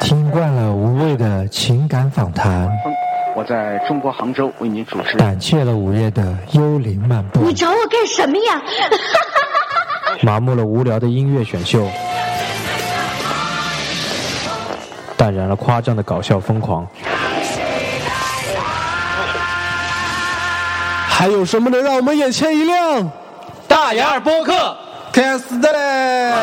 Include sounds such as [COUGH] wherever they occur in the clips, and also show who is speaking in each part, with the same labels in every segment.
Speaker 1: 看惯了无谓的情感访谈，
Speaker 2: 我在中国杭州为您主持。
Speaker 1: 胆怯了午夜的幽灵漫步，
Speaker 3: 你找我干什么呀？
Speaker 1: 麻木了无聊的音乐选秀，淡然了夸张的搞笑疯狂，
Speaker 4: 还有什么能让我们眼前一亮？
Speaker 5: 大眼儿播客，
Speaker 4: 开始的嘞！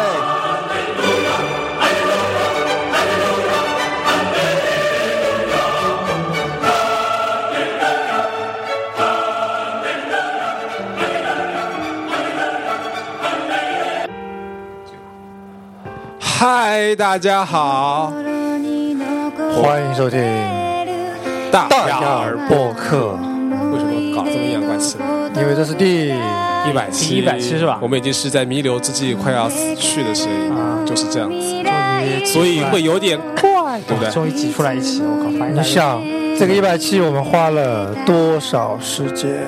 Speaker 4: 嗨，大家好，
Speaker 6: 欢
Speaker 4: 迎收听
Speaker 6: 大
Speaker 4: 大眼儿播客，
Speaker 6: 为什么搞这么阴阳怪气呢？
Speaker 4: 因为这是第
Speaker 6: 一百期，
Speaker 5: 第170是吧
Speaker 6: 我们已经是在弥留之际快要死去的声音，
Speaker 4: 啊
Speaker 6: 就是这样子，所
Speaker 5: 所
Speaker 6: 以
Speaker 5: 以
Speaker 6: 会
Speaker 5: 会
Speaker 6: 有点怪，对不对？
Speaker 5: 终于挤出来一起，我靠，发现
Speaker 4: 你想这个一百期我们花了多少时间？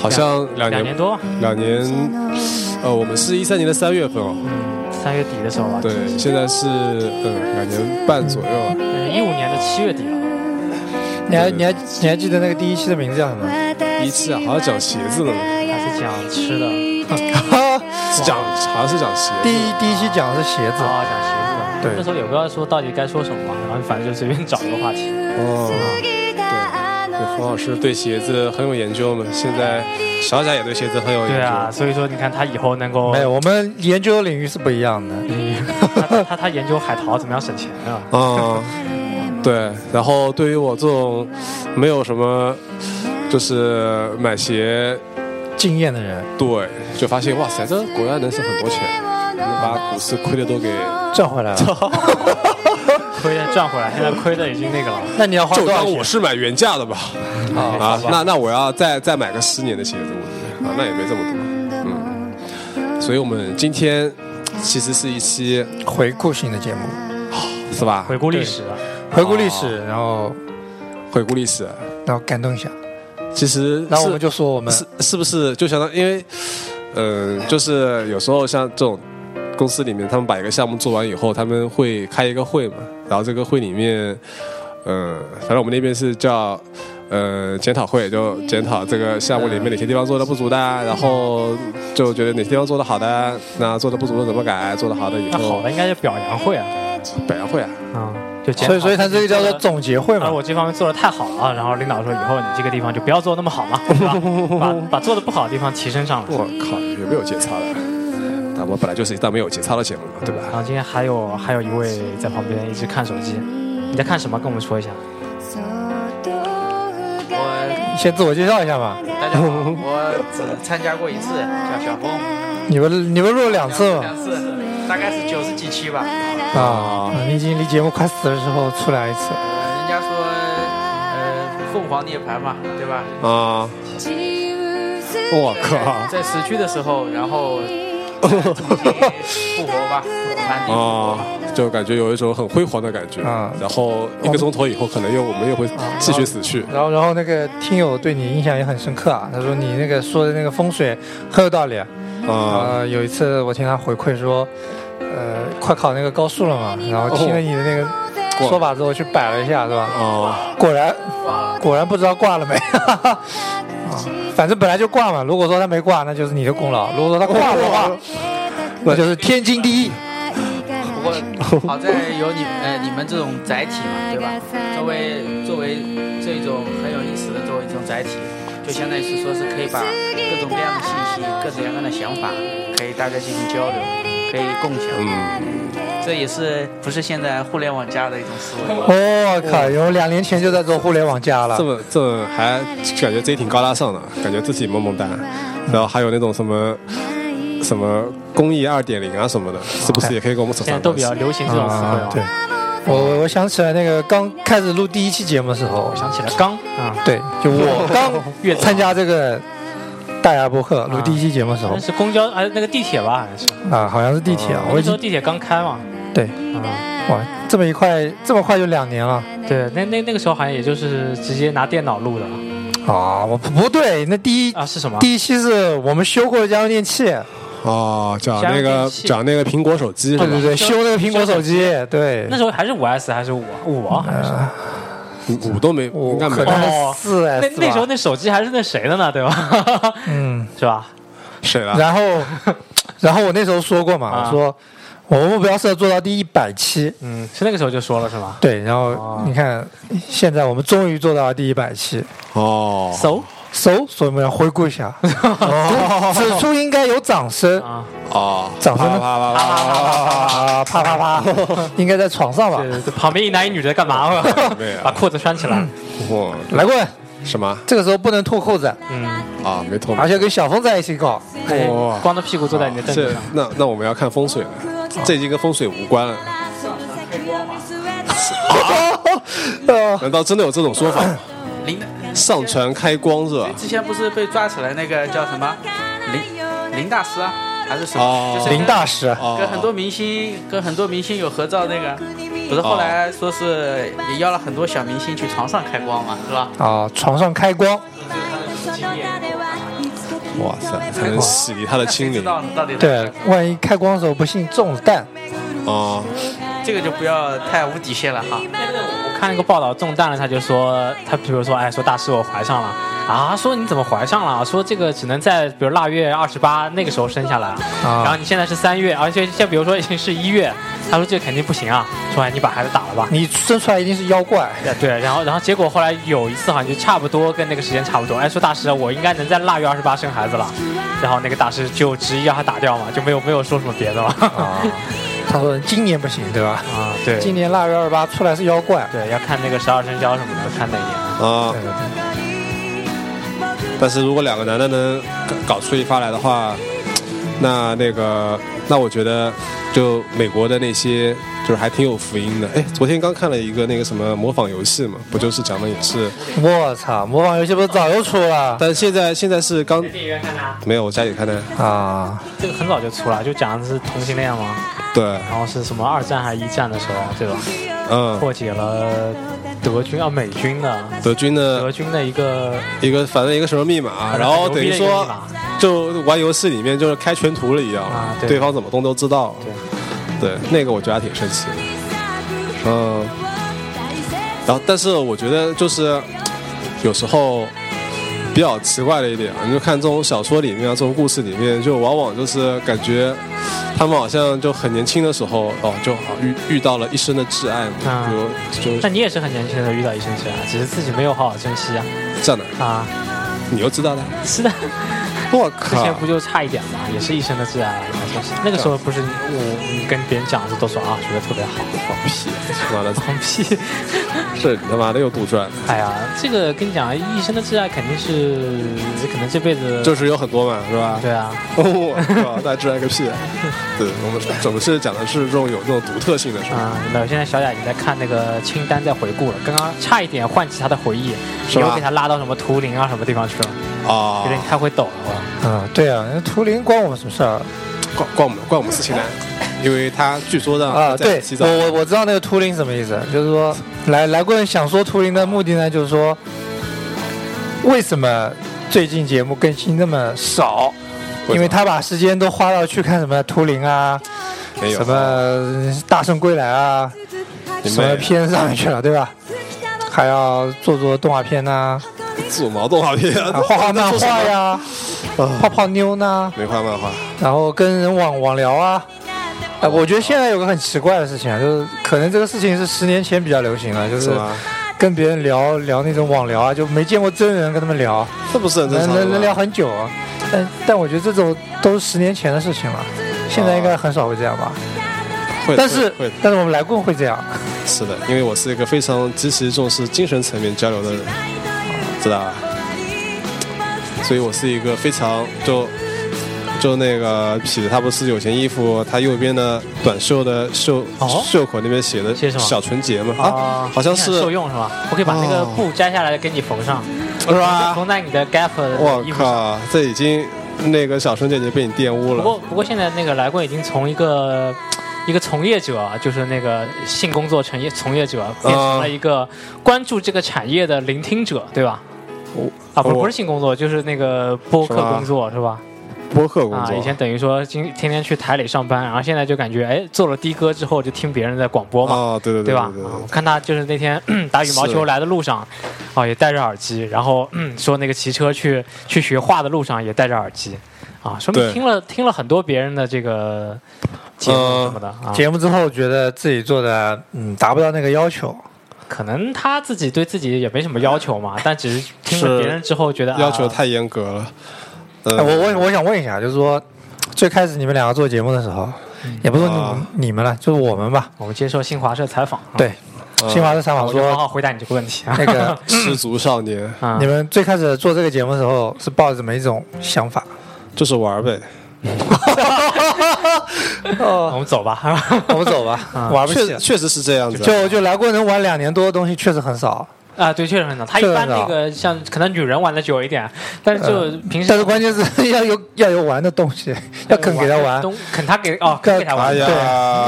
Speaker 6: 好像两
Speaker 5: 两
Speaker 6: 年
Speaker 5: 年多吧，
Speaker 6: 两年，呃，我们是一三年的三月份哦，
Speaker 5: 三月底的时候吧，
Speaker 6: 对，现在是呃两年半左右了，
Speaker 5: 一五年的七月底了，
Speaker 4: 你还你还你还记得那个第一期的名字叫什么？
Speaker 6: 一次啊，好像讲鞋子呢，
Speaker 5: 还是讲吃的，
Speaker 4: 哈，
Speaker 6: 是讲好像是讲鞋
Speaker 4: 第
Speaker 6: 子，
Speaker 4: 一第一期讲的是鞋子，
Speaker 5: 啊，讲鞋子的。
Speaker 4: 对
Speaker 5: 那时候也不知道说到底该说什么嘛，然后反正就随便找一个话题。
Speaker 6: 哦，对，冯老师对鞋子很有研究嘛，现在小贾也对鞋子很有研究，
Speaker 5: 对啊，所以说你看他以后能够
Speaker 4: 没有，我们研究的领域是不一样的。
Speaker 5: 他 [LAUGHS] 他他研究海淘怎么样省钱啊？
Speaker 6: 嗯，对。然后对于我这种没有什么，就是买鞋，
Speaker 4: 经验的人，
Speaker 6: 对，就发现哇塞，这果然能省很多钱，能把股市亏的都给
Speaker 4: 赚回来了。
Speaker 5: 亏的赚回来，现在亏的已经那个了。哎
Speaker 4: 那你要花
Speaker 6: 就
Speaker 4: 多少
Speaker 6: 当我
Speaker 4: 钱？
Speaker 6: 是买原价的吧。啊，那那我要再再买个十年的鞋子，我觉得啊，那也没这么多。嗯，所以我们今天其实是一期
Speaker 4: 回顾性的节目，
Speaker 6: 是吧？
Speaker 5: 回顾历史了，
Speaker 4: 回顾历史，然后
Speaker 6: 回顾历史，
Speaker 4: 然后感动一下，
Speaker 6: 其实
Speaker 4: 然后我
Speaker 6: 是
Speaker 4: 们就说我
Speaker 5: 呃
Speaker 4: 们
Speaker 6: 是是不是就相当因为，嗯、就是有时候像这种公司里面，他们把一个项目做完以后，他们会开一个会嘛，然后这个会里面，嗯、反正我们那边是叫。呃，检讨会就检讨这个项目里面哪些地方做的不足的啊，然后就觉得哪些地方做的好的啊，那做的不足的怎么改，做的好的以
Speaker 5: 那好
Speaker 6: 后
Speaker 5: 的应该是表扬会啊，
Speaker 6: 表扬会啊，
Speaker 5: 啊，就
Speaker 4: 嗯
Speaker 5: 检讨
Speaker 4: 所以所以嗯他这个叫做总结会
Speaker 5: 啊，
Speaker 4: 嘛。
Speaker 5: 我这方面做的太好了，然后领导说以后你这个地方就不要做那么好了，
Speaker 4: [LAUGHS]
Speaker 5: 是吧把把做的不好的地方提升上来。
Speaker 6: 我靠，有没有节操的？那我本来就是一档没有节操的节目嘛，对吧？
Speaker 5: 然后今天还有还有一位在旁边一直看手机，你在看什么？跟我们说一下。
Speaker 4: 先自我介绍一下吧。
Speaker 7: 大家好，我只参加过一次，叫小峰，
Speaker 4: 你们你们录了两次
Speaker 7: 两
Speaker 4: 嘛？
Speaker 7: 次，大概是九十几期吧。
Speaker 4: 啊，你已经离节目快死的时候出来一次。
Speaker 7: 呃，人家说，呃，凤凰涅槃嘛，对吧？
Speaker 6: 啊，我靠，
Speaker 7: 在死去的时候，然后呃 [LAUGHS] 复活吧，满地复
Speaker 6: 啊
Speaker 7: 活吧。，
Speaker 6: 就感觉有一种很辉煌的感觉。
Speaker 4: 啊
Speaker 6: 然后一个钟头以后，可能又我们又会继续死去。
Speaker 4: 然后，然后那个听友对你印象也很深刻啊，他说你那个说的那个风水很有道理啊。
Speaker 6: 啊，
Speaker 4: 呃，有一次我听他回馈说，呃，快考那个高数了嘛，然后听了你的那个
Speaker 6: 哦
Speaker 4: 说法之后去摆了一下，是吧？
Speaker 6: 啊，
Speaker 4: 果然，果然不知道挂了没。 [LAUGHS] 啊，反正本来就挂嘛。如果说他没挂，那就是你的功劳；如果说他挂了的话，那就是天经地义。
Speaker 7: 不过好在有你呃你们这种载体嘛，对吧？作为作为这种很有意思的作为一种载体，就相当于是说是可以把各种各样的信息、各种各样的想法，可以大家进行交流，可以共享。
Speaker 6: 嗯，
Speaker 7: 这也是不是现在互联网加的一种思维？
Speaker 4: 我、哦靠！有两年前就在做互联网加了
Speaker 6: 这，么这么还感觉自己挺高大上的，感觉自己萌萌哒。然后还有那种什么什么工艺二点零啊什么的，是不是也可以跟我们扯
Speaker 5: 现在
Speaker 6: 上
Speaker 5: 都比
Speaker 6: 关系
Speaker 5: 较？流行这种词汇
Speaker 4: 啊
Speaker 5: 哦。
Speaker 4: 对，我我我想起来那个刚开始录第一期节目的时候，
Speaker 5: 想起了刚啊，
Speaker 4: 对，就 [LAUGHS] 我
Speaker 5: 越
Speaker 4: 刚参加这个大牙播客录第一期节目的时候
Speaker 5: 那是公交哎那个地铁吧，好像是。
Speaker 4: 啊，好像是地铁啊，我
Speaker 5: 那
Speaker 4: 已
Speaker 5: 时候
Speaker 4: 经
Speaker 5: 地铁刚开嘛。
Speaker 4: 对，
Speaker 5: 啊，
Speaker 4: 哇，这么一块这么快就两年了
Speaker 5: 对，那那那个时候好像也就是直接拿电脑录的
Speaker 4: 啊！我不不对，那第一
Speaker 5: 啊，是什么？
Speaker 4: 第一期是我们修过的家用电器，
Speaker 6: 哦，讲那
Speaker 5: 家用
Speaker 6: 个
Speaker 5: 电器
Speaker 6: 讲那个苹果手机是吧？
Speaker 4: 对对对，修那个苹果手机，对
Speaker 5: 那，时候还是五 S 还是五五啊？还是
Speaker 6: 五五都没，
Speaker 4: 我
Speaker 6: 应该没
Speaker 4: 可
Speaker 6: 有
Speaker 4: 能
Speaker 5: 哦
Speaker 4: 是四呃 S 啊
Speaker 5: 那
Speaker 4: 吧
Speaker 5: 那时候那手机还是那谁的呢？对吧？
Speaker 4: 嗯。
Speaker 5: [LAUGHS] 是吧？
Speaker 6: 谁了？
Speaker 4: 然后，然后我那时候说过嘛，
Speaker 5: 啊
Speaker 4: 我说我们目标是要做到第一百期。
Speaker 5: 嗯，是那个时候就说了是吗
Speaker 4: 对，然后
Speaker 5: 哦
Speaker 4: 你看，现在我们终于做到了第一百期
Speaker 6: 哦，
Speaker 5: ？So
Speaker 4: ，so 所以我们要回顾一 [LAUGHS] 下，此处应该有掌声
Speaker 5: 啊，
Speaker 6: 哦，
Speaker 4: 掌声呢
Speaker 6: 啪啪啪啪啪
Speaker 4: 啊，啪啪啪，应该在床上吧？
Speaker 5: 对对对，旁边一男一女的干嘛？
Speaker 6: [LAUGHS] 没有
Speaker 5: 把裤子穿起来。
Speaker 6: 哇，
Speaker 4: 来过来，
Speaker 6: 什么
Speaker 4: 这个时候不能脱扣子，
Speaker 6: 啊？没脱，
Speaker 4: 而且跟小峰在一起搞，
Speaker 5: 哎
Speaker 6: 哇，
Speaker 5: 光着屁股坐在你的凳
Speaker 6: 这
Speaker 5: 子上。
Speaker 6: 那那我们要看风水了，这已经跟风水无关了。
Speaker 4: 呃，
Speaker 6: 难道真的有这种说法
Speaker 7: [LAUGHS]
Speaker 6: 吗？
Speaker 7: 林
Speaker 6: 上船开光是吧？
Speaker 7: 之前不是被抓起来那个叫什么林林大师啊，还是什么？
Speaker 6: 哦
Speaker 7: 就是
Speaker 4: 林大师，
Speaker 6: 哦
Speaker 7: 跟很多明星、跟很多明星有合照那个，不是后来说是也邀了很多小明星去床上开光嘛，是吧？
Speaker 4: 啊，床上开光，
Speaker 6: 哇塞，才能洗涤他的
Speaker 7: 谁
Speaker 6: 心
Speaker 7: [LAUGHS] 知
Speaker 6: 灵
Speaker 7: 道呢？到底在
Speaker 4: 对，万一开光的时候不幸中了弹，
Speaker 6: 哦，
Speaker 7: 这个就不要太无底线了哈。
Speaker 5: 我看一个报道，中弹了，他就说，他比如说，哎，说大师我怀上了啊，说你怎么怀上了？说这个只能在比如腊月二十八那个时候生下来，
Speaker 4: 啊
Speaker 5: 然后你现在是三月，而且像比如说已经是一月，他说这肯定不行啊，说哎你把孩子打了吧。
Speaker 4: 你生出来一定是妖怪。
Speaker 5: 对，然后然后结果后来有一次好像就差不多跟那个时间差不多，哎，说大师我应该能在腊月二十八生孩子了，然后那个大师就执意让他打掉嘛，就没有没有说什么别的嘛。
Speaker 4: 啊，他说今年不行，对吧？
Speaker 5: 啊，对
Speaker 4: 今年腊月二十八出来是妖怪，
Speaker 5: 对，要看那个十二生肖什么的，看哪年。
Speaker 6: 啊！但是如果两个男的能搞搞出一发来的话，那那个，那我觉得，就美国的那些，就是还挺有福音的。哎，昨天刚看了一个那个什么模仿游戏嘛，不就是讲的也是，
Speaker 4: 我操，模仿游戏不是早就出了
Speaker 6: 但现在现在是刚
Speaker 5: 电影院看的？
Speaker 6: 没有，我家里看的，
Speaker 4: 啊？
Speaker 5: 这个很早就出了，就讲的是同性恋嘛，
Speaker 6: 对，
Speaker 5: 然后是什么二战还是一战的时候，对吧？
Speaker 6: 嗯，
Speaker 5: 破解了德军啊美军的
Speaker 6: 德军
Speaker 5: 德
Speaker 6: 的
Speaker 5: 军的一个
Speaker 6: 一个反正一个什么密
Speaker 5: 啊
Speaker 6: 码，然后等于说就玩游戏里面就是开全图了一样，
Speaker 5: 啊对
Speaker 6: 对方怎么动都知道，对，那个我觉得还挺神奇的。嗯，然后但是我觉得就是有时候比较奇怪的一点啊，你就看这种小说里面啊，这种故事里面，就往往就是感觉他们好像就很年轻的时候哦，就好遇遇到了一生的挚爱嘛，
Speaker 5: 啊
Speaker 6: 就就
Speaker 5: 那你也是很年轻的时候遇到一生之爱，只是自己没有好好珍惜啊
Speaker 6: 这样的，
Speaker 5: 啊！
Speaker 6: 你又知道的，
Speaker 5: 是的，
Speaker 6: 我
Speaker 5: 之
Speaker 6: 靠
Speaker 5: 前，不就差一点嘛，也是一生的挚爱，然后啊就是那个时候不是我你跟别人讲的时候都说啊，觉得特别好，
Speaker 6: 放屁，他妈的，
Speaker 5: 放屁！
Speaker 6: 这你他妈的又杜撰了。
Speaker 5: 哎呀，这个跟你讲，一生的挚爱肯定是可能这辈子
Speaker 6: 就是有很多嘛，是吧？ [LAUGHS] 哦
Speaker 5: 对啊，
Speaker 6: 我靠，那挚爱个屁！啊对我们总是讲的是这种有这种独特性的事儿。
Speaker 5: 啊、那我现在小雅已经在看那个清单，在回顾了。刚刚差一点唤起她的回忆，
Speaker 6: 是
Speaker 5: 你
Speaker 6: 吧
Speaker 5: 又给她拉到什么图灵啊什么地方去了，
Speaker 6: 啊
Speaker 5: 有点太会抖了。
Speaker 4: 嗯，对啊，那图灵关我们什么事儿
Speaker 6: 怪怪我们怪我们斯奇男，因为他据说让
Speaker 4: 啊？
Speaker 6: 他在
Speaker 4: 对
Speaker 6: 洗，澡
Speaker 4: 我我我知道那个图灵什么意思，就是说来来棍想说图灵的目的呢，就是说为什么最近节目更新那么少？
Speaker 6: 为什么
Speaker 4: 因为他把时间都花到去看什么图灵啊，
Speaker 6: 没有
Speaker 4: 什么大圣归来啊，
Speaker 6: 你
Speaker 4: 什么
Speaker 6: 们
Speaker 4: 片上面去了，对吧？还要做做动画片
Speaker 6: [LAUGHS]
Speaker 4: 呐、
Speaker 6: 做毛动画片
Speaker 4: 啊，画画漫画呀，泡泡妞
Speaker 6: [LAUGHS]
Speaker 4: 呐，
Speaker 6: 没画漫画
Speaker 4: 然后跟人网网聊啊。哎、我觉得现在有个很奇怪的事情啊，就是可能这个事情是十年前比较流行的，就是是
Speaker 6: 吧？
Speaker 4: 跟别人聊聊那种网聊啊，就没见过真人跟他们聊，
Speaker 6: 这不是很正
Speaker 4: 能
Speaker 6: 常
Speaker 4: 能能
Speaker 6: 的
Speaker 4: 聊
Speaker 6: 吗？
Speaker 4: 很久啊。但但我觉得这种都是十年前的事情了，现在应该很少会这样吧。
Speaker 6: 哦会
Speaker 4: 但是
Speaker 6: 会会啊
Speaker 4: 但是我们来棍会这样，
Speaker 6: 是的，因为我是一个非常极其重视精神层面交流的人，知道吧？所以我是一个非常就就那个痞子，他不是有件衣服，他右边的短袖的袖、
Speaker 5: 哦
Speaker 6: 袖口那边写的
Speaker 5: 写什么
Speaker 6: 小纯洁嘛
Speaker 5: 啊
Speaker 6: 啊，好像是 [LAUGHS]
Speaker 5: 受用是吧？我可以把那个
Speaker 6: 哦
Speaker 5: 布摘下来给你缝上，
Speaker 6: 是吧？
Speaker 5: 缝在你的 gap 的
Speaker 6: 我
Speaker 5: 衣服上。
Speaker 6: 靠，这已经那个小春姐姐被你玷污
Speaker 5: 不
Speaker 6: 了
Speaker 5: 过不过现在那个来过已经从一个。一个从业者，啊就是那个性工作从业从业者，
Speaker 6: 嗯
Speaker 5: 变成了一个关注这个产业的聆听者，对吧？啊，不是
Speaker 6: 我
Speaker 5: 不是性工作，就是那个播客
Speaker 6: 是吧
Speaker 5: 工作是吧？
Speaker 6: 播客工
Speaker 5: 啊，
Speaker 6: 作，
Speaker 5: 以前等于说今天天去台里上班，然后现在就感觉哎，做了的哥之后就听别人在广播嘛，
Speaker 6: 啊，对对
Speaker 5: 对吧？
Speaker 6: 对
Speaker 5: 啊我看他就是那
Speaker 6: [CLEARS THROAT]
Speaker 5: 天打羽毛球
Speaker 6: 是
Speaker 5: 来的路上，哦，也戴着耳机，然后嗯说那个骑车去去学画的路上也戴着耳机，啊，说明
Speaker 6: 对
Speaker 5: 听了听了很多别人的这个节目
Speaker 6: 呃
Speaker 5: 什么的、啊，
Speaker 4: 节目之后觉得自己做的嗯达不到那个要求，
Speaker 5: 可能他自己对自己也没什么要求嘛，但只是听了
Speaker 6: 呃是
Speaker 5: 别人之后觉得
Speaker 6: 要求
Speaker 5: 啊
Speaker 6: 太严格了。
Speaker 4: 哎
Speaker 6: 呃，
Speaker 4: 我我我想问一下，就是说最开始你们两个做节目的时候，也不是说你们
Speaker 6: 啊
Speaker 4: 你们了，就是我们吧，
Speaker 5: 我们接受新华社采访，啊，
Speaker 4: 对，新华社采访
Speaker 5: 我就好
Speaker 4: 说
Speaker 5: 好回答你这个问题
Speaker 6: [LAUGHS]
Speaker 5: 啊
Speaker 4: 那，个
Speaker 6: 失足少年
Speaker 5: 啊
Speaker 4: 你们最开始做这个节目的时候是抱着怎么一种想
Speaker 5: [LAUGHS]
Speaker 4: 法？
Speaker 6: 就是玩儿呗，
Speaker 5: 啊我们走吧，
Speaker 4: 哦我们走吧，
Speaker 5: 啊
Speaker 4: 玩不起
Speaker 6: 确
Speaker 4: 了。
Speaker 6: 确实是这样子。啊
Speaker 4: 就就来过能玩两年多的东西确实很少，
Speaker 5: 啊，对，确实很早。他一
Speaker 4: 确实
Speaker 5: 般
Speaker 4: 很
Speaker 5: 那
Speaker 4: 早
Speaker 5: 个像可能女人玩的久一点，但是就平
Speaker 4: 嗯
Speaker 5: 时、
Speaker 4: 但是关键是 [LAUGHS] 要有要有玩的东
Speaker 5: [LAUGHS]
Speaker 4: 西，要肯给他玩。
Speaker 5: 东肯他给哦，肯给他
Speaker 6: 哎
Speaker 5: 玩。
Speaker 6: 呀，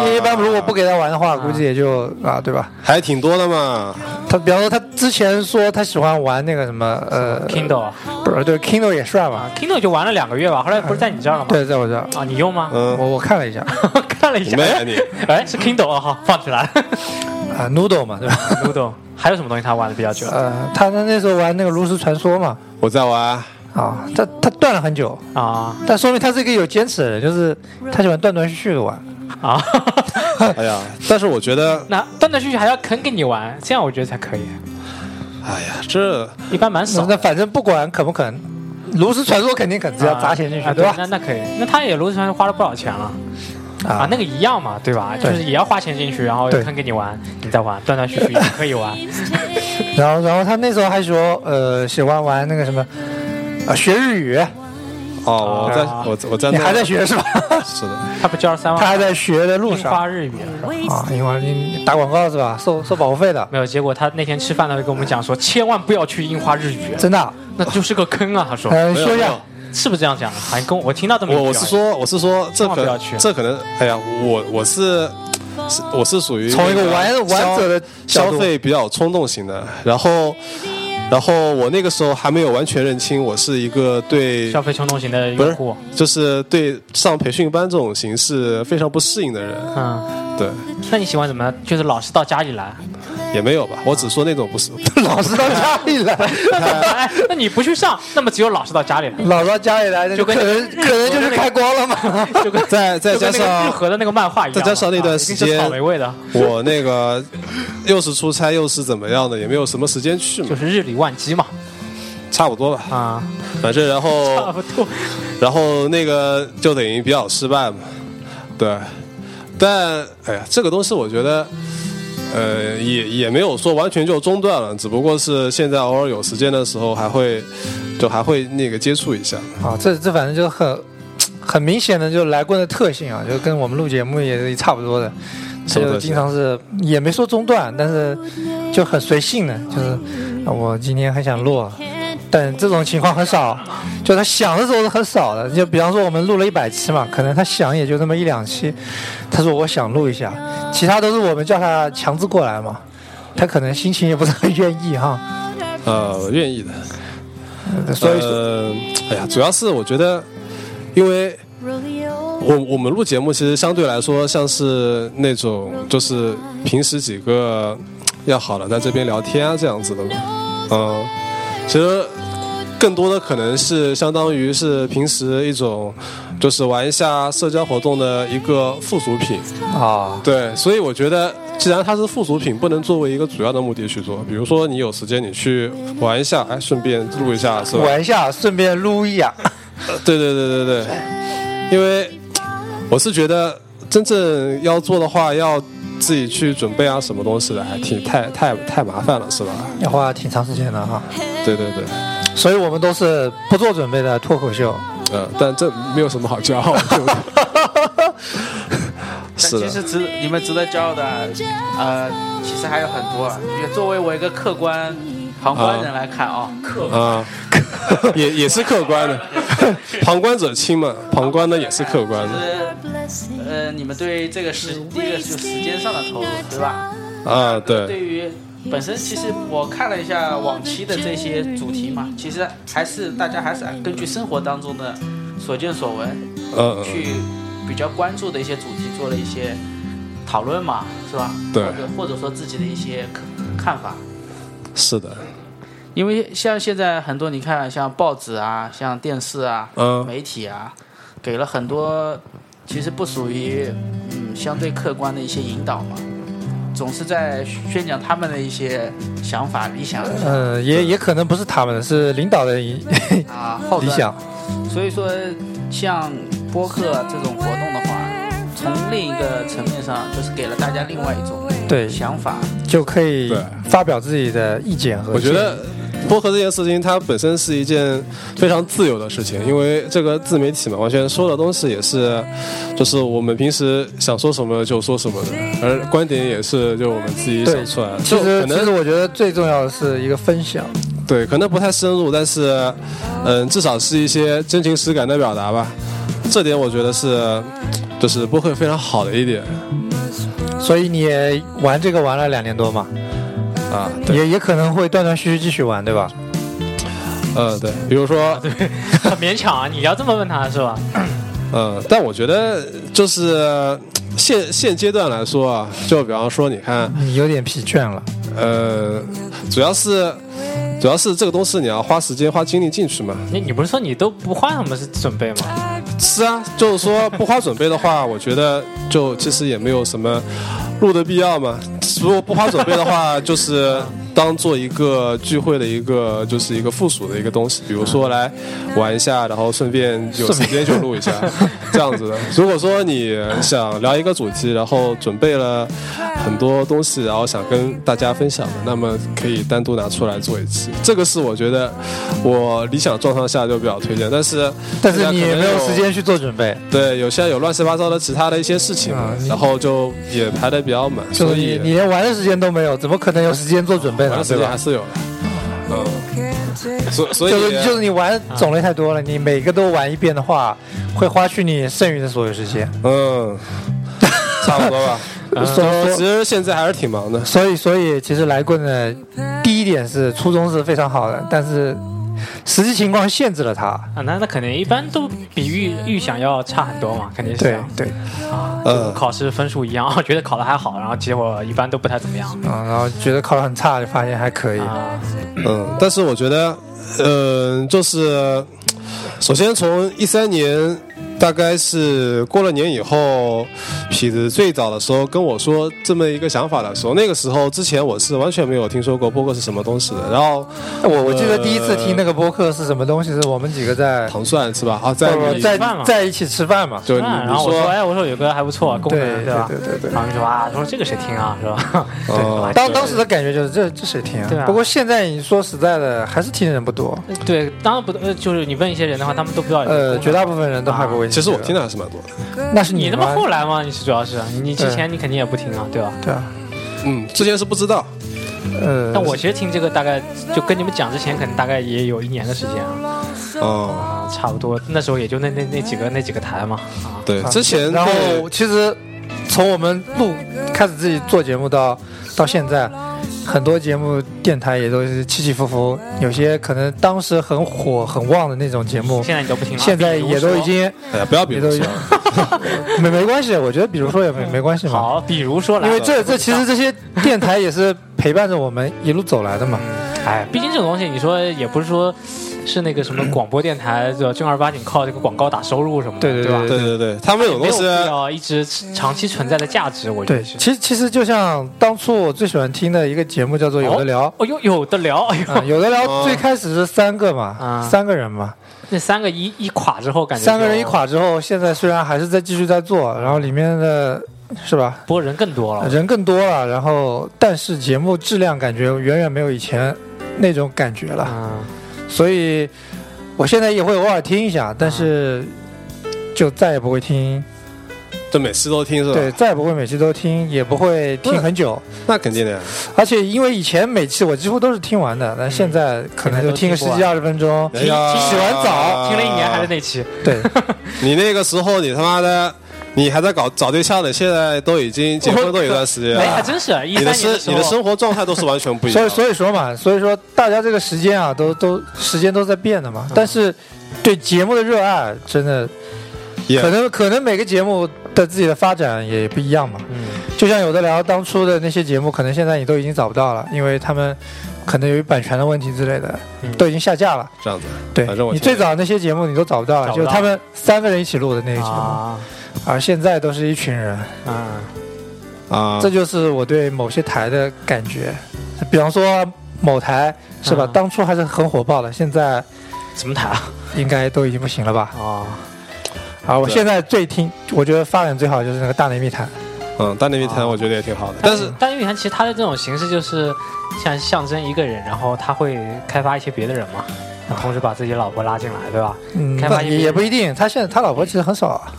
Speaker 4: 对，一般如果不给他玩的话，估计也就啊，对吧？
Speaker 6: 还挺多的嘛。
Speaker 4: 他比方说他之前说他喜欢玩那个什么呃
Speaker 5: Kindle 啊
Speaker 4: 不是对 Kindle 也算嘛，
Speaker 5: ，Kindle 就玩了两个月吧，后来不是在你这儿了吗？
Speaker 4: 对，在我这儿，
Speaker 5: 啊，你用吗？
Speaker 4: 我
Speaker 6: 嗯，
Speaker 4: 我看了一下
Speaker 5: [LAUGHS] 看了一
Speaker 6: 你
Speaker 5: 下，
Speaker 6: 妹啊你！
Speaker 5: [LAUGHS] 哎，是 Kindle 啊，好，放起来。
Speaker 4: 啊，Noodle 嘛，对吧？
Speaker 5: Noodle 还有什么东西他玩的比较久
Speaker 4: 呃，他他那时候玩那个炉石传说嘛，
Speaker 6: 我在
Speaker 5: [LAUGHS]
Speaker 6: 玩，
Speaker 4: 啊，他他断了很久，
Speaker 5: 啊
Speaker 4: 但说明他是一个有坚持的人，就是他喜欢断断续续的玩。
Speaker 5: 啊？ [LAUGHS]
Speaker 6: 哎呀，但是我觉得，
Speaker 5: 那断断续续还要肯给你玩，这样我觉得才可以。
Speaker 6: 哎呀，这
Speaker 5: 一般蛮少
Speaker 4: 那
Speaker 5: 的。
Speaker 4: 反正不管肯不肯，炉石传说肯定肯，只要砸钱进
Speaker 5: 啊
Speaker 4: 去，
Speaker 5: 对
Speaker 4: 吧？
Speaker 5: 那那可以，那他也卢川花了不少钱了啊，那个一样嘛，对
Speaker 6: 嗯
Speaker 5: 吧？就
Speaker 4: 对
Speaker 5: 是也要花钱进去，然后
Speaker 4: 对
Speaker 5: 肯给你玩，你再玩，断断续续也可以玩。
Speaker 4: 然后然后他那时候还说，呃，喜欢玩那个什么。啊，学日语，
Speaker 6: 哦，我在
Speaker 5: 啊
Speaker 6: 我我在
Speaker 4: 你
Speaker 6: 那
Speaker 4: 还在学是吧？
Speaker 6: 是的，
Speaker 5: 他不交了三万
Speaker 4: 他
Speaker 5: 块
Speaker 4: 还在学的路
Speaker 5: 樱
Speaker 4: 上
Speaker 5: 花日语了是吧？
Speaker 4: 啊，因为你打广告是吧？收收保护费的，
Speaker 5: 没有，结果他那天吃饭的时候跟我们讲说，千万不要去樱花日语，
Speaker 4: 真的啊。
Speaker 5: 那就是个坑啊！他说
Speaker 4: 呃，
Speaker 6: 没有
Speaker 4: 说一
Speaker 6: 没
Speaker 4: 下
Speaker 6: 有，
Speaker 5: 是不是这样讲的？好像跟我我听到这么一
Speaker 6: 哎我
Speaker 5: 句
Speaker 6: 我是说我是说这
Speaker 5: 千万不
Speaker 6: 可
Speaker 5: 要去
Speaker 6: 这可能，哎呀，我我是是我是属于
Speaker 4: 从一个玩
Speaker 6: 那消
Speaker 4: 玩者的角
Speaker 6: 消
Speaker 4: 度
Speaker 6: 费比较冲动型的，然后。然后我那个时候还没有完全认清，我是一个对
Speaker 5: 消费冲动型的
Speaker 6: 不
Speaker 5: 用
Speaker 6: 是
Speaker 5: 户，
Speaker 6: 就是对上培训班这种形式非常不适应的人。
Speaker 5: 嗯，
Speaker 6: 对，
Speaker 5: 那你喜欢怎么？就是老是到家里来，
Speaker 6: 也没有吧，我只说那种不是， [LAUGHS]
Speaker 4: 老师到家里来，
Speaker 5: [LAUGHS] 哎，那你不去上，那么只有老是到家里来，
Speaker 4: 老师到家里来，那
Speaker 5: 就跟
Speaker 4: 可能
Speaker 5: 日本
Speaker 4: 可能就是开光了嘛。
Speaker 5: 就跟
Speaker 6: 再再加
Speaker 5: 就跟那个日
Speaker 6: 上
Speaker 5: 和的那个漫画一样嘛，
Speaker 6: 再加上那段
Speaker 5: 啊
Speaker 6: 时
Speaker 5: 一定是
Speaker 6: 间
Speaker 5: 草莓味的，
Speaker 6: [LAUGHS] 我那个又是出差又是怎么样的，也没有什么时间去
Speaker 5: 就
Speaker 6: 嘛，
Speaker 5: 是日理万机嘛，
Speaker 6: 差不多吧。
Speaker 5: 啊，
Speaker 6: 反正然
Speaker 5: 差
Speaker 6: 后
Speaker 5: 不多。
Speaker 6: 然后那个就等于比较失败嘛，对。但哎呀，这个东西我觉得，呃，也也没有说完全就中断了，只不过是现在偶尔有时间的时候还会，就还会那个接触一下。
Speaker 4: 啊，这这反正就很很明显的，就来棍的特性啊，就跟我们录节目也是差不多的，
Speaker 6: 什么
Speaker 4: 就
Speaker 6: 特性
Speaker 4: 经常是也没说中断，但是就很随性的，就是啊我今天很想录啊，但这种情况很少，就他想的时候是很少的。就比方说我们录了一百期嘛，可能他想也就那么一两期，他说我想录一下，其他都是我们叫他强制过来嘛，他可能心情也不是很愿意哈，
Speaker 6: 呃，愿意的。
Speaker 4: 所以说。
Speaker 6: 呃，哎呀，主要是我觉得，因为我我们录节目其实相对来说像是那种就是平时几个要好了在这边聊天啊这样子的嘛，嗯，其实更多的可能是相当于是平时一种就是玩一下社交活动的一个附属品，
Speaker 4: 啊，
Speaker 6: 对，所以我觉得，既然它是附属品，不能作为一个主要的目的去做。比如说，你有时间你去玩一下，哎，顺便录一下，是吧？
Speaker 4: 玩一下，顺便撸一下。 [LAUGHS]
Speaker 6: 对对对对对，因为我是觉得，真正要做的话，要自己去准备啊，什么东西的，还挺太太太麻烦了，是吧？
Speaker 4: 要花挺长时间的哈，
Speaker 6: 对对对，
Speaker 4: 所以我们都是不做准备的脱口
Speaker 6: [LAUGHS]
Speaker 4: 秀。
Speaker 6: 呃，但这没有什么好骄傲的，对不对？是
Speaker 7: [LAUGHS] 但其
Speaker 6: 的，
Speaker 7: 实值你们值得骄傲的，呃，其实还有很多。也作为我一个客观旁观人来看啊，客
Speaker 6: 啊、也也是客
Speaker 7: [LAUGHS]
Speaker 6: 观的，旁观者清嘛，旁观的也是客观的。
Speaker 7: 是呃，你们对这个时第一个是时间上的投入，对吧？
Speaker 6: 啊，对
Speaker 7: 对，于本身其实我看了一下往期的这些主题嘛，其实还是大家还是根据生活当中的所见所闻，
Speaker 6: 呃，
Speaker 7: 去比较关注的一些主题做了一些讨论嘛，是吧？
Speaker 6: 对
Speaker 7: 或者或者说自己的一些看法。
Speaker 6: 是的，
Speaker 7: 因为像现在很多，你看像报纸啊，像电视啊，
Speaker 6: 嗯
Speaker 7: 媒体啊，给了很多其实不属于嗯相对客观的一些引导嘛，总是在宣讲他们的一些想法、理想
Speaker 4: 呃，也也可能不是他们的，是领导的一 [LAUGHS]
Speaker 7: 啊、后
Speaker 4: 理
Speaker 7: 端
Speaker 4: 想。
Speaker 7: 所以说，像播客这种活动的话，从另一个层面上，就是给了大家另外一种
Speaker 4: 对，
Speaker 7: 想法。
Speaker 4: 就可以
Speaker 6: 对
Speaker 4: 发表自己的意见和
Speaker 6: 我觉
Speaker 4: 建议
Speaker 6: 得播客这件事情，它本身是一件非常自由的事情，因为这个自媒体嘛，完全说的东西也是，就是我们平时想说什么就说什么的，而观点也是就我们自己
Speaker 4: 对
Speaker 6: 想出来的。
Speaker 4: 其
Speaker 6: 就可
Speaker 4: 实，其实
Speaker 6: 能
Speaker 4: 我觉得最重要的是一个分享，
Speaker 6: 对，可能不太深入，但是，嗯，至少是一些真情实感的表达吧。这点我觉得是，就是播客非常好的一点
Speaker 4: 所以你也玩这个玩了两年多嘛，
Speaker 6: 啊。对，
Speaker 4: 也也可能会断断续续继续玩，对吧？
Speaker 6: 呃，对，比如说，
Speaker 5: 很勉强啊，你要这么问他是吧？
Speaker 6: 嗯，但我觉得就是呃现现阶段来说啊，就比方说，你看，
Speaker 4: 你有点疲倦了，
Speaker 6: 呃，主要是主要是这个东西你要花时间花精力进去嘛。
Speaker 5: 你你不是说你都不花什么准备吗？
Speaker 6: 是啊，就是说不花准备的话，我觉得就其实也没有什么录的必要嘛。如果不花准备的
Speaker 4: [LAUGHS]
Speaker 6: 话，就是当做一个聚会的一个就是一个附属的一个东西，比如说来玩一下，然后顺便有时间就录
Speaker 4: [LAUGHS]
Speaker 6: 一下，这样子的。如果说你想聊一个主题，然后准备了很多东西，然后想跟大家分享的，那么可以单独拿出来做一期。这个是我觉得我理想状况下就比较推荐，但是
Speaker 4: 但是你
Speaker 6: 大家
Speaker 4: 也
Speaker 6: 可能
Speaker 4: 没有时间去做准备，
Speaker 6: 对，有些有乱七八糟的其他的一些事情嘛
Speaker 4: 啊，你
Speaker 6: 然后就也排的比较满，
Speaker 4: 就
Speaker 6: 所
Speaker 4: 是你
Speaker 6: 以
Speaker 4: 你连玩的时间都没有，怎么可能有时间做准备
Speaker 6: 玩
Speaker 4: 呢
Speaker 6: 的？时
Speaker 4: 对
Speaker 6: 间还
Speaker 4: 吧？
Speaker 6: 是有的。嗯，所所以
Speaker 4: 就是就是你玩种类太多了，你每个都玩一遍的话，会花去你剩余的所有时间。
Speaker 6: 嗯，差不多吧。
Speaker 4: 所以
Speaker 6: 其
Speaker 4: 说
Speaker 6: 实现在还是挺忙的，
Speaker 4: 所以所以其实来棍的第一点是初衷是非常好的，但是实际情况限制了他。
Speaker 5: 啊，那那肯定一般都比预预想要差很多嘛，肯定是这
Speaker 4: 对
Speaker 5: 样。
Speaker 4: 对，
Speaker 5: 啊，
Speaker 6: 嗯
Speaker 5: 就考试分数一样，觉得考的还好，然后结果一般都不太怎么样。
Speaker 4: 啊，然后觉得考得很差，就发现还可以。
Speaker 5: 啊，
Speaker 6: 嗯，但是我觉得，嗯、就是首先从一三年，大概是过了年以后，痞子最早的时候跟我说这么一个想法的时候，那个时候之前我是完全没有听说过播客是什么东西的，然后。
Speaker 4: 我我记得第一次听那个播客是什么东西，是我们几个在
Speaker 6: 糖蒜是吧？啊，在
Speaker 4: 不不
Speaker 6: 你
Speaker 4: 嗯在
Speaker 5: 饭嘛
Speaker 4: 在一起吃饭嘛。
Speaker 6: 就你
Speaker 5: 那然
Speaker 6: 你
Speaker 5: 后我说，
Speaker 6: 说，
Speaker 5: 哎，我说有个还不错，功
Speaker 4: 对
Speaker 5: 能
Speaker 4: 对
Speaker 5: 吧？
Speaker 4: 对对
Speaker 5: 然后你说啊，说这个谁听啊，是吧？ [LAUGHS]
Speaker 6: 哦
Speaker 4: 当当时的感觉就是这这谁听
Speaker 5: 对啊
Speaker 4: 不过现在你说实在的，还是听的人不多，
Speaker 5: 对，当然不呃，就是你问一些人的话，他们都不知道有这个功
Speaker 4: 呃，
Speaker 5: 能。
Speaker 4: 绝大部分人都还不会
Speaker 6: 啊
Speaker 4: 听。
Speaker 6: 其实我听的还是蛮多的。
Speaker 4: 那是
Speaker 5: 你
Speaker 4: 的
Speaker 5: 那
Speaker 4: 吗
Speaker 5: 么后来吗？你是主要是你
Speaker 4: 嗯
Speaker 5: 之前你肯定也不听啊，对吧？
Speaker 4: 对啊，
Speaker 6: 嗯，之前是不知道。
Speaker 4: 呃，
Speaker 5: 但我其实听这个大概就跟你们讲之前，可能大概也有一年的时间啊，
Speaker 6: 哦，
Speaker 5: 啊差不多那时候也就那那那几个那几个台嘛
Speaker 6: 哦
Speaker 5: 啊。
Speaker 6: 对，之前
Speaker 4: 然
Speaker 6: 对
Speaker 4: 后其实从我们录开始自己做节目到到现在，很多节目电台也都是起起伏伏，有些可能当时很火很旺的那种节目，
Speaker 5: 哦现在你都不听了？
Speaker 4: 现在
Speaker 5: 比如说
Speaker 4: 也都已
Speaker 5: [LAUGHS]
Speaker 4: 经
Speaker 6: 哎呀，不要比如说，
Speaker 4: 没没关系，我觉得比如说也没没关系嘛，
Speaker 5: 嗯好，比如说来，
Speaker 4: 因为这这其实这些电台也是陪伴着我们一路走来的嘛。
Speaker 5: 哎，毕竟这种东西，你说也不是说是那个什么广播电台，对吧？正儿八经靠这个广告打收入什么的，
Speaker 4: 对对
Speaker 5: 吧？
Speaker 6: 对对对，他们有
Speaker 5: 没
Speaker 6: 东
Speaker 5: 有
Speaker 6: 西啊
Speaker 5: 必，要一直长期存在的价值，我觉
Speaker 4: 对，
Speaker 5: 得是。
Speaker 4: 其实其实就像当初我最喜欢听的一个节目叫做《有的聊》。
Speaker 5: 哦，有有的聊，哎
Speaker 4: 啊，
Speaker 5: 呦，
Speaker 4: 有的聊
Speaker 5: [LAUGHS]
Speaker 6: 哦
Speaker 4: 最开始是三个嘛，
Speaker 5: 啊
Speaker 4: 三个人嘛，
Speaker 5: 那三个一一垮之后，感觉
Speaker 4: 三个人
Speaker 5: 就
Speaker 4: 一，垮之后，现在虽然还是在继续在做，然后里面的是吧，
Speaker 5: 不过人更多了。
Speaker 4: 人更多了，然后但是节目质量感觉远远没有以前那种感觉了，
Speaker 5: 嗯，
Speaker 4: 所以我现在也会偶尔听一下，但是就再也不会听，
Speaker 6: 就每次都听是
Speaker 4: 对，
Speaker 6: 吧？
Speaker 4: 再也不会每期都听，也不会听很久，
Speaker 6: 那肯定的呀，
Speaker 4: 而且因为以前每期我几乎都是听完的，但现在可能就听个十
Speaker 5: 现在都听
Speaker 4: 几
Speaker 5: 不
Speaker 4: 二十分钟，
Speaker 6: 哎呀
Speaker 4: 洗完澡，
Speaker 5: 听了一年还是那期，
Speaker 4: 对。
Speaker 6: 你那个时候你他妈的，你还在搞找对象呢，现在都已经结婚都有一段时间
Speaker 5: 哎，还
Speaker 6: 了，
Speaker 5: 真是一
Speaker 6: 你
Speaker 5: 三
Speaker 6: 的
Speaker 5: 年
Speaker 6: 生
Speaker 5: 时
Speaker 6: 啊你的
Speaker 5: 候，
Speaker 6: 生活状态都是完全不一
Speaker 4: 所以
Speaker 6: 样。
Speaker 5: 嗯
Speaker 4: 所以说嘛，所以说大家这个时间啊，都都时间都在变的嘛。但是对节目的热爱真的
Speaker 6: 也
Speaker 4: 可能可能每个节目的自己的发展也不一样嘛。
Speaker 5: 嗯，
Speaker 4: 就像有的聊当初的那些节目，可能现在你都已经找不到了，因为他们可能由于版权的问题之类的，
Speaker 5: 嗯
Speaker 4: 都已经下架了。
Speaker 6: 这样子。
Speaker 4: 对
Speaker 6: 反正我，
Speaker 4: 你
Speaker 6: 现
Speaker 4: 最
Speaker 6: 在
Speaker 4: 早那些节目你都找不到了，
Speaker 5: 找不
Speaker 4: 就
Speaker 5: 到
Speaker 4: 他们三个人一起录的那个节目，
Speaker 5: 啊，
Speaker 4: 而现在都是一群人，
Speaker 5: 嗯，
Speaker 6: 啊，
Speaker 4: 这就是我对某些台的感觉。比方说某台是
Speaker 6: 嗯
Speaker 4: 吧，
Speaker 5: 啊
Speaker 4: 当初还是很火爆的，现在
Speaker 5: 什么台啊？
Speaker 4: 应该都已经不行了吧？
Speaker 5: 哦，
Speaker 4: 啊，我
Speaker 6: 对
Speaker 4: 现在最听，我觉得发展最好就是那个大内密谈，
Speaker 6: 嗯，大内密谈
Speaker 5: 啊
Speaker 6: 我觉得也挺好的，但是
Speaker 5: 但玉涵其实他的这种形式就是像象征一个人，然后他会开发一些别的人嘛，然后同时把自己老婆拉进来，对吧？
Speaker 4: 嗯，
Speaker 5: 开发
Speaker 4: 但
Speaker 5: 一
Speaker 4: 也
Speaker 5: 批
Speaker 4: 也不一定。他现在他老婆其实很少啊，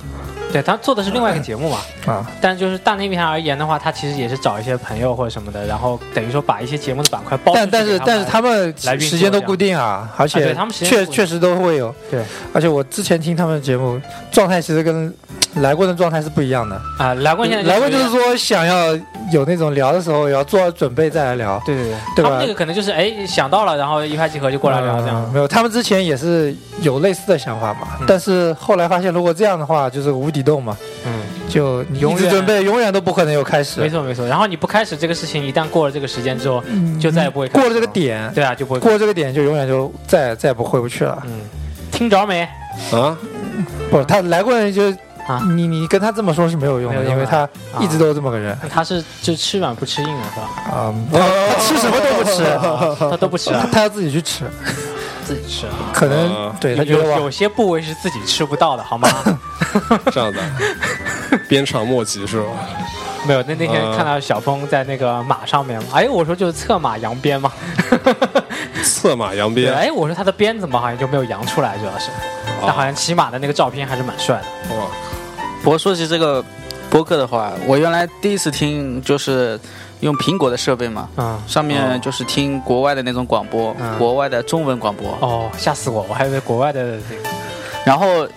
Speaker 5: 对他做的是另外一个节目嘛，
Speaker 4: 啊，
Speaker 5: 嗯但就是大内密谈而言的话，他其实也是找一些朋友或者什么的，然后等于说把一些节目的板块包出去
Speaker 4: 但但是
Speaker 5: 给
Speaker 4: 但是
Speaker 5: 他
Speaker 4: 他
Speaker 5: 们
Speaker 4: 们
Speaker 5: 来运作
Speaker 4: 时间都固定啊，而
Speaker 5: 啊对
Speaker 4: 且
Speaker 5: 他们时间
Speaker 4: 确
Speaker 5: 固定
Speaker 4: 确实都会有。
Speaker 5: 对，
Speaker 4: 而且我之前听他们的节目，状态其实跟来过的状态是不一样的。
Speaker 5: 啊，来过现在
Speaker 4: 来过就是
Speaker 5: 有点。
Speaker 4: 说想要有那种聊的时候，也要做好准备再来聊。
Speaker 5: 对对对，
Speaker 4: 对吧
Speaker 5: 他们那个可能就是哎想到了，然后一拍即合就过来聊这
Speaker 4: 嗯
Speaker 5: 样。
Speaker 4: 没有，他们之前也是有类似的想法嘛，
Speaker 5: 嗯
Speaker 4: 但是后来发现，如果这样的话，就是无底洞嘛，
Speaker 5: 嗯，
Speaker 4: 就你
Speaker 5: 永
Speaker 4: 一直
Speaker 5: 远
Speaker 4: 准备，永远都不可能有开
Speaker 5: 没
Speaker 4: 始。
Speaker 5: 错没错。然后你不开始这个事情，一旦过了这个时间之后，就再也不会
Speaker 4: 嗯
Speaker 5: 开
Speaker 4: 过
Speaker 5: 始
Speaker 4: 了这个点，
Speaker 5: 对啊，就不会
Speaker 4: 过了这个点就永远就再再也不回不去了。
Speaker 5: 嗯，听着没？
Speaker 6: 啊，
Speaker 4: 不，他来过人就
Speaker 5: 嗯啊
Speaker 4: 你你跟他这么说是没有用
Speaker 5: 没有
Speaker 4: 的，
Speaker 5: 用
Speaker 4: 因为
Speaker 5: 的啊
Speaker 4: 他一直都是这么个人
Speaker 5: 那他是就吃软不吃硬的是吧？
Speaker 4: 啊，
Speaker 5: 哦
Speaker 4: 他吃什么都不吃，
Speaker 5: 啊 [LAUGHS] 他都不吃啊，
Speaker 4: 他要自己去吃，
Speaker 5: [LAUGHS] 自己吃啊。
Speaker 4: 可能
Speaker 6: 啊
Speaker 4: [LAUGHS] 对他
Speaker 5: 有
Speaker 4: 觉得
Speaker 5: 有
Speaker 4: 哇，
Speaker 5: 些部位是自己吃不到的，好吗？
Speaker 6: 这样子，啊
Speaker 5: [LAUGHS]
Speaker 6: 鞭长莫及是吧？
Speaker 5: 没有，那那天
Speaker 6: 呃
Speaker 5: 看到小峰在那个马上面嘛，哎，我说就是侧马扬鞭嘛，
Speaker 6: 策马扬
Speaker 5: 对，
Speaker 6: 鞭，
Speaker 5: [LAUGHS] 哎，我说他的鞭怎么好像就没有扬出来，主要是，但好像骑马的那个照片还是蛮帅的。
Speaker 6: 哇，
Speaker 7: 不过说起这个播客的话，我原来第一次听就是用苹果的设备嘛，
Speaker 5: 嗯，
Speaker 7: 上面就是听国外的那种广播，
Speaker 5: 嗯
Speaker 7: 国外的中文广播，
Speaker 5: 哦，吓死我，我还以为国外的这个
Speaker 7: 然后
Speaker 5: 成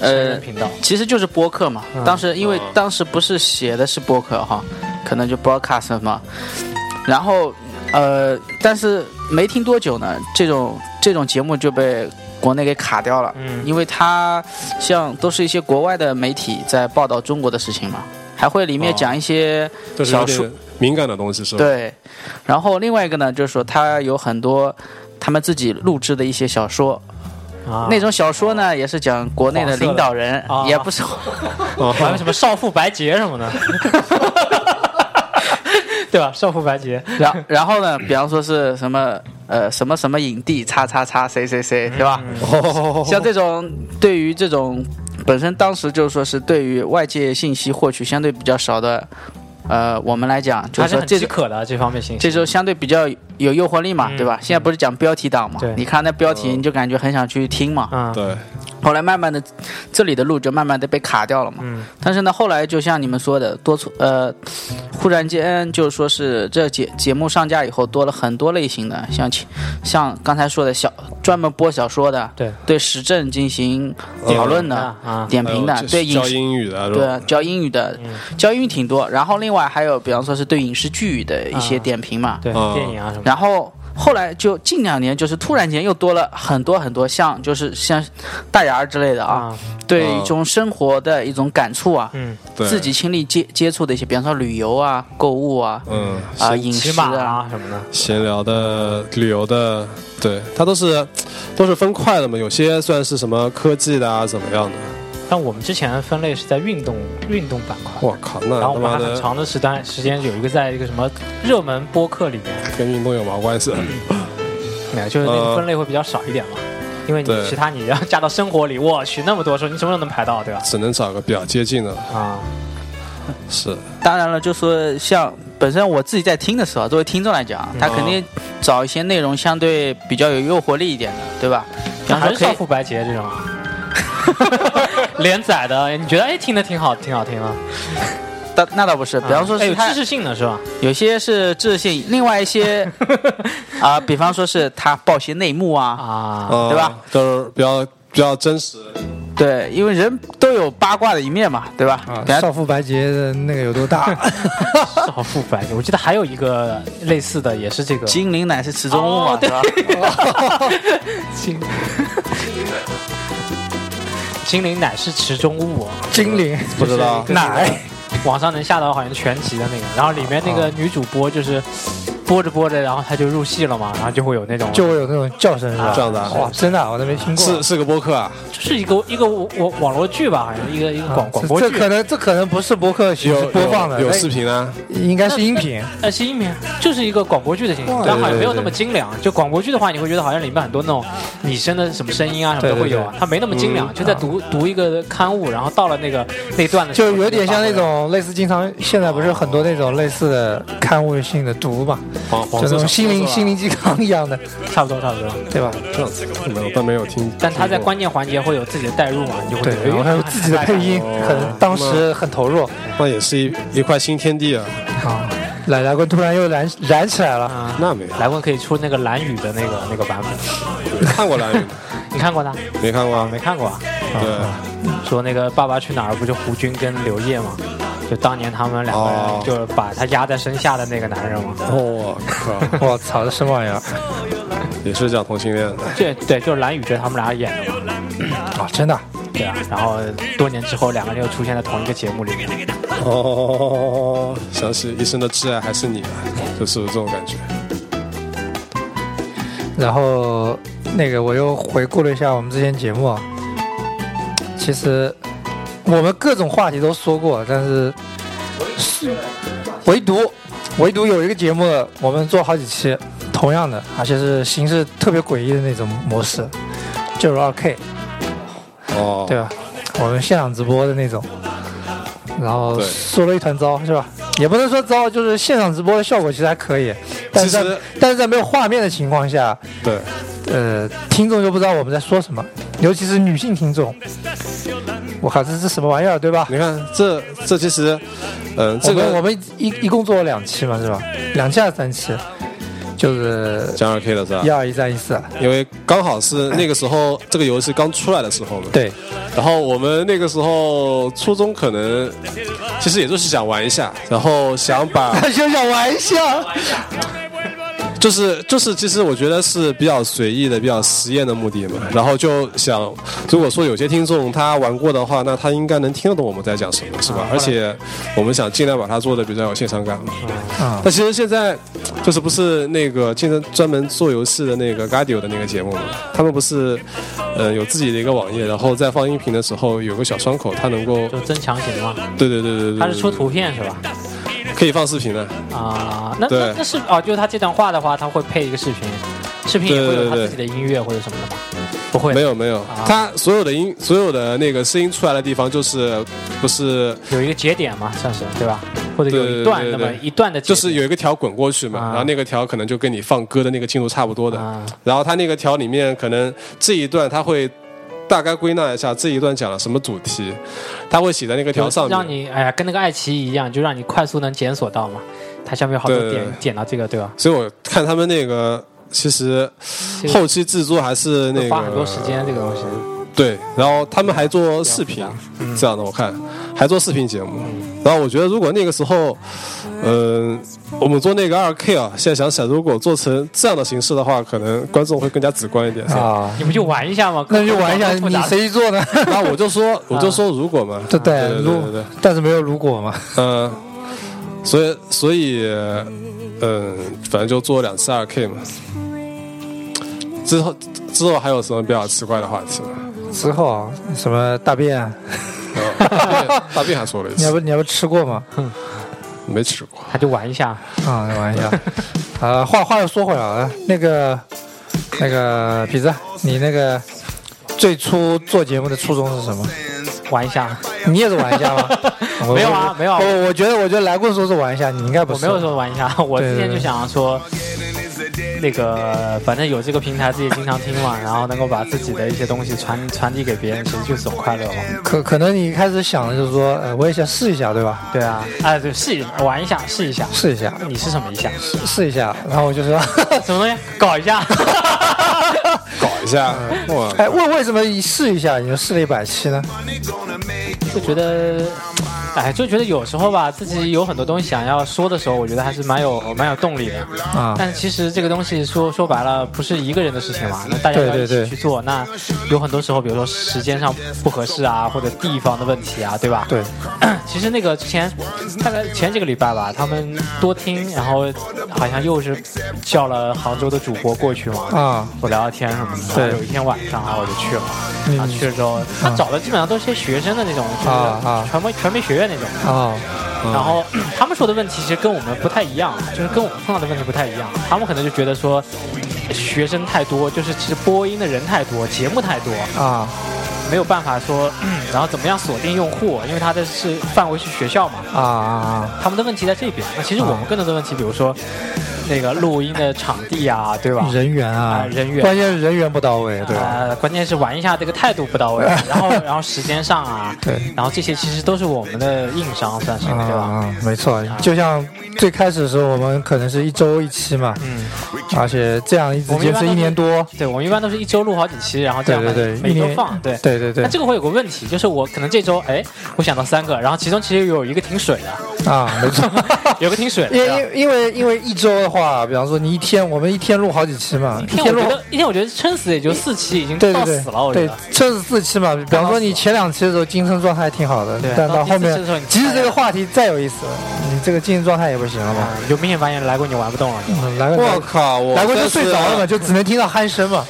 Speaker 7: 呃
Speaker 5: 人，频道。
Speaker 7: 其实就是播客嘛。
Speaker 5: 嗯
Speaker 7: 当时因为
Speaker 6: 哦
Speaker 7: 当时不是写的是播客哈，可能就 broadcast 嘛。然后呃，但是没听多久呢，这种这种节目就被国内给卡掉了，
Speaker 5: 嗯
Speaker 7: 因为它像都是一些国外的媒体在报道中国的事情嘛，还会里面
Speaker 6: 哦
Speaker 7: 讲一些、
Speaker 6: 就是有
Speaker 7: 小说
Speaker 6: 点敏感的东
Speaker 5: 哦
Speaker 6: 西是吧？，
Speaker 7: 对。然后另外一个呢，就是说它有很多。他们自己录制的一些小说，
Speaker 5: 啊
Speaker 7: 那种小说呢，也是讲国内的
Speaker 5: 黄色的
Speaker 7: 领导人，
Speaker 5: 哦
Speaker 7: 也不是 [LAUGHS]
Speaker 5: 还有什么少妇白洁什么的， [LAUGHS] 对吧？少妇白洁，
Speaker 7: 然然后呢，比方说是什么呃什么什么影帝叉叉叉谁谁谁，对吧？
Speaker 5: 嗯哦
Speaker 7: 像这种对于这种本身当时就是说是对于外界信息获取相对比较少的，呃，我们来讲就
Speaker 5: 还
Speaker 7: 是
Speaker 5: 是
Speaker 7: 说
Speaker 5: 很
Speaker 7: 这
Speaker 5: 饥
Speaker 7: 种
Speaker 5: 渴的这方面信息。
Speaker 7: 这种相对比较有诱惑力嘛，
Speaker 5: 嗯
Speaker 7: 对吧？现在不是讲标题党嘛
Speaker 5: 对，哦
Speaker 7: 你看那标题你就感觉很想去听嘛。
Speaker 5: 啊，
Speaker 6: 对，
Speaker 7: 后来慢慢的，这里的路就慢慢的被卡掉了嘛。
Speaker 5: 嗯
Speaker 7: 但是呢，后来就像你们说的，多出呃，忽然间就是说是这节节目上架以后，多了很多类型的，像其像刚才说的小专门播小说的，
Speaker 5: 对，
Speaker 7: 对时政进行讨论的、
Speaker 5: 啊
Speaker 7: 点评的，
Speaker 6: 还有
Speaker 7: 对影
Speaker 6: 呃教
Speaker 7: 视
Speaker 6: 英语的是吧？
Speaker 7: 对啊教英语的、
Speaker 5: 嗯
Speaker 7: 教英语挺多。然后另外还有，比方说是对影视剧的一些
Speaker 5: 啊
Speaker 7: 点评嘛。
Speaker 5: 对
Speaker 6: 啊
Speaker 5: 电影啊什么的，
Speaker 7: 然后后来就近两年，就是突然间又多了很多很多像就是像大牙儿之类的啊，
Speaker 5: 啊，
Speaker 7: 对
Speaker 6: 嗯
Speaker 7: 一种生活的一种感触啊。
Speaker 5: 嗯，
Speaker 6: 对，
Speaker 7: 自己亲历接接触的一些，比方说旅游啊、购物啊、
Speaker 6: 嗯
Speaker 7: 啊、饮
Speaker 5: 骑
Speaker 7: 食
Speaker 5: 马啊什么的，
Speaker 6: 闲聊的、旅游的，对，它都是都是分块的嘛。有些算是什么科技的啊，怎么样的？
Speaker 5: 但我们之前分类是在运动运动板块，
Speaker 6: 我靠，那
Speaker 5: 然
Speaker 6: 他
Speaker 5: 后我们
Speaker 6: 妈
Speaker 5: 还很
Speaker 6: 的
Speaker 5: 长的时段时间有一个在一个什么热门播客里面，
Speaker 6: 跟运动有毛关系？
Speaker 5: 没有，就是那个
Speaker 6: 呃
Speaker 5: 分类会比较少一点嘛。因为你
Speaker 6: 对
Speaker 5: 其他你要加到生活里，我去那么多时候，你什么时候能排到，对吧？
Speaker 6: 只能找个比较接近的，
Speaker 5: 啊，
Speaker 6: 是
Speaker 7: 当然了，就说像本身我自己在听的时候，作为听众来讲，啊
Speaker 5: 嗯
Speaker 7: 他肯定找一些内容相对比较有诱惑力一点的，对吧？比方
Speaker 5: 嗯还
Speaker 7: 说
Speaker 5: 是
Speaker 7: 可
Speaker 5: 少
Speaker 7: 以，
Speaker 5: 妇白洁这种啊连载的，你觉得哎听的挺好，挺好听啊。
Speaker 7: 但那倒不是，比方说
Speaker 5: 哎
Speaker 7: 是
Speaker 5: 有
Speaker 7: 他
Speaker 5: 知识性的是吧？
Speaker 7: 有些是自信，另外一些
Speaker 5: [LAUGHS]
Speaker 7: 啊、比方说是他爆些内幕啊，
Speaker 5: 啊，
Speaker 6: 嗯
Speaker 7: 对吧？
Speaker 6: 就是比较比较真实的
Speaker 7: 对，因为人都有八卦的一面嘛，对吧？
Speaker 4: 啊
Speaker 7: 比方
Speaker 4: 少妇白洁的那个有多
Speaker 5: [LAUGHS]
Speaker 4: 大？
Speaker 5: 啊少妇白洁，我记得还有一个类似的，也是这个
Speaker 4: 哦 [LAUGHS]
Speaker 7: [LAUGHS] 精灵乃是池中物嘛，
Speaker 5: 哦
Speaker 7: 对吧？
Speaker 5: 精精灵奶是池中物，哦
Speaker 4: 精灵
Speaker 6: 不知道
Speaker 5: 就是一个
Speaker 4: 奶，
Speaker 5: 网上能下到好像全集的那个，然后里面那
Speaker 4: 啊
Speaker 5: 个女主播就是播着播着，然后她就入戏了嘛，然后就会有那种
Speaker 4: 就会有那种叫声是吧？
Speaker 6: 这样的啊
Speaker 4: 哇，真的啊我都没听过。
Speaker 6: 是是个播客啊，
Speaker 5: 就是一个一个网网络剧吧，好像一个一个
Speaker 4: 啊
Speaker 5: 广广
Speaker 4: 这
Speaker 5: 播
Speaker 4: 这
Speaker 5: 剧，
Speaker 4: 可能这可能不是播客形式
Speaker 6: 有
Speaker 4: 播放的，哎
Speaker 6: 有有
Speaker 4: 那
Speaker 6: 视频啊，
Speaker 4: 应该是音频。
Speaker 5: 呃，是音频，就是一个广播剧的形式，
Speaker 4: 哇
Speaker 5: 但好像没
Speaker 6: 对对
Speaker 5: 有
Speaker 6: 对
Speaker 5: 那么精良。就广播剧的话，你会觉得好像里面很多那种拟声的什么声音啊什么
Speaker 4: 对
Speaker 5: 都
Speaker 4: 对嗯啊
Speaker 5: 会有啊，它没那么精良，就在读读一个刊物，然后到了那个那段的时候，
Speaker 4: 就有点像那
Speaker 5: 就发挥了。
Speaker 6: [LAUGHS]
Speaker 4: 种类似，经常现在不是很多那种类似的刊物性的读嘛，
Speaker 6: 黄
Speaker 4: 就
Speaker 6: 黄
Speaker 4: 那
Speaker 6: 色
Speaker 4: 种
Speaker 6: 小
Speaker 4: 心灵心灵鸡汤一样的，
Speaker 5: 差不多差不多，
Speaker 4: 对吧？
Speaker 6: 这样子没有，但没有听，
Speaker 5: 但他在
Speaker 6: 听过
Speaker 5: 关键环节会有自己的代入嘛，你就会
Speaker 4: 对
Speaker 5: 觉，得哎
Speaker 4: 然后还有自己的配音，
Speaker 6: 哦
Speaker 4: 很当时很投入
Speaker 6: 那也是一一块新天地啊，
Speaker 4: 啊。奶奶棍突然又燃燃起来了，
Speaker 5: 啊，
Speaker 6: 那没有
Speaker 5: 莱文可以出那个蓝雨的那个那个版本，
Speaker 6: 看过蓝雨吗，
Speaker 5: 你看过他？
Speaker 6: 没看过啊
Speaker 5: 没，看过啊？
Speaker 6: 对，
Speaker 5: 说那个《爸爸去哪儿》不就胡军跟刘烨嘛？就当年他们两个
Speaker 6: 哦
Speaker 5: 人就是把他压在身下的那个男人嘛。
Speaker 6: 我靠，
Speaker 4: [LAUGHS] 哦我操，这什么玩意儿
Speaker 6: 也是讲同性恋的，
Speaker 5: 对对，就是蓝宇哲他们俩演的嘛，
Speaker 4: 啊？真的啊，
Speaker 5: 对啊。然后多年之后，两个人又出现在同一个节目里面，
Speaker 6: 哦，想起一生的挚爱还是你啊，就是有这种感觉，
Speaker 4: 然后那个我又回顾了一下我们之前节目啊，其实我们各种话题都说过，但是是唯独唯独有一个节目我们做好几期，同样的，而且是形式特别诡异的那种模式，就是二 K
Speaker 6: 哦，
Speaker 4: 对吧？我们现场直播的那种，然后
Speaker 6: 对
Speaker 4: 说了一团糟是吧？也不能说糟，就是现场直播的效果其实还可以，但是在
Speaker 6: 其实
Speaker 4: 但是在没有画面的情况下，
Speaker 6: 对，
Speaker 4: 呃，听众就不知道我们在说什么，尤其是女性听众。我靠，这是什么玩意儿，对吧？
Speaker 6: 你看这这其实，嗯，这
Speaker 4: 我们我
Speaker 6: 个
Speaker 4: 们一一共做了两期嘛，是吧？两期还是三期？就是
Speaker 6: 讲二 K 的是吧
Speaker 4: 一？二一三一四，啊
Speaker 6: 因为刚好是那个时候这个游戏刚出来的时候嘛，
Speaker 4: 对，
Speaker 6: 然后我们那个时候初中可能其实也就是想玩一下，然后想把
Speaker 4: 休想玩笑，
Speaker 6: 就是就是，其实我觉得是比较随意的、比较实验的目的嘛。然后就想，如果说有些听众他玩过的话，那他应该能听得懂我们在讲什么，是吧？而且我们想尽量把它做的比较有现场感嘛。
Speaker 4: 啊、
Speaker 6: 那其实现在就是不是那个现在专门做游戏的那个 Gadio 的那个节目嘛？他们不是呃有自己的一个网页，然后在放音频的时候有个小窗口，它能够
Speaker 5: 就增强型嘛。
Speaker 6: 对对对对对对，
Speaker 5: 他是出图片是吧？
Speaker 6: 可以放视频的，
Speaker 5: 啊、那
Speaker 6: 对
Speaker 5: 那那是哦，就是他这段话的话，他会配一个视频，视频也会有他自己的音乐或者什么的吧？不会，
Speaker 6: 嗯没有没有
Speaker 5: 啊，
Speaker 6: 它所有的音所有的那个声音出来的地方就是不是
Speaker 5: 有一个节点嘛，算是对吧？或者有一段
Speaker 6: 对对对对
Speaker 5: 那么一段的节
Speaker 6: 就
Speaker 5: 点，
Speaker 6: 是有一个条滚过去嘛，
Speaker 5: 啊
Speaker 6: 然后那个条可能就跟你放歌的那个进度差不多的，
Speaker 5: 啊
Speaker 6: 然后它那个条里面可能这一段它会大概归纳一下这一段讲了什么主题，它会写在那个条上面。
Speaker 5: 让你哎呀，跟那个爱奇艺一样，就让你快速能检索到嘛。它下面有好多
Speaker 6: 对对
Speaker 5: 点
Speaker 6: 对
Speaker 5: 点到这个，对吧？
Speaker 6: 所以我看他们那个其实
Speaker 5: 这个
Speaker 6: 后期制作还是那个
Speaker 5: 花很多时间这个东西。
Speaker 4: 嗯
Speaker 6: 对，然后他们还做视频，这样的我看还做视频节目。然后我觉得，如果那个时候，嗯、我们做那个二 K 啊，现在想想，如果做成这样的形式的话，可能观众会更加直观一点。
Speaker 4: 啊，
Speaker 5: [LAUGHS] 你不就玩一下吗？
Speaker 4: 那就玩一下，
Speaker 5: 复
Speaker 4: 你
Speaker 5: 杂
Speaker 4: 谁去做呢？
Speaker 6: [LAUGHS] 那我就
Speaker 4: [LAUGHS]
Speaker 6: 说，我就说如果嘛，
Speaker 4: 啊对
Speaker 6: 对对
Speaker 4: 如
Speaker 6: 对对，
Speaker 4: 但是没有如果嘛，
Speaker 6: 嗯、所以所以，嗯、反正就做了两次二 K 嘛。之后之后还有什么比较奇怪的话题吗？
Speaker 4: 之后啊什么大便啊， [LAUGHS]
Speaker 6: 啊大便还说了一
Speaker 4: 你还
Speaker 6: 次，
Speaker 4: 不你还不吃过吗？
Speaker 6: 没吃过。
Speaker 5: 他就玩一下。
Speaker 4: 啊，开玩笑。啊，话话又说回来了，那个那个痞子，你那个最初做节目的初衷是什么？
Speaker 5: 玩一下，
Speaker 4: 你也是玩一下吗？我
Speaker 5: [LAUGHS] 没有啊没有啊
Speaker 4: 我我觉得，我觉得来棍说是玩一下，你应该不
Speaker 5: 我
Speaker 4: 是。
Speaker 5: 没有说玩一下，我
Speaker 4: 对
Speaker 5: 之
Speaker 4: 对
Speaker 5: 前就想说，那个反正有这个平台自己经常听嘛，然后能够把自己的一些东西传传递给别人，其实就是种快乐嘛。
Speaker 4: 可可能你一开始想的就是说，呃，我也想试一下，对吧？
Speaker 5: 对啊，哎对，试一玩一下，试一下。
Speaker 4: 试一下，
Speaker 5: 你是什么一下？
Speaker 4: 试一下，然后我就说，
Speaker 5: [LAUGHS]
Speaker 4: [LAUGHS]
Speaker 5: 什么东西？搞一下。 [LAUGHS]
Speaker 6: 搞一
Speaker 4: [LAUGHS]
Speaker 6: 下，哇！
Speaker 4: 哎，为为什么一试一下你就试了一百期呢？
Speaker 5: 就觉得哎，就觉得有时候吧，自己有很多东西想要说的时候，我觉得还是蛮有蛮有动力的。
Speaker 4: 啊，
Speaker 5: 但其实这个东西说说白了，不是一个人的事情嘛，那大家要
Speaker 4: 对对
Speaker 5: 一起
Speaker 4: 对
Speaker 5: 去做。那有很多时候，比如说时间上不合适啊，或者地方的问题啊，对吧？
Speaker 4: 对，
Speaker 5: 其实那个之前大概前几个礼拜吧，他们多听，然后好像又是叫了杭州的主播过去嘛，
Speaker 4: 啊，
Speaker 5: 我聊聊天什么的。
Speaker 4: 对
Speaker 5: 有一天晚上啊，我就去了。
Speaker 4: 嗯
Speaker 5: 然后去了之后，他找的基本上都是些学生的那种，就
Speaker 4: 啊啊
Speaker 5: 是传媒传媒学院那种。
Speaker 4: 哦，
Speaker 5: 然后他们说的问题其实跟我们不太一样，就是跟我们碰到的问题不太一样。他们可能就觉得说，学生太多，就是其实播音的人太多，节目太多，
Speaker 4: 啊，
Speaker 5: 没有办法说， [CLEARS THROAT] 然后怎么样锁定用户，因为他的是范围是学校嘛。
Speaker 4: 啊啊
Speaker 5: 他们的问题在这边，那其实我们更多的问题，比如说那个录音的场地啊，对吧
Speaker 4: 啊，？人员啊
Speaker 5: 啊，人员
Speaker 4: 关键是人员不到位，对吧？
Speaker 5: 呃，关键是玩一下这个态度不到位，然后然后时间上啊，
Speaker 4: 对
Speaker 5: 然后这些其实都是我们的硬伤，算是
Speaker 4: 啊
Speaker 5: 对吧？
Speaker 4: 啊，没错，就像最开始的时候，我们可能是一周一期嘛，
Speaker 5: 嗯，
Speaker 4: 而且这样一直
Speaker 5: 我们一
Speaker 4: 坚
Speaker 5: 般
Speaker 4: 持
Speaker 5: 都
Speaker 4: 一
Speaker 5: 是
Speaker 4: 年多，
Speaker 5: 对，我们一般都是一周录好几期，然后这
Speaker 4: 对
Speaker 5: 样
Speaker 4: 对对，
Speaker 5: 每
Speaker 4: 一
Speaker 5: 周
Speaker 4: 年
Speaker 5: 放，对。
Speaker 4: 对对对
Speaker 5: 那这个会有个问题，就是我可能这周哎，我想到三个，然后其中其实有一个挺水的， [LAUGHS]
Speaker 4: 啊，没错。
Speaker 5: 有个挺水的。
Speaker 4: 因
Speaker 5: 对吧
Speaker 4: 为因为因为一周的话，比方说你一天，我们一天录好几期嘛，一
Speaker 5: 一天
Speaker 4: 录
Speaker 5: 我觉得一天我觉得撑死也就四期，已经
Speaker 4: 对
Speaker 5: 到
Speaker 4: 对
Speaker 5: 死
Speaker 4: 对，
Speaker 5: 了，我觉
Speaker 4: 对
Speaker 5: 得。
Speaker 4: 这是四期嘛。比方说你前两期的时候精神状态挺好的
Speaker 5: 对，
Speaker 4: 但
Speaker 5: 到
Speaker 4: 到
Speaker 5: 第
Speaker 4: 后
Speaker 5: 四期
Speaker 4: 面
Speaker 5: 的时候你，
Speaker 4: 即使这个话题再有意思，你这个精神状态也不行了嘛。
Speaker 5: 啊，你就明显发现来过你玩不动了。
Speaker 4: 嗯来过
Speaker 6: 我靠，我
Speaker 4: 来过就
Speaker 6: 算是
Speaker 4: 睡着了嘛，就只能听到鼾声嘛。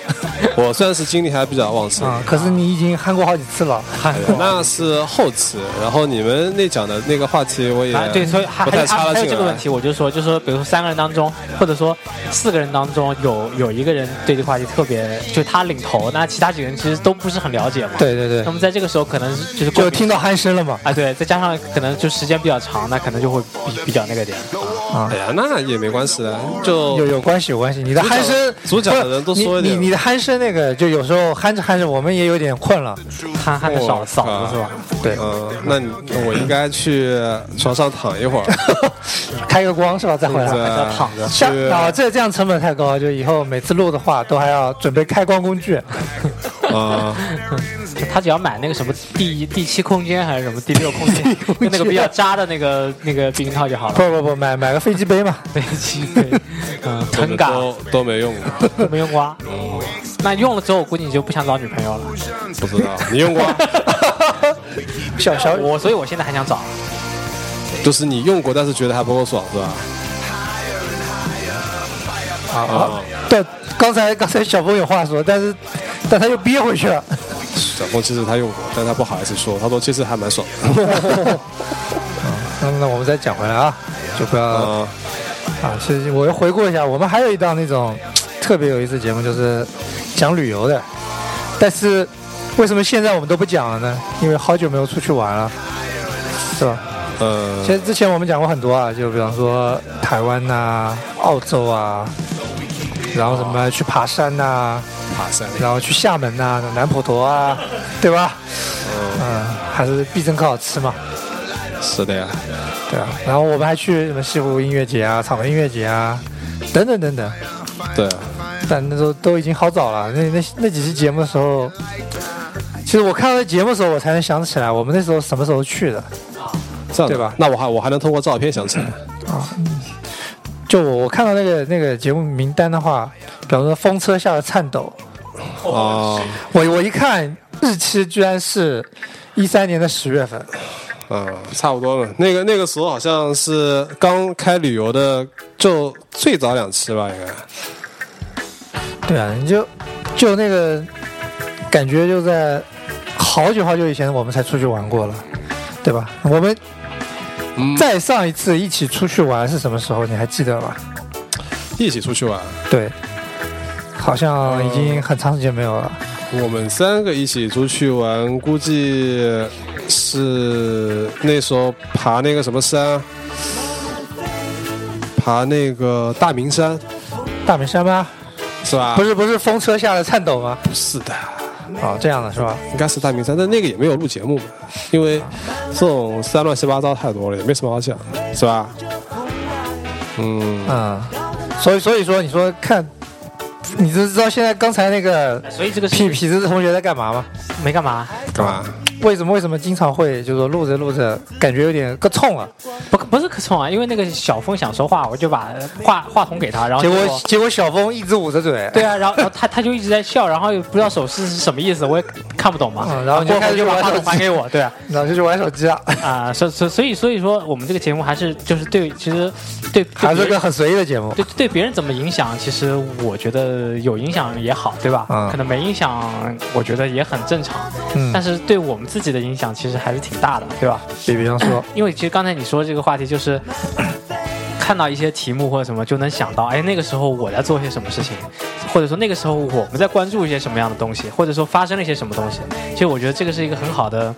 Speaker 6: 我算是精力还比较旺盛。
Speaker 4: 啊，可是你已经鼾过好几次了，鼾
Speaker 6: 对哎那是后期，然后你们那讲的那个话题，我也
Speaker 5: 啊，对，所以还
Speaker 6: 嗯不
Speaker 5: 还
Speaker 6: 太
Speaker 5: 还
Speaker 6: 插
Speaker 5: 有
Speaker 6: 了
Speaker 5: 还有
Speaker 6: 进
Speaker 5: 这个问
Speaker 6: 来。
Speaker 5: 题，我就说，就说比如说三个人当中，或者说四个人当中有有一个人对这个话题特别，就他领头，那其他几个人其实都不是很了解嘛。。
Speaker 4: [LAUGHS] 对对
Speaker 5: 那
Speaker 4: 对，
Speaker 5: 么在这个时候，可能就是
Speaker 4: 就听到鼾声了嘛。
Speaker 5: 啊，对，再加上可能就时间比较长，那可能就会比比较那个点。
Speaker 6: 哎呀，那也没关系的，就
Speaker 4: 有有关系有关系，你的
Speaker 6: 主角
Speaker 4: 鼾声，
Speaker 6: 主角的人都说一
Speaker 4: 你
Speaker 6: 点
Speaker 4: 你你的鼾声那个，就有时候鼾着鼾着，我们也有点困了。
Speaker 5: 憨憨的
Speaker 6: 我
Speaker 5: 嗓
Speaker 6: 靠
Speaker 5: 嗓子是吧？
Speaker 4: 对，
Speaker 6: 嗯，那你那我应该去床上躺一
Speaker 5: [LAUGHS]
Speaker 6: 会儿，
Speaker 4: 开个光是吧？再回来。
Speaker 6: 啊
Speaker 5: 还是要躺着
Speaker 4: 像
Speaker 6: 去
Speaker 4: 啊，这这样成本太高，就以后每次录的话都还要准备开光工具。
Speaker 6: 啊，
Speaker 5: 他只要买那个什么第第七空间还是什么第六空间，就那个比较渣的那个那个避孕套就好
Speaker 4: [LAUGHS]
Speaker 5: 了。
Speaker 4: 不不不，买买个飞机杯嘛。
Speaker 5: 对，七对，嗯，腾嘎
Speaker 6: 都都没用过，
Speaker 5: 都没用过啊。那用了之后，我估计你就不想找女朋友了。
Speaker 6: 不知道你用过，啊
Speaker 4: 小小
Speaker 5: 我，所以我现在还想找。
Speaker 6: [LAUGHS] 就是你用过，但是觉得还不够爽是吧？啊，
Speaker 4: 对，刚才刚才小峰有话说，但是但他又憋回去了。
Speaker 6: 小峰其实他用过，但他不好意思说，他说其实还蛮爽的，
Speaker 4: 那那我们再讲回来啊，就不要
Speaker 6: 啊，
Speaker 4: 啊。其实我又回顾一下，我们还有一档那种特别有意思的节目，就是讲旅游的，但是为什么现在我们都不讲了呢？因为好久没有出去玩了，是吧？
Speaker 6: 嗯
Speaker 4: 其，实之前我们讲过很多啊，就比方说台湾呐、澳洲啊，然后什么去爬山呐、
Speaker 6: 爬山，
Speaker 4: 然后去厦门呐、南普陀啊，对吧？嗯，还是必胜客好吃嘛，
Speaker 6: 是的呀，
Speaker 4: 对啊。然后我们还去什么西湖音乐节啊、草莓音乐节啊，等等等等。
Speaker 6: 对，啊
Speaker 4: 但那时候都已经好早了，那那那几期节目的时候，其实我看到节目的时候，我才能想起来我们那时候什么时候去的。
Speaker 6: 这样的
Speaker 4: 对吧
Speaker 6: 那我还我还能通过照片想起来，
Speaker 4: 就我我看到那个那个节目名单的话，比方说《风车下的颤抖》，
Speaker 6: 哦，
Speaker 4: 我我一看日期居然是一三年的十月份，
Speaker 6: 嗯，差不多了。那个那个时候好像是刚开旅游的，就最早两期吧，应该。
Speaker 4: 对啊，你就就那个感觉就在好久好久以前我们才出去玩过了，对吧？我们
Speaker 6: 嗯
Speaker 4: 再上一次一起出去玩是什么时候？你还记得吗？
Speaker 6: 一起出去玩，
Speaker 4: 对，好像已经很长时间没有了。
Speaker 6: 我们三个一起出去玩，估计是那时候爬那个什么山，爬那个大明山
Speaker 4: 大明山吗？
Speaker 6: 是吧？
Speaker 4: 不是不是，风车下的颤抖吗？
Speaker 6: 不是的，
Speaker 4: 哦，这样的是吧？
Speaker 6: 应该是大明山，但那个也没有录节目嘛，因为这种山乱七八糟太多了，也没什么好讲，是吧？嗯，
Speaker 4: 嗯，所以所以说，你说看，你知知道现在刚才那个
Speaker 5: 所以这个
Speaker 4: 痞
Speaker 5: 是
Speaker 4: 痞子同学在干嘛吗？
Speaker 5: 没干嘛，
Speaker 6: 干嘛？
Speaker 4: 为什么为什么经常会就是说录着录着感觉有点个冲啊了，
Speaker 5: 不不是可冲啊，因为那个小峰想说话，我就把话话筒给他，然后
Speaker 4: 结
Speaker 5: 结
Speaker 4: [LAUGHS] 果结果小峰一直捂着嘴，
Speaker 5: 啊
Speaker 4: 哎
Speaker 5: 对啊，然后然后他他就一直在笑，然后也不知道手势是什么意思，我也看不懂嘛。
Speaker 4: 嗯然后你就
Speaker 5: 过
Speaker 4: 开
Speaker 5: 后
Speaker 4: 始
Speaker 5: 就把
Speaker 4: 玩
Speaker 5: 话
Speaker 4: 手
Speaker 5: 筒还
Speaker 4: 机
Speaker 5: 给我，对啊，
Speaker 4: 然后就去玩手机
Speaker 5: [LAUGHS]
Speaker 4: 了，
Speaker 5: 啊，所所所以所以说我们这个节目还是就是对其实对对
Speaker 4: 还是
Speaker 5: 别人
Speaker 4: 个很随意的节目。
Speaker 5: 对对别人怎么影响，其实我觉得有影响也好，对吧？
Speaker 4: 嗯
Speaker 5: 可能没影响，我觉得也很正常。
Speaker 4: 嗯
Speaker 5: 但是对我们自己的影响其实还是挺大的，对吧？
Speaker 4: 比比方说，
Speaker 5: 因为其实刚才你说这个话题，就是 [CLEARS THROAT] 看到一些题目或者什么，就能想到，哎，那个时候我在做些什么事情，或者说那个时候我们在关注一些什么样的东西，或者说发生了一些什么东西。其实我觉得这个是一个很好的，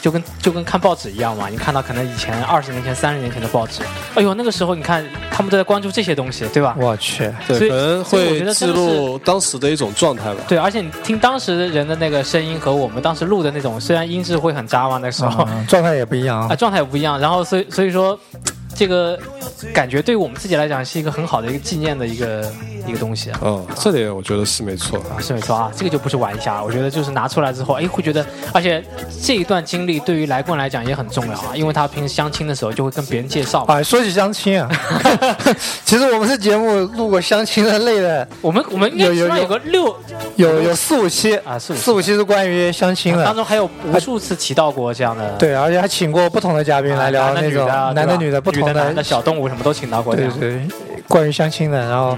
Speaker 5: 就跟就跟看报纸一样嘛，你看到可能以前二十年前、三十年前的报纸，哎呦，那个时候你看他们都在关注这些东西，对吧？
Speaker 4: 我去，
Speaker 5: 所
Speaker 6: 对，
Speaker 5: 以
Speaker 6: 可能
Speaker 5: 所以我
Speaker 6: 会
Speaker 5: 觉得
Speaker 6: 记
Speaker 5: 真的是
Speaker 6: 录当时的一种状态吧。
Speaker 5: 对，而且你听当时人的那个声音和我们当时录的那种，虽然音质会很渣嘛，那时候、
Speaker 4: 嗯状态也不一样
Speaker 5: 啊，
Speaker 4: 啊。
Speaker 5: 状态也不一样。然后所以所以说，这个感觉对我们自己来讲是一个很好的一个纪念的一个一个东西啊。
Speaker 6: 嗯，这点我觉得是没错。
Speaker 5: 啊，是没错啊，这个就不是玩一下了，我觉得就是拿出来之后，哎，会觉得，而且这一段经历对于来棍来讲也很重要啊，因为他平时相亲的时候就会跟别人介绍嘛。
Speaker 4: 啊，说起相亲啊， [LAUGHS] 其实我们这节目录过相亲的类的，
Speaker 5: 我们我们应该
Speaker 4: 有有
Speaker 5: 起码
Speaker 4: 有
Speaker 5: 有个六，
Speaker 4: 有有四五期
Speaker 5: 啊四五期啊
Speaker 4: 四五期是关于相亲
Speaker 5: 当
Speaker 4: 的，
Speaker 5: 中还有无数次提到过这样的，
Speaker 4: 啊对，而且还请过不同的嘉宾来聊
Speaker 5: 啊男的
Speaker 4: 那
Speaker 5: 女的
Speaker 4: 种
Speaker 5: 啊，
Speaker 4: 男
Speaker 5: 对
Speaker 4: 的
Speaker 5: 吧
Speaker 4: 女的不同
Speaker 5: 男的小动物什么都请到过这
Speaker 4: 对
Speaker 5: 样。
Speaker 4: 对，关于相亲的，然后，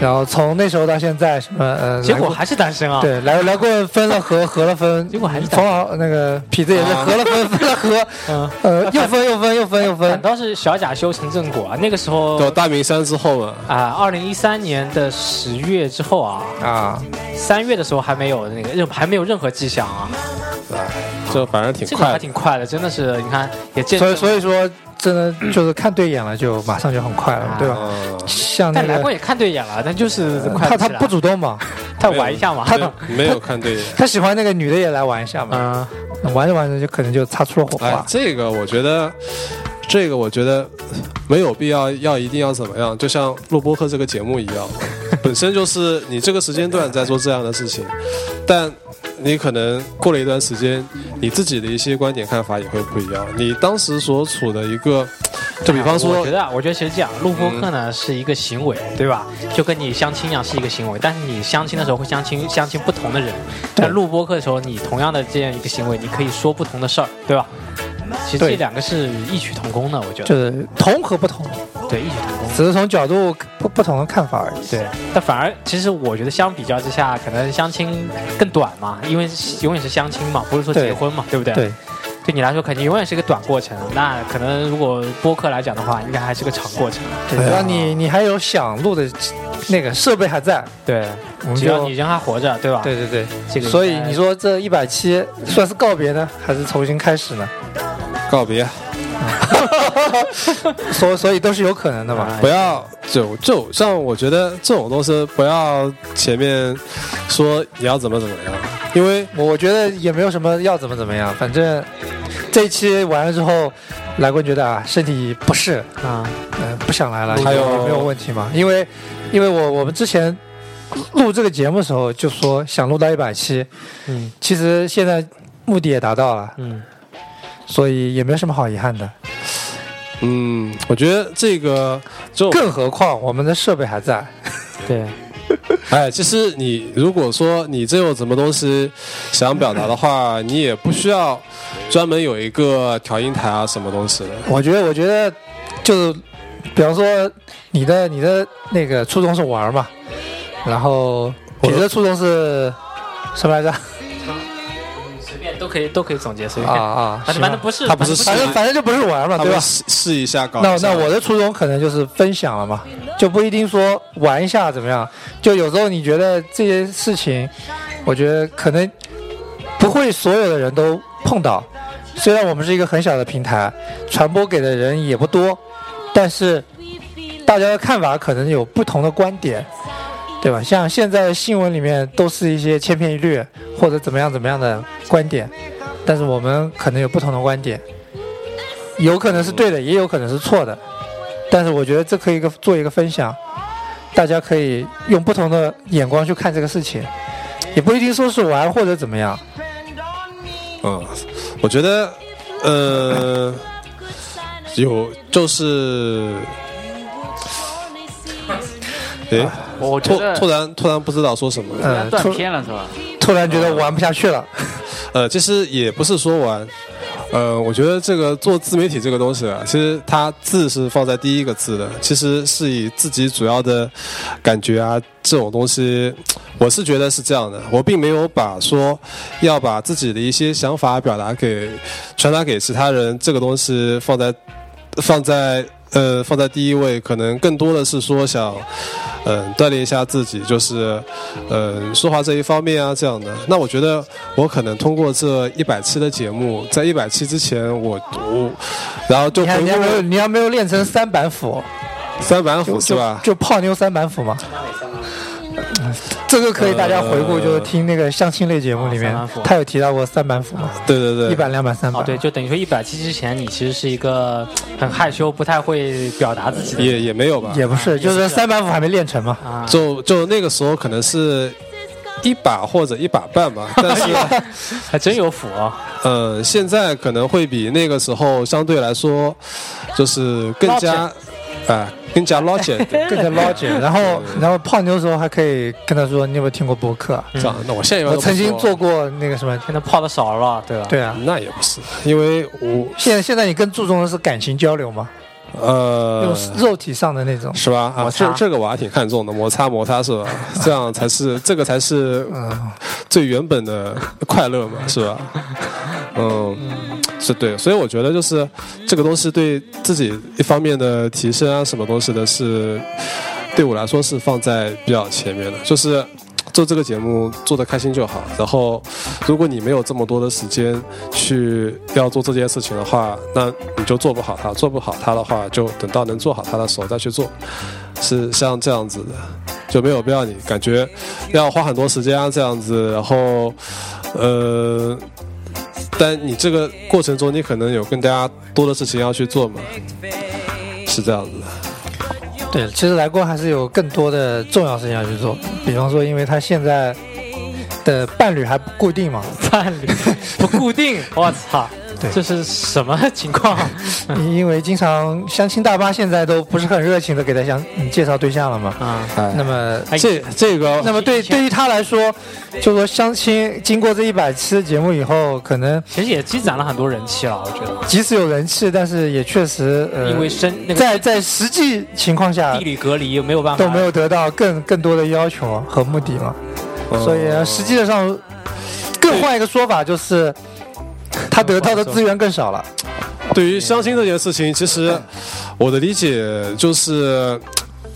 Speaker 4: 然后从那时候到现在，什么呃，
Speaker 5: 结果
Speaker 4: 来过
Speaker 5: 还是单身啊。
Speaker 4: 对来来过分了合，合了分，
Speaker 5: 结果还是啊单
Speaker 4: 冯老那个痞子也是合了分，分了合，
Speaker 5: [LAUGHS] 嗯，
Speaker 4: 呃，又分又分又分又
Speaker 5: 反
Speaker 4: 分，
Speaker 5: 倒是小贾修成正果啊，那个时候
Speaker 6: 到大明山之后嘛，
Speaker 5: 啊，二零一三年的十月之后啊，
Speaker 4: 啊，
Speaker 5: 三月的时候还没有那个任还没有任何迹象啊，
Speaker 6: 这反正挺
Speaker 5: 这个
Speaker 6: 快
Speaker 5: 还
Speaker 6: 的。
Speaker 5: 挺快的，真的是你看也见
Speaker 4: 所
Speaker 5: 证
Speaker 4: 以
Speaker 5: 了，
Speaker 4: 所以说真的就是看对眼了，就马上就很快了，对吧？
Speaker 6: 嗯，
Speaker 4: 像那
Speaker 5: 啊但来过
Speaker 4: 个呃
Speaker 5: 也看对眼了，但就是快
Speaker 4: 他他
Speaker 5: 起来
Speaker 4: 不主动嘛，
Speaker 5: 他玩一下嘛， [LAUGHS]
Speaker 6: 没有没有看 [LAUGHS] 对眼。
Speaker 4: 他喜欢那个女的也来玩一下嘛，
Speaker 5: 嗯，
Speaker 4: 玩着玩着就可能就擦出了火
Speaker 6: 哎
Speaker 4: 花，，
Speaker 6: 这个我觉得，这个我觉得没有必要要一定要怎么样，就像录播客这个节目一 [LAUGHS] 样，本身就是你这个时间段在做这样的事情，但你可能过了一段时间，你自己的一些观点看法也会不一样。你当时所处的一个，就比方
Speaker 5: 我
Speaker 6: 说
Speaker 5: 觉，得啊，我觉得其实这样，录播课
Speaker 4: 嗯
Speaker 5: 呢是一个行为，对吧？就跟你相亲一样是一个行为，但是你相亲的时候会相亲相亲不同的人，但录播课的时候，你同样的这样一个行为，你可以说不同的事儿，对吧？其实
Speaker 4: 对
Speaker 5: 这两个是异曲同工的，我觉得
Speaker 4: 就是同和不同，
Speaker 5: 对异曲同工。
Speaker 4: 只是从角度不不同的看法而已。
Speaker 5: 对，但反而其实我觉得相比较之下，可能相亲更短嘛，因为永远是相亲嘛，不是说
Speaker 4: 对
Speaker 5: 结婚嘛，对不对？
Speaker 4: 对，
Speaker 5: 对你来说肯定永远是一个短过程。那可能如果播客来讲的话，应该还是个长过程。
Speaker 4: 对，啊只要你你还有想录的那个设备还在，
Speaker 5: 对，
Speaker 4: 我们
Speaker 5: 只要
Speaker 4: 就
Speaker 5: 你人还活着，对吧？，
Speaker 4: 对对对。
Speaker 5: 这个应该
Speaker 4: 所以你说这一百期算是告别呢，还是重新开始呢？
Speaker 6: 告别，
Speaker 4: 所所以都是有可能的嘛。
Speaker 5: 啊
Speaker 6: 不要就就像我觉得这种东西，不要前面说你要怎么怎么样，因为。
Speaker 4: 我我觉得也没有什么要怎么怎么样，反正这一期完了之后，来棍觉得啊身体不适，
Speaker 5: 啊，
Speaker 4: 呃不想来了，
Speaker 5: 哎
Speaker 6: 还有
Speaker 4: 有没有问题嘛？因为因为我我们之前录这个节目的时候就说想录到一百期，
Speaker 5: 嗯
Speaker 4: 其实现在目的也达到了，
Speaker 5: 嗯，
Speaker 4: 所以也没什么好遗憾的。
Speaker 5: 哦
Speaker 6: 嗯，我觉得这个就
Speaker 4: 更何况我们的设备还在，
Speaker 5: 对，
Speaker 6: 哎，其实你如果说你这有什么东西想表达的话，你也不需要专门有一个调音台啊什么东西的。
Speaker 4: [LAUGHS] 我觉得，我觉得就是，比方说你的你的那个初衷是玩嘛，然后
Speaker 6: 我
Speaker 4: 你的初衷是什
Speaker 5: [LAUGHS]
Speaker 4: 么来着？
Speaker 5: 随便都可以都可以总结，随
Speaker 4: 啊
Speaker 5: 便。
Speaker 4: 啊，
Speaker 5: 反正
Speaker 4: 行
Speaker 5: 反正不是，
Speaker 6: 他不是
Speaker 5: 反
Speaker 4: 反
Speaker 5: 正
Speaker 4: 正反正就不是玩嘛，
Speaker 6: 他
Speaker 4: 啊对
Speaker 6: 们
Speaker 4: 吧？
Speaker 6: 试试一下搞
Speaker 4: 那
Speaker 6: 一下
Speaker 4: 那我的初衷可能就是分享了嘛，就不一定说玩一下怎么样。就有时候你觉得这些事情，我觉得可能不会所有的人都碰到。虽然我们是一个很小的平台，传播给的人也不多，但是大家的看法可能有不同的观点，对吧？像现在新闻里面都是一些千篇一律或者怎么样怎么样的观点，但是我们可能有不同的观点，有可能是对的，也有可能是错的。但是我觉得这可以一个做一个分享，大家可以用不同的眼光去看这个事情，也不一定说是玩或者怎么样。
Speaker 6: 嗯，我觉得，呃，有就是，诶，
Speaker 7: 我觉
Speaker 6: 突
Speaker 7: 得
Speaker 6: 突然突然不知道说什么了。
Speaker 7: 突然
Speaker 4: 嗯，
Speaker 7: 断
Speaker 4: 突
Speaker 7: 片了是吧？
Speaker 4: 突然觉得玩不下去了，
Speaker 6: 呃，其实也不是说玩，呃，我觉得这个做自媒体这个东西啊，其实它字是放在第一个字的，其实是以自己主要的感觉啊这种东西，我是觉得是这样的，我并没有把说要把自己的一些想法表达给传达给其他人这个东西放在放在。呃，放在第一位，可能更多的是说想，嗯、锻炼一下自己，就是，嗯、说话这一方面啊，这样的。那我觉得我可能通过这一百期的节目，在一百期之前我，我然后就
Speaker 4: 你还
Speaker 6: 回顾
Speaker 4: 你还没有
Speaker 6: 了
Speaker 4: 你还没有练成三板斧，
Speaker 6: 三板斧
Speaker 4: 就是
Speaker 6: 吧？
Speaker 4: 就泡妞三板斧嘛。这个可以大家回顾，
Speaker 6: 呃
Speaker 4: 就是听那个相亲类节目里面
Speaker 5: 啊三板斧，
Speaker 4: 他有提到过三板斧嘛，
Speaker 6: 对对对，
Speaker 4: 一板、两板、三
Speaker 5: 哦，
Speaker 4: 板。
Speaker 5: 对，就等于说一百期之前，你其实是一个很害羞、不太会表达自己的人
Speaker 6: 也也没有吧？
Speaker 4: 也不是，就是三板斧还没练成嘛。
Speaker 5: 啊。
Speaker 6: 就就那个时候可能是一把或者一把半
Speaker 4: [LAUGHS]
Speaker 6: 吧，但是。
Speaker 5: 还真有谱哦，
Speaker 6: 呃，现在可能会比那个时候相对来说，就是更加，啊、更加 logic
Speaker 4: 更加
Speaker 5: [LAUGHS]
Speaker 4: logic，然后然后泡妞的时候还可以跟他说，你有没有听过播客啊？
Speaker 5: 嗯
Speaker 6: 这样。那我现在一般
Speaker 4: 我
Speaker 6: 都不
Speaker 4: 曾经
Speaker 6: 说
Speaker 4: 做，过那个什么，
Speaker 5: 现在泡的少了，对吧？
Speaker 4: 对啊，
Speaker 6: 那也不是，因为我
Speaker 4: 现在现在你更注重的是感情交流嘛，
Speaker 6: 呃
Speaker 5: 嗯
Speaker 4: 用，肉体上的那种，
Speaker 6: 是吧？啊，这这个我还挺看重的，摩擦摩擦是吧？这样才是这个才是
Speaker 4: 嗯，
Speaker 6: 最原本的快乐嘛，是吧？嗯，是对，所以我觉得就是这个东西对自己一方面的提升啊，什么东西的是，对我来说是放在比较前面的，就是。做这个节目做的开心就好，然后如果你没有这么多的时间去要做这件事情的话，那你就做不好它，做不好它的话，就等到能做好它的时候再去做，是像这样子的，就没有必要你感觉要花很多时间啊，这样子，然后，呃，但你这个过程中，你可能有更加多的事情要去做嘛，是这样子的。
Speaker 4: 对，其实来过还是有更多的重要事情要去做，比方说，因为他现在的伴侣还不固定嘛，
Speaker 5: 伴 [LAUGHS] 侣不固定，我操，
Speaker 4: 对
Speaker 5: 这是什么情 [LAUGHS] 况？
Speaker 4: [LAUGHS] 因为经常相亲大巴现在都不是很热情的给他相嗯介绍对象了嘛，
Speaker 5: 啊，
Speaker 4: 那么
Speaker 5: 哎
Speaker 6: 这这个
Speaker 4: 那么对对于他来说，就说相亲经过这一百期的节目以后，可能
Speaker 5: 其实也积攒了很多人气了，我觉得，
Speaker 4: 即使有人气，但是也确实呃，
Speaker 5: 因为身那个
Speaker 4: 在在实际情况下
Speaker 5: 地理隔离没有办法，
Speaker 4: 都没有得到更更多的要求和目的嘛，
Speaker 6: 哦
Speaker 4: 所以啊
Speaker 6: 嗯
Speaker 4: 实际上，更换一个说法就是，他得到的资源更少
Speaker 6: 哦
Speaker 4: 了。
Speaker 6: 对于相亲这件事情，其实我的理解就是，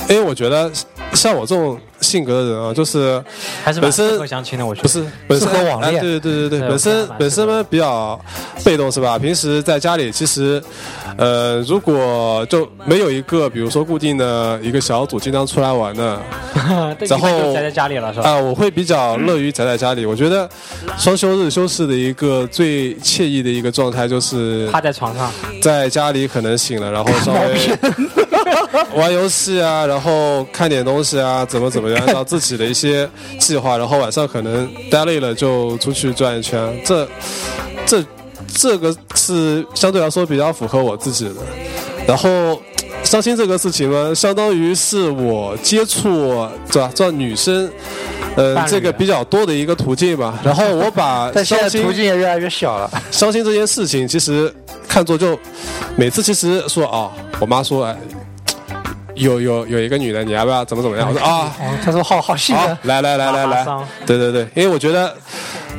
Speaker 6: 因为我觉得像我这种性格的人啊，就是
Speaker 5: 还是蛮适合相亲的，我觉得
Speaker 6: 不是本身
Speaker 4: 适合网恋
Speaker 6: 哎对对对
Speaker 5: 对
Speaker 6: 对，本
Speaker 5: 我
Speaker 6: 身
Speaker 5: 看了
Speaker 6: 本身呢比较被动是吧？平时在家里其实，呃，如果就没有一个比如说固定的一个小组经常出来玩的，
Speaker 5: 对
Speaker 6: 然后
Speaker 5: 一般就宅在家里了是吧？
Speaker 6: 啊，我会比较乐于宅在家里。我觉得双休日休息的一个最惬意的一个状态，就是
Speaker 5: 趴在床上，
Speaker 6: 在家里可能醒了，然后稍微玩游戏啊，然后看点东西啊，怎么怎么样，按照自己的一些计划，然后晚上可能待累了就出去转一圈。这这这个是相对来说比较符合我自己的。然后相亲这个事情呢，相当于是我接触这这女生，嗯、
Speaker 5: 伴侣
Speaker 6: 这个比较多的一个途径吧。然后我把
Speaker 4: 但现在
Speaker 6: 相亲
Speaker 4: 途径也越来越小了。
Speaker 6: 相亲这件事情，其实看作就每次其实说啊、我妈说，哎、有有有一个女的，你要不要怎么怎么样？我说
Speaker 5: [LAUGHS]
Speaker 6: 啊，
Speaker 4: [LAUGHS] 哦，他说好好细
Speaker 6: 好、
Speaker 4: 的，
Speaker 6: 来来来来
Speaker 5: 拉拉
Speaker 6: 来
Speaker 5: 桑，
Speaker 6: 对对对，因为我觉得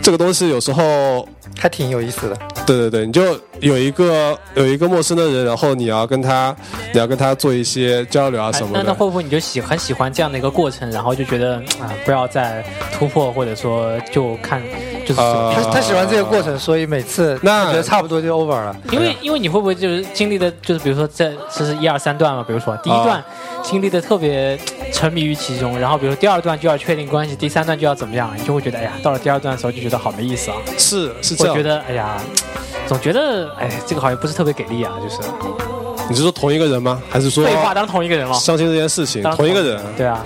Speaker 6: 这个东西有时候，
Speaker 4: 还挺有意思的。
Speaker 6: 对对对，你就有一个有一个陌生的人，然后你要跟他你要跟他做一些交流啊
Speaker 5: 哎
Speaker 6: 什么
Speaker 5: 那那
Speaker 6: 的
Speaker 5: 会。不会你就喜很喜欢这样的一个过程，然后就觉得啊，不要再突破，或者说就看就是
Speaker 6: 呃
Speaker 4: 他他喜欢这个过程，所以每次
Speaker 6: 那
Speaker 4: 他觉得差不多就 over 了。
Speaker 5: 因
Speaker 6: 啊
Speaker 5: 为因为你会不会就是经历的，就是比如说这这是一二三段嘛，比如说第
Speaker 6: 啊
Speaker 5: 一段经历的特别沉迷于其中，然后比如第二段就要确定关系，第三段就要怎么样，你就会觉得哎呀，到了第二段的时候就觉得好没意思啊，
Speaker 6: 是是这
Speaker 5: 我觉
Speaker 6: 样，
Speaker 5: 得哎呀，总觉得哎这个好像不是特别给力啊，就是
Speaker 6: 你是说同一个人吗？还是说
Speaker 5: 废话当同一个人了，
Speaker 6: 相亲这件事情
Speaker 5: 当
Speaker 6: 同一个人？
Speaker 5: 对啊，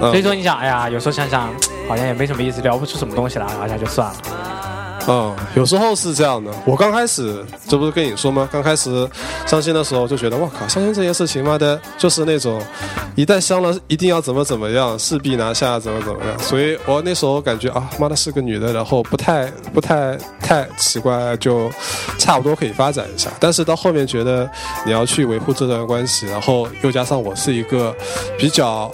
Speaker 6: 嗯
Speaker 5: 所以说你想哎呀，有时候想想好像也没什么意思，聊不出什么东西来，然后就算了，
Speaker 6: 啊、有时候是这样的。我刚开始，这不是跟你说吗？刚开始相亲的时候就觉得，哇靠，相亲这件事情，妈的，就是那种一旦相了，一定要怎么怎么样，势必拿下，怎么怎么样。所以我那时候感觉啊，妈的是个女的，然后不太不太太奇怪，就差不多可以发展一下。但是到后面觉得你要去维护这段关系，然后又加上我是一个比较。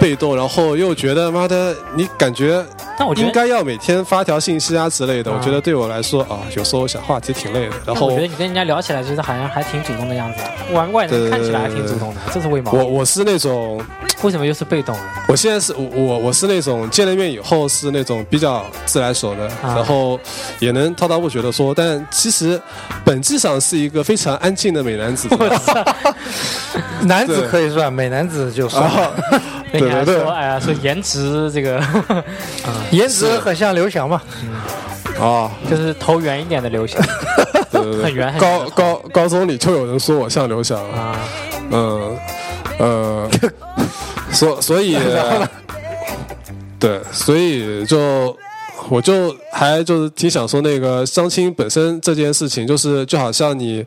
Speaker 6: 被动，然后又觉得妈的，你感觉
Speaker 5: 但我觉得
Speaker 6: 应该要每天发条信息啊之类的。
Speaker 5: 啊
Speaker 6: 我觉得对我来说啊，有时候想话题挺累的。然
Speaker 5: 但
Speaker 6: 后
Speaker 5: 我觉得你跟人家聊起来，其实好像还挺主动的样子啊，玩怪人看起来还挺主动的，这是为毛？啊
Speaker 6: 我我是那种，
Speaker 5: 为什么又是被动的？
Speaker 6: 我现在是我我我是那种见了面以后是那种比较自来熟的，
Speaker 5: 啊
Speaker 6: 然后也能滔滔不绝的说，但其实本质上是一个非常安静的美男子。
Speaker 5: [LAUGHS]
Speaker 6: 啊
Speaker 4: 男子
Speaker 6: 对
Speaker 4: 可以算，美男子就
Speaker 6: 然
Speaker 4: 算。
Speaker 6: 后
Speaker 5: [LAUGHS] 人家还
Speaker 6: 对对对
Speaker 5: 说，哎呀，说颜值这个 [LAUGHS]
Speaker 4: 颜值很像刘翔嘛，
Speaker 6: 啊，
Speaker 5: 就是头圆一点的
Speaker 6: [LAUGHS]
Speaker 5: 流行，
Speaker 6: 对对对
Speaker 5: [LAUGHS] 很圆很圆
Speaker 6: 高高高中里就有人说我像刘翔了。
Speaker 5: 啊，
Speaker 6: 嗯，呃，所所
Speaker 5: [LAUGHS]
Speaker 6: 以，对，所以就我就还就是挺想说那个相亲本身这件事情，就是就好像你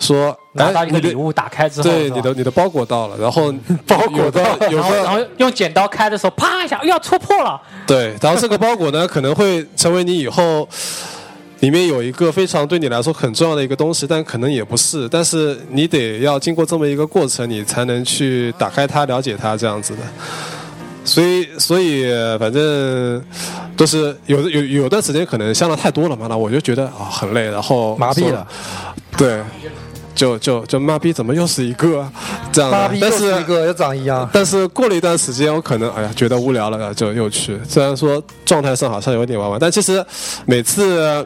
Speaker 6: 说
Speaker 5: 拿到一
Speaker 6: 哎
Speaker 5: 个
Speaker 6: 你的
Speaker 5: 礼物打开之后，
Speaker 6: 对
Speaker 5: 是吧
Speaker 6: 你的你的包裹到了，然
Speaker 5: [LAUGHS]
Speaker 6: 后包裹到有
Speaker 5: 然后然
Speaker 6: 个
Speaker 5: 后用剪刀开的时候，啪一下，哎呀，戳破了，
Speaker 6: 对，然后这个包裹呢可能会成为你以后。里面有一个非常对你来说很重要的一个东西，但可能也不是，但是你得要经过这么一个过程，你才能去打开它、了解它这样子的。所以，所以呃反正就是有的有有段时间可能相的太多了嘛，那我就觉得啊、很累，然后
Speaker 4: 麻痹了，
Speaker 6: 嗯对，就就就麻痹，怎么又是一个这样的
Speaker 4: 妈逼？又
Speaker 6: 但
Speaker 4: 是
Speaker 6: 是
Speaker 4: 一个又长一样。
Speaker 6: 但是过了一段时间，我可能哎呀觉得无聊了，就又去。虽然说状态上好像有点玩玩，但其实每次呃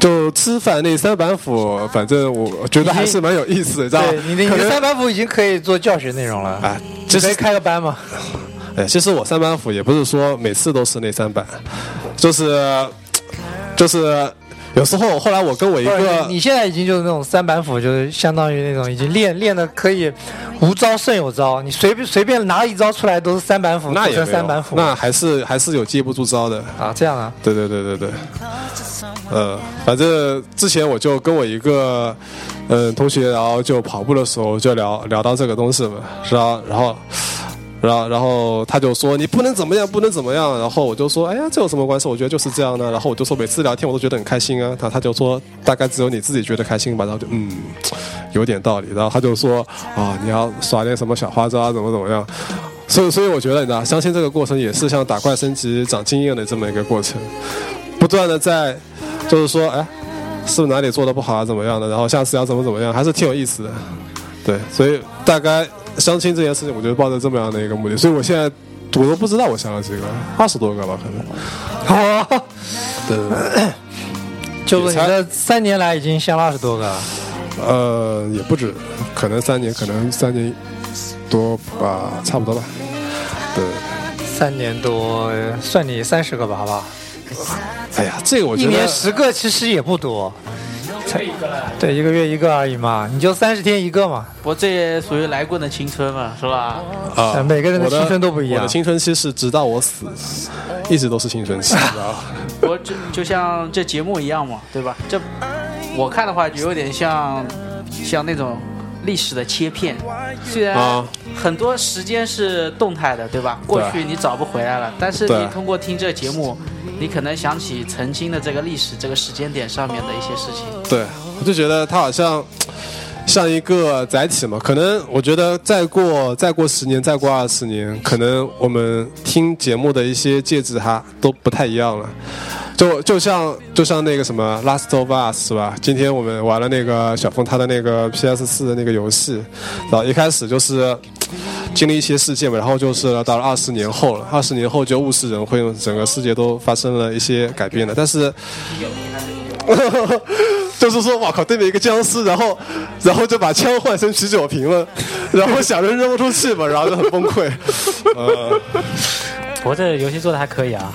Speaker 6: 就吃饭那三板斧，反正我觉得还是蛮有意思的，知道吧
Speaker 4: 对，你的你
Speaker 6: 可
Speaker 4: 的
Speaker 6: 能
Speaker 4: 三板斧已经可以做教学内容了，
Speaker 6: 哎，
Speaker 4: 你
Speaker 6: 其
Speaker 4: 可以
Speaker 6: 实
Speaker 4: 开个班嘛。
Speaker 6: 哎，其实我三板斧也不是说每次都是那三板，就是就是有时候后来我跟我一
Speaker 4: 不
Speaker 6: 个
Speaker 4: 是你你现在已经就是那种三板斧，就是相当于那种已经练练的可以无招胜有招，你随便随便拿一招出来都是三板斧，
Speaker 6: 那
Speaker 4: 做
Speaker 6: 也没有
Speaker 4: 成三板斧
Speaker 6: 那还是还是有接不住招的。
Speaker 4: 啊这样啊，
Speaker 6: 对对对对对，呃，反正之前我就跟我一个嗯同学，然后就跑步的时候就聊聊到这个东西嘛，然后然后然后然后他就说你不能怎么样，不能怎么样，然后我就说哎呀这有什么关系？我觉得就是这样的，然后我就说每次聊天我都觉得很开心啊，他他就说大概只有你自己觉得开心吧，然后就嗯有点道理，然后他就说啊你要耍点什么小花招啊，怎么怎么样。所以，所以我觉得，你知道，相亲这个过程也是像打怪升级、长经验的这么一个过程。不断的在，就是说，哎，是不是哪里做的不好啊，怎么样的？然后下次要怎么怎么样，还是挺有意思的。对，所以大概相亲这件事情，我就抱着这么样的一个目的。所以我现在我都不知道我相了几个，二十多个吧，可能。啊
Speaker 4: 哦，
Speaker 6: 对，
Speaker 4: 就是你这三年来已经相了二十多个了，
Speaker 6: 呃，也不止，可能三年，可能三年多吧，差不多吧。对，
Speaker 4: 三年多呃算你三十个吧，好不好？
Speaker 6: 哎呀，这个我
Speaker 4: 一
Speaker 6: 觉得
Speaker 4: 年十个其实也不多，对，一个月一个而已嘛，你就三十天一个嘛，
Speaker 7: 不，这也属于来过的青春嘛，是吧？
Speaker 6: 啊、
Speaker 4: 呃每个人的
Speaker 6: 我
Speaker 4: 青春都不一样
Speaker 6: 我的青春期是直到我死，一直都是青春期，你知道吧？
Speaker 7: 我就就像这节目一样嘛，对吧？这我看的话就有点像像那种历史的切片，虽然
Speaker 6: 啊
Speaker 7: 很多时间是动态的，对吧？过去你找不回来了，但是
Speaker 6: 对
Speaker 7: 你通过听这节目，你可能想起曾经的这个历史这个时间点上面的一些事情。
Speaker 6: 对，我就觉得它好像像一个载体嘛。可能我觉得再过再过十年，再过二十年，可能我们听节目的一些介质哈都不太一样了。就就像就像那个什么《Last of Us》是吧？今天我们玩了那个小峰他的那个 PS 四的那个游戏，然后一开始就是经历一些事件嘛，然后就是到了二十年后了，二十年后就物是人非，整个世界都发生了一些改变了。但是，就是说，哇靠，对面一个僵尸，然后，然后就把枪换成啤酒瓶了，然后想着扔不出去嘛，然后就很崩溃。 [LAUGHS] 呃
Speaker 5: 我这游戏做的还可以啊，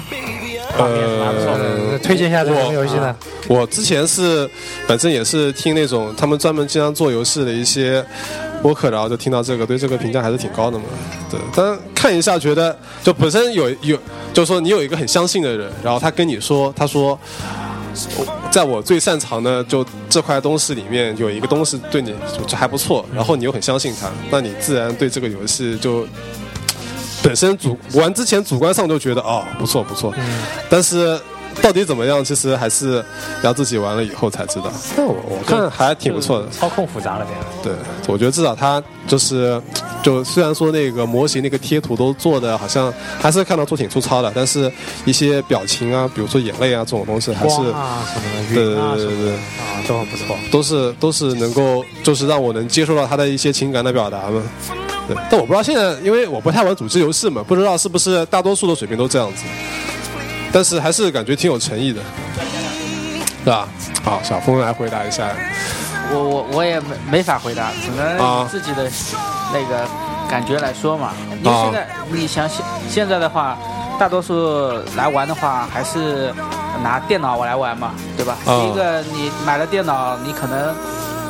Speaker 6: 呃，
Speaker 4: 推荐一下这
Speaker 6: 我
Speaker 4: 个游戏呢。
Speaker 6: 我之前是，反正也是听那种他们专门经常做游戏的一些播客，然后就听到这个，对这个评价还是挺高的嘛。对，但看一下觉得，就本身有有就是说你有一个很相信的人，然后他跟你说，他说，我在我最擅长的就这块东西里面有一个东西对你就就还不错，然后你又很相信他，那你自然对这个游戏就本身主玩之前主观上就觉得哦不错不错，但是。到底怎么样？其实还是要自己玩了以后才知道。但我我看还挺不错的，
Speaker 5: 操控复杂了点。
Speaker 6: 对，我觉得至少它就是，就虽然说那个模型那个贴图都做的好像还是看到做挺粗糙的，但是一些表情啊，比如说眼泪啊这种东西，还是
Speaker 5: 光啊什么的，
Speaker 6: 对
Speaker 5: 云啊
Speaker 6: 对
Speaker 5: 什
Speaker 6: 对
Speaker 5: 么的
Speaker 6: 对
Speaker 5: 啊都很不错。
Speaker 6: 都是都是能够就是让我能接受到他的一些情感的表达嘛。对，但我不知道现在，因为我不太玩主机游戏嘛，不知道是不是大多数的水平都这样子，但是还是感觉挺有诚意的，对吧？好，小峰来回答一下。
Speaker 7: 我我我也没没法回答，只能
Speaker 6: 啊
Speaker 7: 以自己的那个感觉来说嘛。因为现在
Speaker 6: 啊
Speaker 7: 你想现现在的话，大多数来玩的话还是拿电脑来玩嘛，对吧？
Speaker 6: 啊
Speaker 7: 第一个你买了电脑，你可能。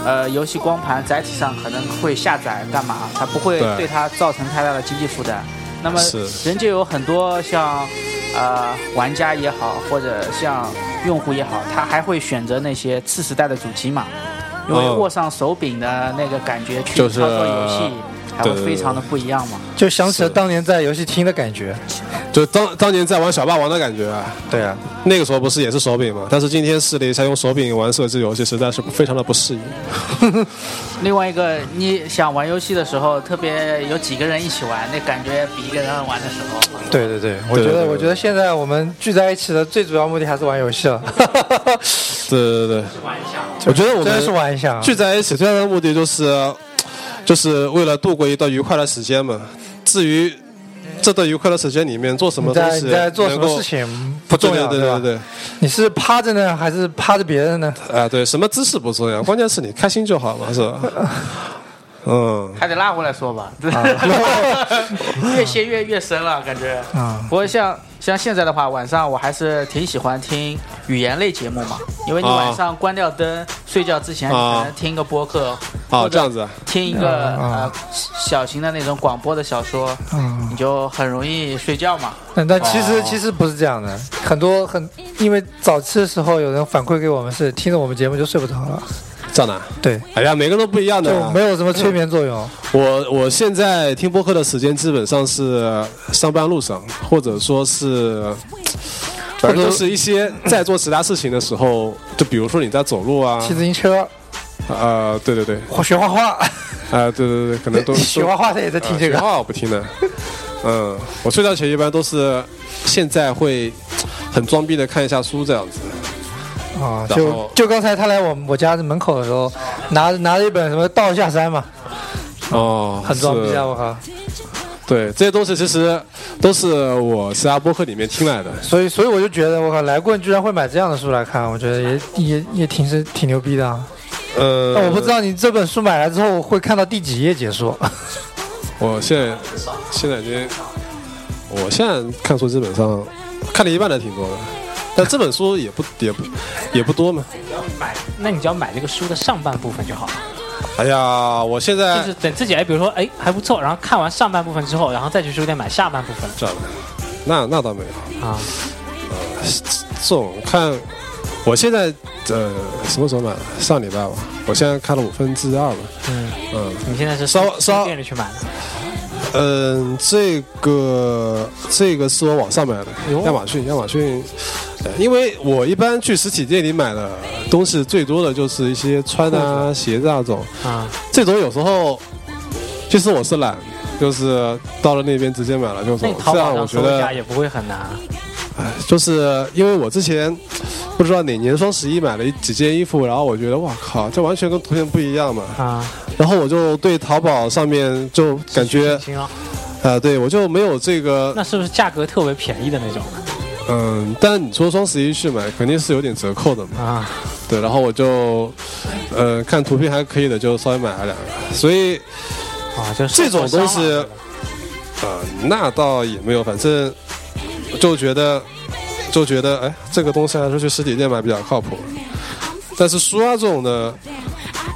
Speaker 7: 呃，游戏光盘载体上可能会下载干嘛，它不会
Speaker 6: 对
Speaker 7: 对它造成太大的经济负担。那么
Speaker 6: 是
Speaker 7: 人就有很多像呃玩家也好，或者像用户也好，他还会选择那些次时代的主机嘛，因为
Speaker 6: 嗯
Speaker 7: 握上手柄的那个感觉去操
Speaker 6: 就是啊
Speaker 7: 作游戏，还会
Speaker 6: 对对
Speaker 7: 非常的不一样嘛。
Speaker 4: 就想起了
Speaker 6: 是
Speaker 4: 当年在游戏厅的感觉。
Speaker 6: 嗯就当当年在玩小霸王的感觉、啊，
Speaker 4: 对啊，
Speaker 6: 那个时候不是也是手柄吗？但是今天试了一下用手柄玩射击游戏，实在是非常的不适应。
Speaker 7: 另外一个，你想玩游戏的时候，特别有几个人一起玩，那感觉比一个人玩的时候
Speaker 4: 对对对，我
Speaker 6: 对
Speaker 4: 觉
Speaker 6: 对啊
Speaker 4: 得
Speaker 6: 对
Speaker 4: 我觉得现在我们聚在一起的最主要目的还是玩游戏了。啊
Speaker 6: 对对对，我觉得我们
Speaker 4: 真的是玩一下啊，
Speaker 6: 聚在一起最大的目的就是，就是为了度过一段愉快的时间嘛。至于这段愉快的时间里面做什么
Speaker 4: 你
Speaker 6: 东
Speaker 4: 在
Speaker 6: 西，
Speaker 4: 你在做什
Speaker 6: 能
Speaker 4: 么
Speaker 6: 够
Speaker 4: 事情不重要，
Speaker 6: 对
Speaker 4: 吧
Speaker 6: 对对？对
Speaker 4: 你是趴着呢，还是趴着别人呢？
Speaker 6: 对，啊对，什么姿势不重要，关键是你开心就好嘛，是
Speaker 4: [LAUGHS]
Speaker 6: 吧？嗯，
Speaker 7: 还得拉回来说吧，
Speaker 6: 啊
Speaker 7: [LAUGHS] 越陷越越深了，感觉。
Speaker 4: 啊
Speaker 7: 不过像像现在的话，晚上我还是挺喜欢听语言类节目嘛，因为你
Speaker 6: 啊
Speaker 7: 晚上关掉灯，睡觉之前你
Speaker 6: 啊
Speaker 7: 可能听个播客，
Speaker 6: 好，
Speaker 7: 或
Speaker 6: 这
Speaker 7: 者
Speaker 6: 样子啊，
Speaker 7: 听一个
Speaker 4: 啊
Speaker 7: 呃小型的那种广播的小说，
Speaker 4: 啊！
Speaker 7: 你就很容易睡觉嘛。
Speaker 4: 嗯但但其
Speaker 6: 啊
Speaker 4: 实其实不是这样的，很多很因为早期的时候有人反馈给我们是听着我们节目就睡不着了，
Speaker 6: 这样的啊。
Speaker 4: 对，
Speaker 6: 哎呀，每个人都不一样的
Speaker 4: 就
Speaker 6: 啊。嗯
Speaker 4: 没有什么催眠作用。
Speaker 6: 我我现在听播客的时间基本上是上班路上，或者说是，反正就是一些在做其他事情的时候，就比如说你在走路啊，
Speaker 4: 骑自行车，
Speaker 6: 呃，对对对，
Speaker 4: 学画画，
Speaker 6: 啊，对对对，可能
Speaker 4: [LAUGHS]
Speaker 6: 都
Speaker 4: 学画画的也在
Speaker 6: 都
Speaker 4: 听这
Speaker 6: 啊
Speaker 4: 个
Speaker 6: 学。画画我不听的。嗯，我睡觉前一般都是现在会很装逼的看一下书这样子。
Speaker 4: 啊，
Speaker 6: 然
Speaker 4: 就
Speaker 6: 后
Speaker 4: 就刚才他来我我家门口的时候，拿拿着一本什么《道下山》嘛，
Speaker 6: 哦，
Speaker 4: 很装逼
Speaker 6: 是
Speaker 4: 啊！我靠！
Speaker 6: 对，这些东西其实都是我其他播客里面听来的。
Speaker 4: 所以所以我就觉得我靠，来棍居然会买这样的书来看，我觉得也也也挺是挺牛逼的啊。
Speaker 6: 呃，
Speaker 4: 但我不知，道你这本书买来之后会看到第几页结束。
Speaker 6: 我现在现在已经，我现在看书基本上看了一半的挺多的，但这本书也不也不也不多嘛。
Speaker 5: 那你只要买这个书的上半部分就好了，
Speaker 6: 哎呀，我现在
Speaker 5: 就是等自己哎，比如说哎还不错，然后看完上半部分之后，然后再去书店买下半部分
Speaker 6: 这样的，那那倒没有。
Speaker 5: 啊。
Speaker 6: 这种看，我现在呃什么时候买的？上礼拜吧。我现在看了五分之二吧。
Speaker 5: 嗯，
Speaker 6: 嗯
Speaker 5: 你现在是
Speaker 6: 稍稍
Speaker 5: 书店里去买的，
Speaker 6: 嗯，这个这个是我网上买的
Speaker 5: 哟，
Speaker 6: 亚马逊亚马逊、呃因为我一般去实体店里买的东西最多的就是一些穿啊、鞋子啊这种，
Speaker 5: 啊，
Speaker 6: 这种有时候其实我是懒。就是到了那边直接买了就
Speaker 5: 那
Speaker 6: 走
Speaker 5: 你，淘
Speaker 6: 这
Speaker 5: 宝
Speaker 6: 样啊我
Speaker 5: 上
Speaker 6: 觉
Speaker 5: 搜一
Speaker 6: 得
Speaker 5: 下也不会很难。啊
Speaker 6: 就是因为我之前不知道哪年双十一买了一几件衣服，然后我觉得哇靠，这完全跟图片不一样嘛。
Speaker 5: 啊，
Speaker 6: 然后我就对淘宝上面就感 [LAUGHS] 觉，
Speaker 5: 行了，
Speaker 6: 呃，对我就没有这个，
Speaker 5: 啊那是不是价格特别便宜的那种
Speaker 6: 嗯，但你说双十一去买肯定是有点折扣的嘛，
Speaker 5: 啊？
Speaker 6: 对。然后我就，呃，看图片还可以的，就稍微买了两个。所以，
Speaker 5: 啊，就是
Speaker 6: 这种东西呃，那倒也没有，反正就觉得就觉得，哎，这个东西还是去实体店买比较靠谱。但是书啊这种的，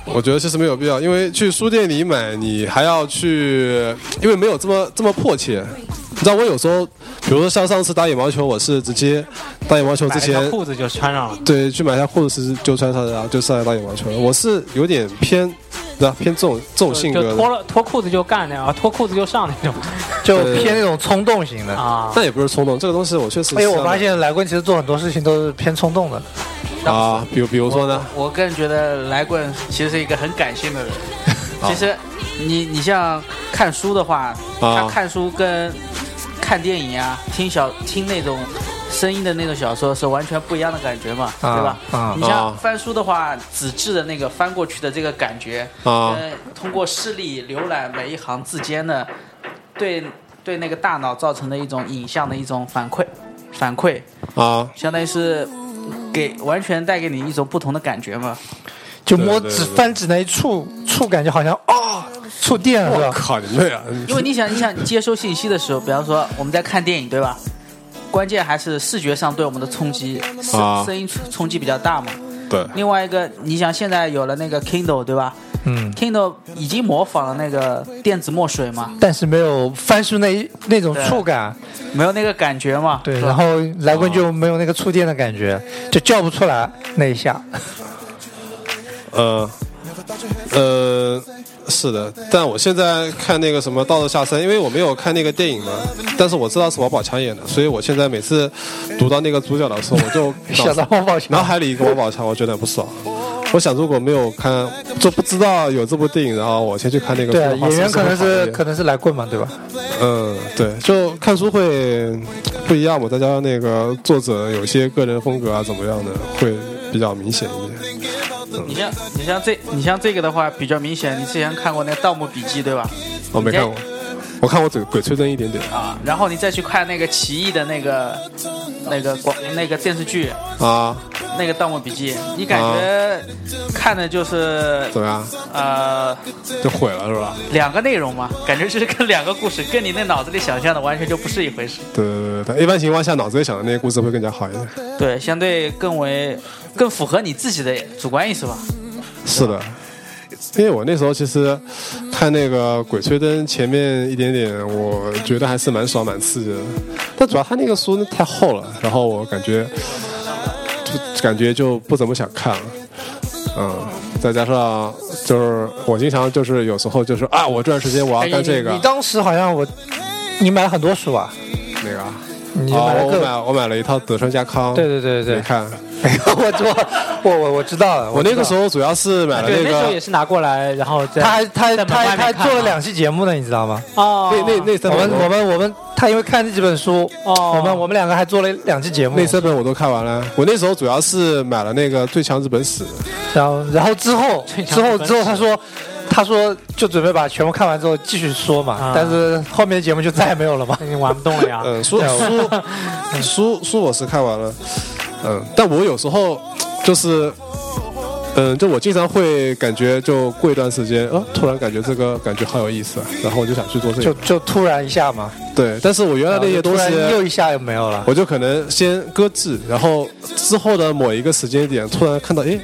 Speaker 6: 我觉得其实没有必要，因为去书店里买，你还要去，因为没有这么这么迫切。你知道我有时候，比如说像上次打羽毛球，我是直接打羽毛球之
Speaker 5: 买了
Speaker 6: 前
Speaker 5: 条，裤子就穿上了。
Speaker 6: 对，去买一下裤子就穿上，然后就上来打羽毛球了。我是有点偏，对吧？偏这种这种性
Speaker 5: 就
Speaker 6: 格
Speaker 5: 脱
Speaker 6: 的，
Speaker 5: 了脱裤子就干那样，啊脱裤子就上那种
Speaker 4: [LAUGHS] 就
Speaker 6: 对
Speaker 4: 偏那种冲动型的。
Speaker 5: [LAUGHS] 啊。
Speaker 6: 但也不是冲动。这个东西我确实
Speaker 4: 哎，
Speaker 6: 是
Speaker 4: 我发现来棍其实做很多事情都是偏冲动的。
Speaker 6: 啊，比如比如说呢，
Speaker 7: 我个人觉得来棍其实是一个很感性的
Speaker 6: [LAUGHS]
Speaker 7: 人。其实你你像看书的话，
Speaker 6: 啊
Speaker 7: 他看书跟看电影啊、听小听那种声音的那种小说是完全不一样的感觉嘛，
Speaker 4: 啊
Speaker 7: 对吧？
Speaker 4: 啊
Speaker 7: 你像
Speaker 6: 啊
Speaker 7: 翻书的话，纸质的那个翻过去的这个感觉，
Speaker 6: 啊
Speaker 7: 跟通过视力浏览每一行字间的对对那个大脑造成的一种影像的一种反馈反馈，
Speaker 6: 啊，
Speaker 7: 相当于是给完全带给你一种不同的感觉嘛。
Speaker 4: 就摸
Speaker 6: 对对
Speaker 4: 指
Speaker 6: 对
Speaker 4: 翻指那一触触感就好像哦触电了是
Speaker 6: 我
Speaker 4: 吧？
Speaker 6: 靠，你们俩
Speaker 7: 因为你想，你想你接收信息的时候，比方说我们在看电影，对吧？关键还是视觉上对我们的冲击，声、
Speaker 6: 啊
Speaker 7: 声音冲冲击比较大嘛。
Speaker 6: 对
Speaker 7: 另外一个，你想现在有了那个 Kindle，对吧
Speaker 4: 嗯，
Speaker 7: ？Kindle 已经模仿了那个电子墨水嘛，
Speaker 4: 但是没有翻书那一那种
Speaker 7: 对
Speaker 4: 触感，
Speaker 7: 没有那个感觉嘛。
Speaker 4: 对，
Speaker 7: 是吧
Speaker 4: 然后来棍就没有那个触电的感觉，就叫不出来那一下。
Speaker 6: 呃，呃，是的，但我现在看那个什么《道士下山》，因为我没有看那个电影嘛，但是我知道是王宝强演的，所以我现在每次读到那个主角的时候，我就
Speaker 4: [LAUGHS] 想到王宝强
Speaker 6: 脑海里一个王宝强，我觉得很不爽。我想，如果没有看，就不知道有这部电影，然后我先去看那个书
Speaker 4: 对啊
Speaker 6: 的，话，
Speaker 4: 演员可能
Speaker 6: 不会
Speaker 4: 是
Speaker 6: 好一点
Speaker 4: 可能是来棍嘛，对吧？
Speaker 6: 嗯，对，就看书会不一样嘛，再加上那个作者有些个人风格啊，怎么样的，会比较明显一点。
Speaker 7: 你像你像这你像这个的话，比较明显，你之前看过那个《盗墓笔记》，对吧？
Speaker 6: 我没看过，我看过《鬼鬼吹灯》一点点
Speaker 7: 啊，然后你再去看那个奇异的那个那个广那个电视剧，
Speaker 6: 啊，
Speaker 7: 那个《盗墓笔记》，你感觉看的就是
Speaker 6: 怎么样？
Speaker 7: 呃
Speaker 6: 就毁了是吧？
Speaker 7: 两个内容嘛？感觉就是跟两个故事，跟你那脑子里想象的完全就不是一回事。
Speaker 6: 对对对对对，一般情况下脑子里想的那些故事会更加好一点。
Speaker 7: 对，相对更为更符合你自己的主观意识吧。
Speaker 6: 是的，因为我那时候其实看那个《鬼吹灯》前面一点点，我觉得还是蛮爽蛮刺激的。但主要他那个书太厚了，然后我感觉就感觉就不怎么想看了。嗯，再加上就是我经常就是有时候就是啊，我这段时间我要干这个
Speaker 4: 哎你当时好像我，你买了很多书啊，
Speaker 6: 那个啊。
Speaker 4: 你
Speaker 6: 哦
Speaker 4: 买了
Speaker 6: 我
Speaker 4: 各，
Speaker 6: 买我买了一套德川家康，
Speaker 4: 对对对
Speaker 6: 你
Speaker 4: 对对，
Speaker 6: 看，
Speaker 4: 我我我我我知道了，
Speaker 6: 我那个
Speaker 4: 知
Speaker 6: 时
Speaker 4: 道了。
Speaker 6: 候主要是买了
Speaker 5: 对，
Speaker 4: 哎
Speaker 5: 那时候也
Speaker 6: 个
Speaker 5: 是拿过来，然后再
Speaker 4: 他还他
Speaker 5: 在
Speaker 4: 他
Speaker 5: 门外
Speaker 4: 他
Speaker 5: 面
Speaker 4: 还
Speaker 5: 看
Speaker 4: 做了两期节目呢，你知道吗？
Speaker 5: 哦，
Speaker 6: 那那那三
Speaker 4: 我
Speaker 6: 本
Speaker 4: 们我们我们，他因为看这几本书，
Speaker 5: 哦
Speaker 4: 我们我们两个还做了两期节目
Speaker 6: 那，三本我都看完了。我那时候主要是买了那个《最强日本史》，
Speaker 4: 然后然后之后之后之后他说。他说就准备把全部看完之后继续说嘛，
Speaker 5: 啊
Speaker 4: 但是后面的节目就再也没有了嘛。
Speaker 5: 已经玩不动了呀。
Speaker 6: 嗯，书
Speaker 4: 对 [LAUGHS] 嗯
Speaker 6: 书书书我是看完了，嗯，但我有时候就是，嗯，就我经常会感觉就过一段时间，啊，突然感觉这个感觉好有意思啊，然后我就想去做这
Speaker 4: 就
Speaker 6: 个。
Speaker 4: 就突然一下嘛，呃
Speaker 6: 对，但是我原来那些东西
Speaker 4: 然后就突然又一下又没有了。
Speaker 6: 我就可能先搁置，然后之后的某一个时间点，突然看到，哎，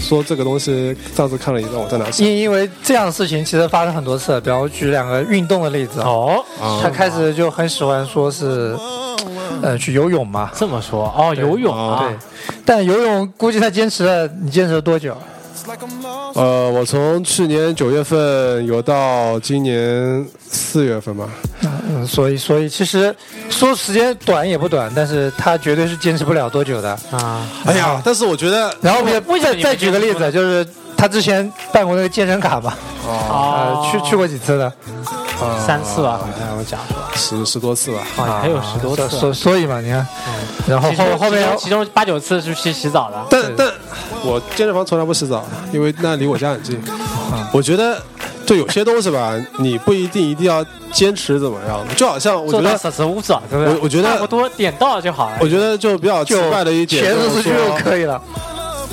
Speaker 6: 说这个东西上次看了一段，我在哪想？
Speaker 4: 因因为这样的事情其实发生很多次，比方我举两个运动的例子啊，
Speaker 5: 哦，
Speaker 4: 他开始就很喜欢说是，呃，去游泳嘛，
Speaker 5: 这么说哦，游泳啊，
Speaker 4: 对，但游泳估计他坚持了，你坚持了多久？
Speaker 6: 呃，我从去年九月份游到今年四月份吧。
Speaker 4: 嗯，所以所以其实说时间短也不短，但是他绝对是坚持不了多久的。
Speaker 5: 啊，
Speaker 6: 哎呀，但是我觉得
Speaker 4: 然后我们也不
Speaker 5: 为什么
Speaker 4: 再
Speaker 5: 你们
Speaker 4: 再举个例子，就是他之前办过那个健身卡嘛，
Speaker 5: 哦
Speaker 4: 呃，，去去过几次的
Speaker 5: 三次吧，好像我讲过，
Speaker 6: 十十多次吧。
Speaker 5: 哦，还有十多次嗯
Speaker 4: 所。
Speaker 6: 啊
Speaker 4: 所所以嘛，你看，然后
Speaker 5: 其
Speaker 4: 后
Speaker 5: 中
Speaker 4: 后面
Speaker 5: 其中其中八九次是去洗澡的，
Speaker 6: 但但我健身房从来不洗澡，因为那离我家很近。我觉得就有些东西吧，你不一定一定要坚持怎么样，就好像我觉
Speaker 5: 做到
Speaker 6: 得
Speaker 5: 手手舞足蹈，对不对？
Speaker 6: 我我觉得
Speaker 5: 差不多点到就好了。
Speaker 6: 我觉得就比较奇
Speaker 4: 就
Speaker 6: 怪的一点，
Speaker 4: 全
Speaker 6: 就
Speaker 4: 都
Speaker 6: 是说
Speaker 4: 是肌肉可以了。
Speaker 5: 哦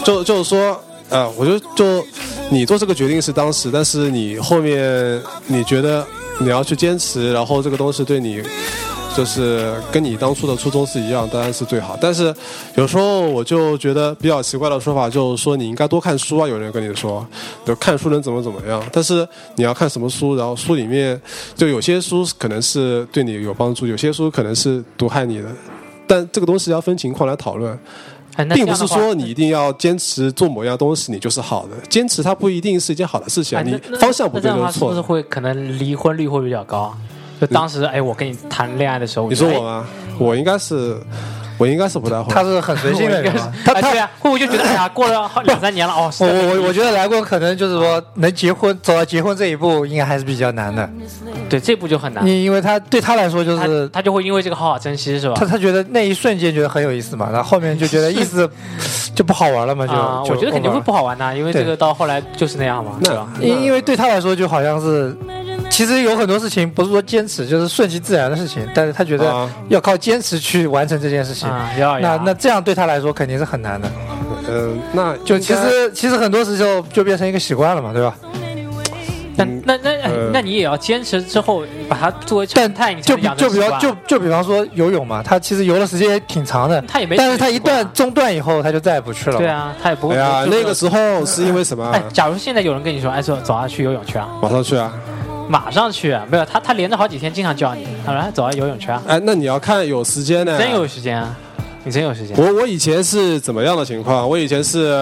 Speaker 6: 就就是说，呃，我就就你做这个决定是当时，但是你后面你觉得你要去坚持，然后这个东西对你就是跟你当初的初衷是一样，当然是最好。但是有时候我就觉得比较奇怪的说法，就是说你应该多看书啊。有人跟你说，就看书能怎么怎么样，但是你要看什么书，然后书里面就有些书可能是对你有帮助，有些书可能是毒害你的。但这个东西要分情况来讨论，
Speaker 5: 哎那这
Speaker 6: 并
Speaker 5: 样
Speaker 6: 不
Speaker 5: 的
Speaker 6: 是
Speaker 5: 话
Speaker 6: 说你一定要坚持做某样东西，你就是好的。坚持它不一定是一件好的事情啊，
Speaker 5: 哎
Speaker 6: 你
Speaker 5: 那那
Speaker 6: 方向不
Speaker 5: 那这
Speaker 6: 对
Speaker 5: 样的
Speaker 6: 就
Speaker 5: 话
Speaker 6: 是
Speaker 5: 是不
Speaker 6: 错
Speaker 5: 是
Speaker 6: 的。
Speaker 5: 会可能离婚率会比较高？就当时哎，我跟你谈恋爱的时候，
Speaker 6: 你说
Speaker 5: 觉得
Speaker 6: 我？吗？我应该是，我应该是不太会。
Speaker 4: 他是很随
Speaker 5: 哎
Speaker 4: 性
Speaker 5: [LAUGHS] 我
Speaker 4: 的
Speaker 5: 应该
Speaker 4: 人
Speaker 5: 是
Speaker 4: 嘛，他
Speaker 5: 哎
Speaker 4: 他
Speaker 5: 对啊，会不会就觉得哎
Speaker 6: [LAUGHS]
Speaker 5: 呀，过了好两三年了哦，是
Speaker 4: 我
Speaker 5: 的
Speaker 4: 我我觉得来过可能就是说能结婚走到结婚这一步，应该还是比较难的。
Speaker 6: 哦
Speaker 5: 对这步就很难，
Speaker 4: 因因为他对他来说就
Speaker 5: 他
Speaker 4: 是
Speaker 5: 他就会因为这个好好珍惜是吧
Speaker 4: 他？他觉得那一瞬间觉得很有意思嘛，然后后面就觉得意思就不好玩了嘛，就
Speaker 5: 啊，
Speaker 4: 就
Speaker 5: 我觉得肯定会不好玩呐，因为
Speaker 4: 对
Speaker 5: 这个到后来就是那样嘛，
Speaker 6: 那
Speaker 5: 对吧？
Speaker 4: 因因为对他来说就好像是，其实有很多事情不是说坚持，就是顺其自然的事情，但是他觉得
Speaker 6: 啊
Speaker 4: 要靠坚持去完成这件事情。
Speaker 5: 啊，咬咬
Speaker 4: 那
Speaker 5: 牙
Speaker 4: 那这样对他来说肯定是很难的，
Speaker 6: 嗯、那
Speaker 4: 就
Speaker 6: 应
Speaker 4: 其
Speaker 6: 该
Speaker 4: 实其实很多时候就变成一个习惯了嘛，对吧？
Speaker 5: 嗯但那那哎
Speaker 6: 呃
Speaker 5: 那你也要坚持之后把它作为常态，你才
Speaker 4: 就
Speaker 5: 能
Speaker 4: 比
Speaker 5: 养成
Speaker 4: 就比
Speaker 5: 习
Speaker 4: 方
Speaker 5: 惯
Speaker 4: 就就比方说游泳嘛，他其实游的时间也挺长的，
Speaker 5: 他也没
Speaker 4: 但是他
Speaker 5: 习
Speaker 4: 一
Speaker 5: 惯啊
Speaker 4: 旦中断以后，他就再也不去了。
Speaker 5: 对，啊，他也不会
Speaker 6: 哎呀，
Speaker 5: 就
Speaker 6: 那个时候是因为什么啊？
Speaker 5: 哎，假如现在有人跟你说哎走走啊去游泳去啊，
Speaker 6: 马上去啊！
Speaker 5: 马上去啊，没有他他连着好几天经常叫你，他说哎走啊游泳去啊，
Speaker 6: 哎，那你要看有时间呢。
Speaker 5: 真有时间啊，你真有时间。
Speaker 6: 我我以前是怎么样的情况？我以前是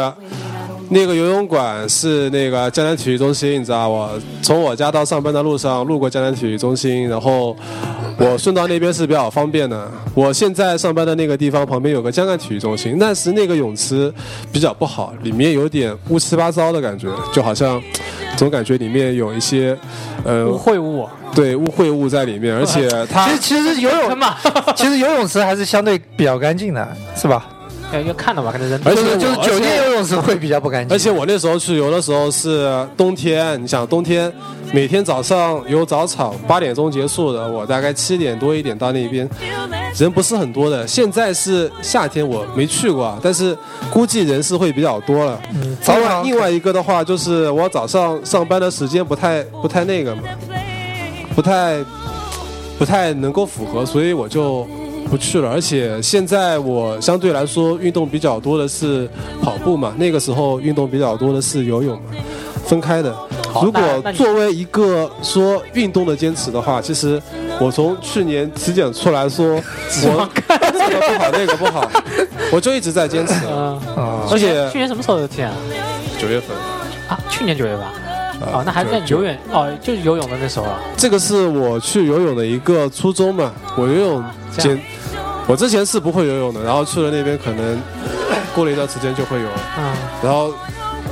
Speaker 6: 那个游泳馆是那个江南体育中心，你知道我从我家到上班的路上路过江南体育中心，然后我顺到那边是比较方便的。我现在上班的那个地方旁边有个江南体育中心，但是那个泳池比较不好，里面有点乌七八糟的感觉，就好像总感觉里面有一些呃
Speaker 5: 不会我，
Speaker 6: 对污秽物在里面，而且它
Speaker 4: 其实其实游
Speaker 5: [LAUGHS] 坑
Speaker 4: 泳
Speaker 5: 嘛，
Speaker 4: [LAUGHS] 其实游泳池还是相对比较干净的，是吧？
Speaker 5: 要要看的吧，可能人
Speaker 6: 而
Speaker 4: 就
Speaker 6: 且
Speaker 4: 是就是
Speaker 6: 我
Speaker 4: 酒店游泳池会比较不干净
Speaker 6: 而。且我那时候去游的时候是冬天，你想冬天每天早上游早场，八点钟结束的，我大概七点多一点到那边，人不是很多的。现在是夏天，我没去过，啊，但是估计人是会比较多了。
Speaker 4: 早
Speaker 6: 另外
Speaker 4: 晚
Speaker 6: 另外一个的话就是我早上上班的时间不太不太那个嘛，不太不太能够符合，所以我就不去了。而且现在我相对来说运动比较多的是跑步嘛，那个时候运动比较多的是游泳嘛，分开的。如果
Speaker 5: 那那你
Speaker 6: 作为一个说运动的坚持的话，其实我从去年体检出来说，
Speaker 5: [LAUGHS]
Speaker 6: 我这个不好那个不好，我就一直在坚持，
Speaker 5: [LAUGHS] 嗯，
Speaker 4: 哦
Speaker 6: 而且
Speaker 5: 去年什么时候的天啊？
Speaker 6: 九月份。
Speaker 5: 啊，去年九月吧。哦，那还是在
Speaker 6: 啊九
Speaker 5: 游泳哦，就是游泳的那时候啊了。
Speaker 6: 这个是我去游泳的一个初衷嘛。我游泳
Speaker 5: 这
Speaker 6: 前
Speaker 5: 样，
Speaker 6: 我之前是不会游泳的，然后去了那边可能 [COUGHS] 过了一段时间就会游了，
Speaker 5: 嗯，
Speaker 6: 然后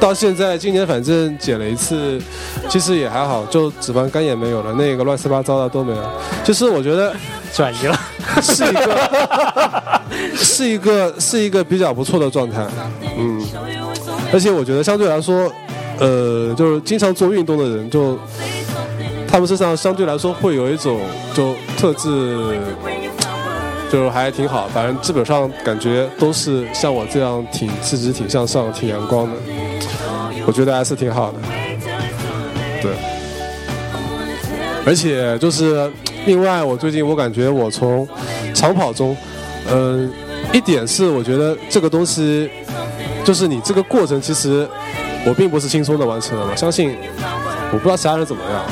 Speaker 6: 到现在今年反正减了一次，其实也还好，就脂肪肝也没有了，那个乱七八糟的都没有。就是我觉得
Speaker 5: 转移了。
Speaker 6: 是一个 [LAUGHS] 是一个是一个比较不错的状态，嗯，而且我觉得相对来说，呃，就是经常做运动的人就。他们身上相对来说会有一种就特质，就还挺好。反正基本上感觉都是像我这样挺气质、挺向上、挺阳光的，我觉得还是挺好的。对，而且就是另外，我最近我感觉我从长跑中，嗯、一点是我觉得这个东西，就是你这个过程其实我并不是轻松的完成的，我相信我不知道其他人怎么样。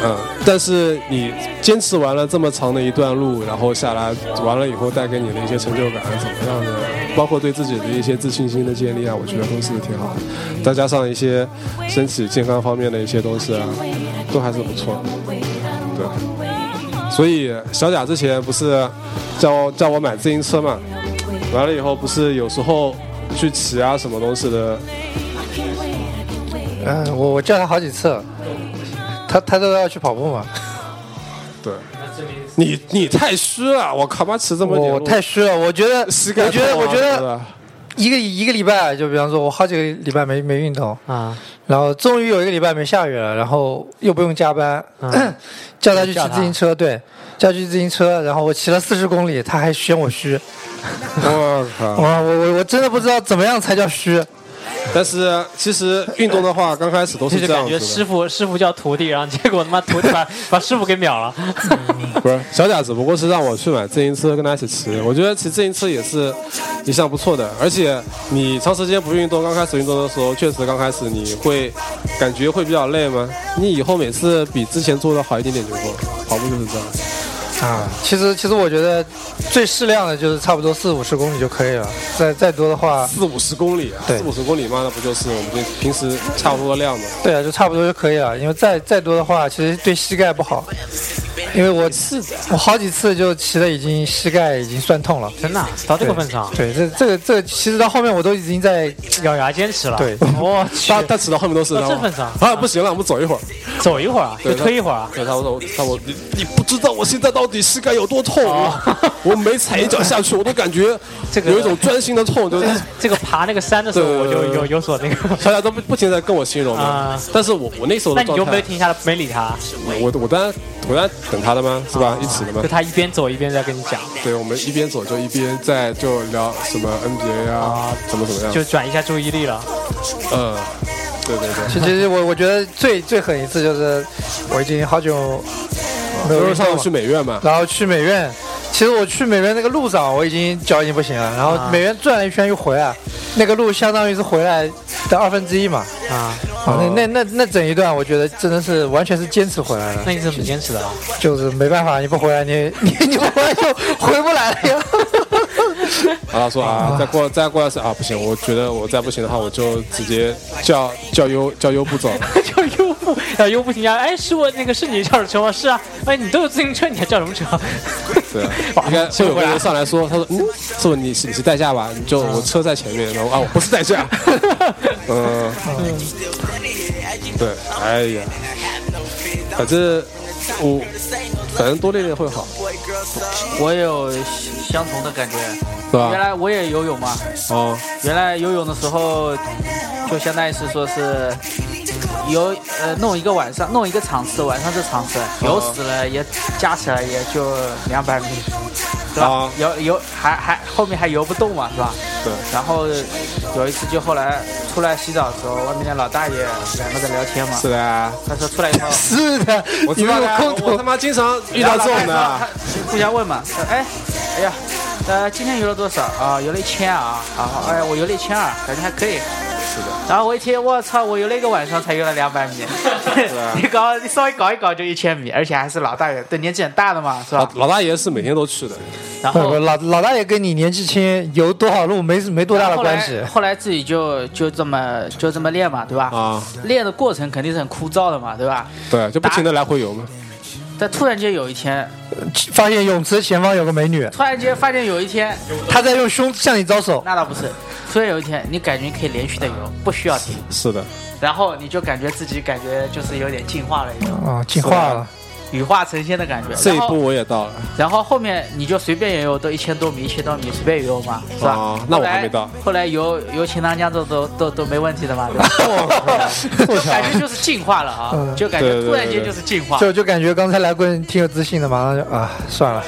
Speaker 6: 嗯，但是你坚持完了这么长的一段路，然后下来完了以后，带给你的一些成就感啊，怎么样的，包括对自己的一些自信心的建立啊，我觉得都是挺好的。再加上一些身体健康方面的一些东西啊，都还是不错的。对，所以小贾之前不是叫我叫我买自行车嘛，完了以后不是有时候去骑啊什么东西的，
Speaker 4: 嗯，我我叫他好几次了，他他都要去跑步嘛，
Speaker 6: 对，你你太虚了，我靠妈骑这么久，
Speaker 4: 我太虚了，我觉得
Speaker 6: 膝盖
Speaker 4: 我觉得
Speaker 6: 痛啊
Speaker 4: 我觉
Speaker 6: 对
Speaker 4: 得
Speaker 6: 吧
Speaker 4: 一个一个礼拜，就比方说我好几个礼拜没没运动，
Speaker 5: 啊，
Speaker 4: 然后终于有一个礼拜没下雨了，然后又不用加班，
Speaker 5: 嗯
Speaker 4: 叫他去骑
Speaker 5: 叫他
Speaker 4: 自行车，对，叫他去自行车，然后我骑了四十公里，他还嫌我虚，
Speaker 6: 我靠！嗯
Speaker 4: 哇，我我我真的不知道怎么样才叫虚，
Speaker 6: 但是其实运动的话，刚开始都
Speaker 5: 就是是
Speaker 6: 这样
Speaker 5: 感
Speaker 6: 子的
Speaker 5: 觉，师傅师傅叫徒弟，然后结果他妈徒弟
Speaker 6: [LAUGHS]
Speaker 5: 把把师傅给秒了。
Speaker 6: 不是小贾，只不过是让我去买自行车跟他一起骑。我觉得骑自行车也是一项不错的，而且你长时间不运动，刚开始运动的时候，确实刚开始你会感觉会比较累吗？你以后每次比之前做的好一点点就够了。跑步就是这样，
Speaker 4: 啊，其实其实我觉得最适量的就是差不多四五十公里就可以了，再再多的话，
Speaker 6: 四五十公里啊，
Speaker 4: 对
Speaker 6: 四五十公里嘛，那不就是我们平平时差不多的量吗？
Speaker 4: 对啊，就差不多就可以了，因为再再多的话，其实对膝盖不好。因为我我好几次就骑的已经膝盖已经酸痛了，
Speaker 5: 真的啊到这个份上，
Speaker 4: 对，这这个这个其实到后面我都已经在
Speaker 5: 咬牙坚持了。
Speaker 4: 对
Speaker 5: 我去
Speaker 6: 他，他骑到后面都是
Speaker 5: 到这
Speaker 6: 然后
Speaker 5: 份上
Speaker 6: 啊，不行了，我们走一会儿。
Speaker 5: 走一会儿啊，就
Speaker 6: 对
Speaker 5: 推一会儿啊。
Speaker 6: 对，他说，他我你你不知道我现在到底膝盖有多痛，啊 [LAUGHS] 我每踩一脚下去，我都感觉
Speaker 5: 哦这个
Speaker 6: 有一种钻心的痛，就是
Speaker 5: 这个爬那个山的时候，
Speaker 6: 对
Speaker 5: 我就
Speaker 6: 对对
Speaker 5: 有有所那个。
Speaker 6: 小贾都不不停地在跟我形容嘛
Speaker 5: 啊，
Speaker 6: 但是我我那时候
Speaker 5: [LAUGHS] 那
Speaker 6: 的
Speaker 5: 你就
Speaker 6: 状
Speaker 5: 没
Speaker 6: 态，
Speaker 5: 停下来，没理他，
Speaker 6: 我我当然我当然等他的吗？是吧？一起的吗
Speaker 5: 就？他一边走一边在跟你讲，
Speaker 4: 嗯
Speaker 6: 对，我们一边走就一边在就聊什么 NBA 啊
Speaker 5: 啊，
Speaker 6: 怎么怎么样，
Speaker 5: 就转移一下注意力了。
Speaker 6: 嗯，对对对。
Speaker 4: 其实我我觉得最最狠一次就是我已经好久没有
Speaker 6: 就是
Speaker 4: 运
Speaker 6: 上
Speaker 4: 动
Speaker 6: 次去
Speaker 4: 了，
Speaker 6: 美院嘛，
Speaker 4: 然后去美院。其实我去美院那个路上，我已经脚已经不行了。然后美院转了一圈又回来，那个路相当于是回来的二分之一嘛。
Speaker 5: 啊，
Speaker 4: 啊，那那那那整一段，我觉得真的是完全是坚持回来的，
Speaker 5: 那你怎么坚
Speaker 4: [LAUGHS]
Speaker 5: 持的啊？
Speaker 4: 就是没办法，你不回来，你 [LAUGHS] 你你回来就回不来了 [LAUGHS] 呀。
Speaker 6: 然后他说啊，再过再过段时间啊，不行，我觉得我再不行的话，我就直接叫叫优叫优步走。
Speaker 5: 叫优步，叫优步停下来。哎，师傅，那个是你叫什么车吗？是啊。哎，你都有自行车，你还叫什么车？ [LAUGHS]
Speaker 6: 对啊，
Speaker 5: 哇
Speaker 6: 应该会有
Speaker 5: 回
Speaker 6: 个
Speaker 5: 来
Speaker 6: 人上来说，他说，嗯，师傅你是你是代驾吧？你就
Speaker 4: 嗯
Speaker 6: 我车在前面，然后啊，我不是代驾，
Speaker 4: [LAUGHS]
Speaker 6: 嗯，对，哎呀，反正我反正多练练会好，
Speaker 7: 我有相同的感觉。
Speaker 6: 是吧
Speaker 7: 原？来我也游泳嘛，
Speaker 6: 哦，
Speaker 7: 原来游泳的时候，就相当于是说是游呃弄一个晚上，弄一个场次，晚上这场次游死
Speaker 6: 嗯
Speaker 7: 了也加起来也就两百米，是吧
Speaker 6: 啊？
Speaker 7: 游游还还后面还游不动嘛，是吧？
Speaker 6: 对，
Speaker 7: 然后有一次就后来出来洗澡的时候，外面的老大爷两个在聊天嘛，
Speaker 6: 是的啊，
Speaker 7: 他说出来以后。
Speaker 4: 是的，
Speaker 6: 我
Speaker 4: 你
Speaker 6: 知
Speaker 4: 们
Speaker 6: 道
Speaker 4: 有
Speaker 6: 的啊
Speaker 4: 空
Speaker 6: 我
Speaker 4: 投
Speaker 6: 他妈经常遇到这种的
Speaker 4: [LAUGHS]
Speaker 7: 然后
Speaker 6: 啊，
Speaker 7: 他互相问嘛，说哎，哎呀，呃，今天游了多少啊？游了一千啊，啊，哎呀，我游了一千二，感觉还可以。
Speaker 6: 是的，
Speaker 7: 然后我一听，我操，我游了一个晚上才游了两百米， [LAUGHS] 你搞你稍微搞一搞就一千米，而且还是老大爷，对年纪很大的嘛，是吧
Speaker 6: 老？老大爷是每天都去的，
Speaker 7: 然
Speaker 4: 不
Speaker 7: 后
Speaker 4: 不，老老大爷跟你年纪轻，游多少路没没多大的
Speaker 7: 后来
Speaker 4: 关系。
Speaker 7: 后来自己就就这么就这么练嘛，对吧？
Speaker 6: 啊
Speaker 7: 练的过程肯定是很枯燥的嘛，对吧？
Speaker 6: 对，就不停的来回游嘛，
Speaker 7: 但突然间有一天，
Speaker 4: 发现泳池前方有个美女，
Speaker 7: 突然间发现有一天，
Speaker 4: 她在用胸向你招手。
Speaker 7: 那倒不是，突然有一天你感觉可以连续的游，不需要停。
Speaker 6: 是的，
Speaker 7: 然后你就感觉自己感觉就是有点进化了一种，
Speaker 4: 啊，进化了，
Speaker 7: 羽化成仙的感觉。
Speaker 6: 这一
Speaker 7: 然后
Speaker 6: 步，我也到了，
Speaker 7: 然后后面你就随便游泳，都一千多米，一千多米随便游嘛，是吧？
Speaker 6: 哦那我
Speaker 7: 后来
Speaker 6: 还没到。
Speaker 7: 后来游游秦塘江都都都都没问题的嘛，
Speaker 6: [LAUGHS]
Speaker 7: 对吧？就感觉就是进化了啊，
Speaker 4: 嗯
Speaker 7: 就感
Speaker 6: 对
Speaker 7: 觉
Speaker 6: 对
Speaker 7: 突然间
Speaker 6: 对
Speaker 7: 就是进化。
Speaker 4: 就就感觉刚才来过人挺有自信的，马上就啊，算了。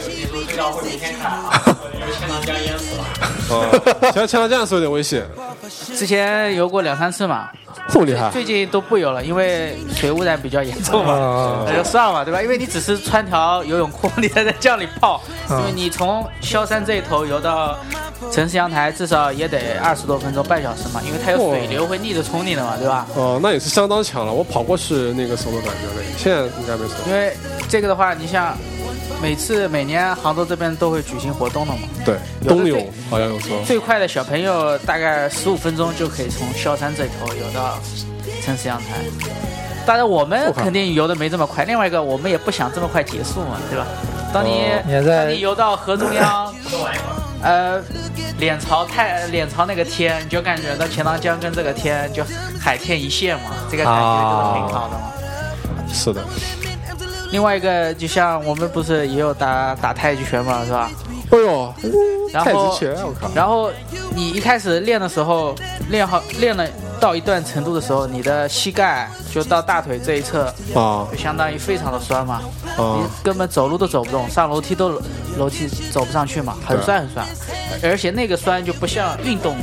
Speaker 6: 啊，其实像这样是有点危险，
Speaker 7: 之前游过两三次嘛，
Speaker 6: 这么厉害，
Speaker 7: 最近都不游了，因为水污染比较严重嘛。
Speaker 4: 啊，
Speaker 7: 那就算了吧，对吧？因为你只是穿条游泳裤，你还在江里泡，因
Speaker 4: 嗯
Speaker 7: 为你从萧山这一头游到城市阳台，至少也得二十多分钟、半小时嘛，因为它有水流会逆着冲你的嘛，对吧？
Speaker 6: 哦，那也是相当强了。我跑过去那个时候都感觉累，现在应该没什么。
Speaker 7: 因为这个的话，你像每次每年杭州这边都会举行活动的嘛，
Speaker 6: 对，嗯
Speaker 7: 有的
Speaker 6: 冬泳
Speaker 7: 对
Speaker 6: 好像有时候
Speaker 7: 最快的小朋友大概十五分钟就可以从萧山这头游到城市阳台。当然，我们肯定游的没这么快。另外一个，我们也不想这么快结束嘛，对吧？当你、
Speaker 6: 哦
Speaker 4: 你还在
Speaker 7: 当你游到河中央，呃，脸朝太脸朝那个天，你就感觉到钱塘江跟这个天就海天一线嘛，这个感觉就是挺好的嘛。
Speaker 6: 是的，
Speaker 7: 另外一个，就像我们不是也有打打太极拳嘛，是吧？
Speaker 6: 哎呦，
Speaker 7: 然
Speaker 6: 太
Speaker 7: 后
Speaker 6: 极拳，我靠！
Speaker 7: 然后你一开始练的时候，练好练了到一段程度的时候，你的膝盖就到大腿这一侧，
Speaker 6: 啊
Speaker 7: 就相当于非常的酸嘛，你
Speaker 6: 啊，
Speaker 7: 根本走路都走不动，上楼梯都楼梯走不上去嘛，很
Speaker 6: 对
Speaker 7: 酸很酸，而且那个酸就不像运动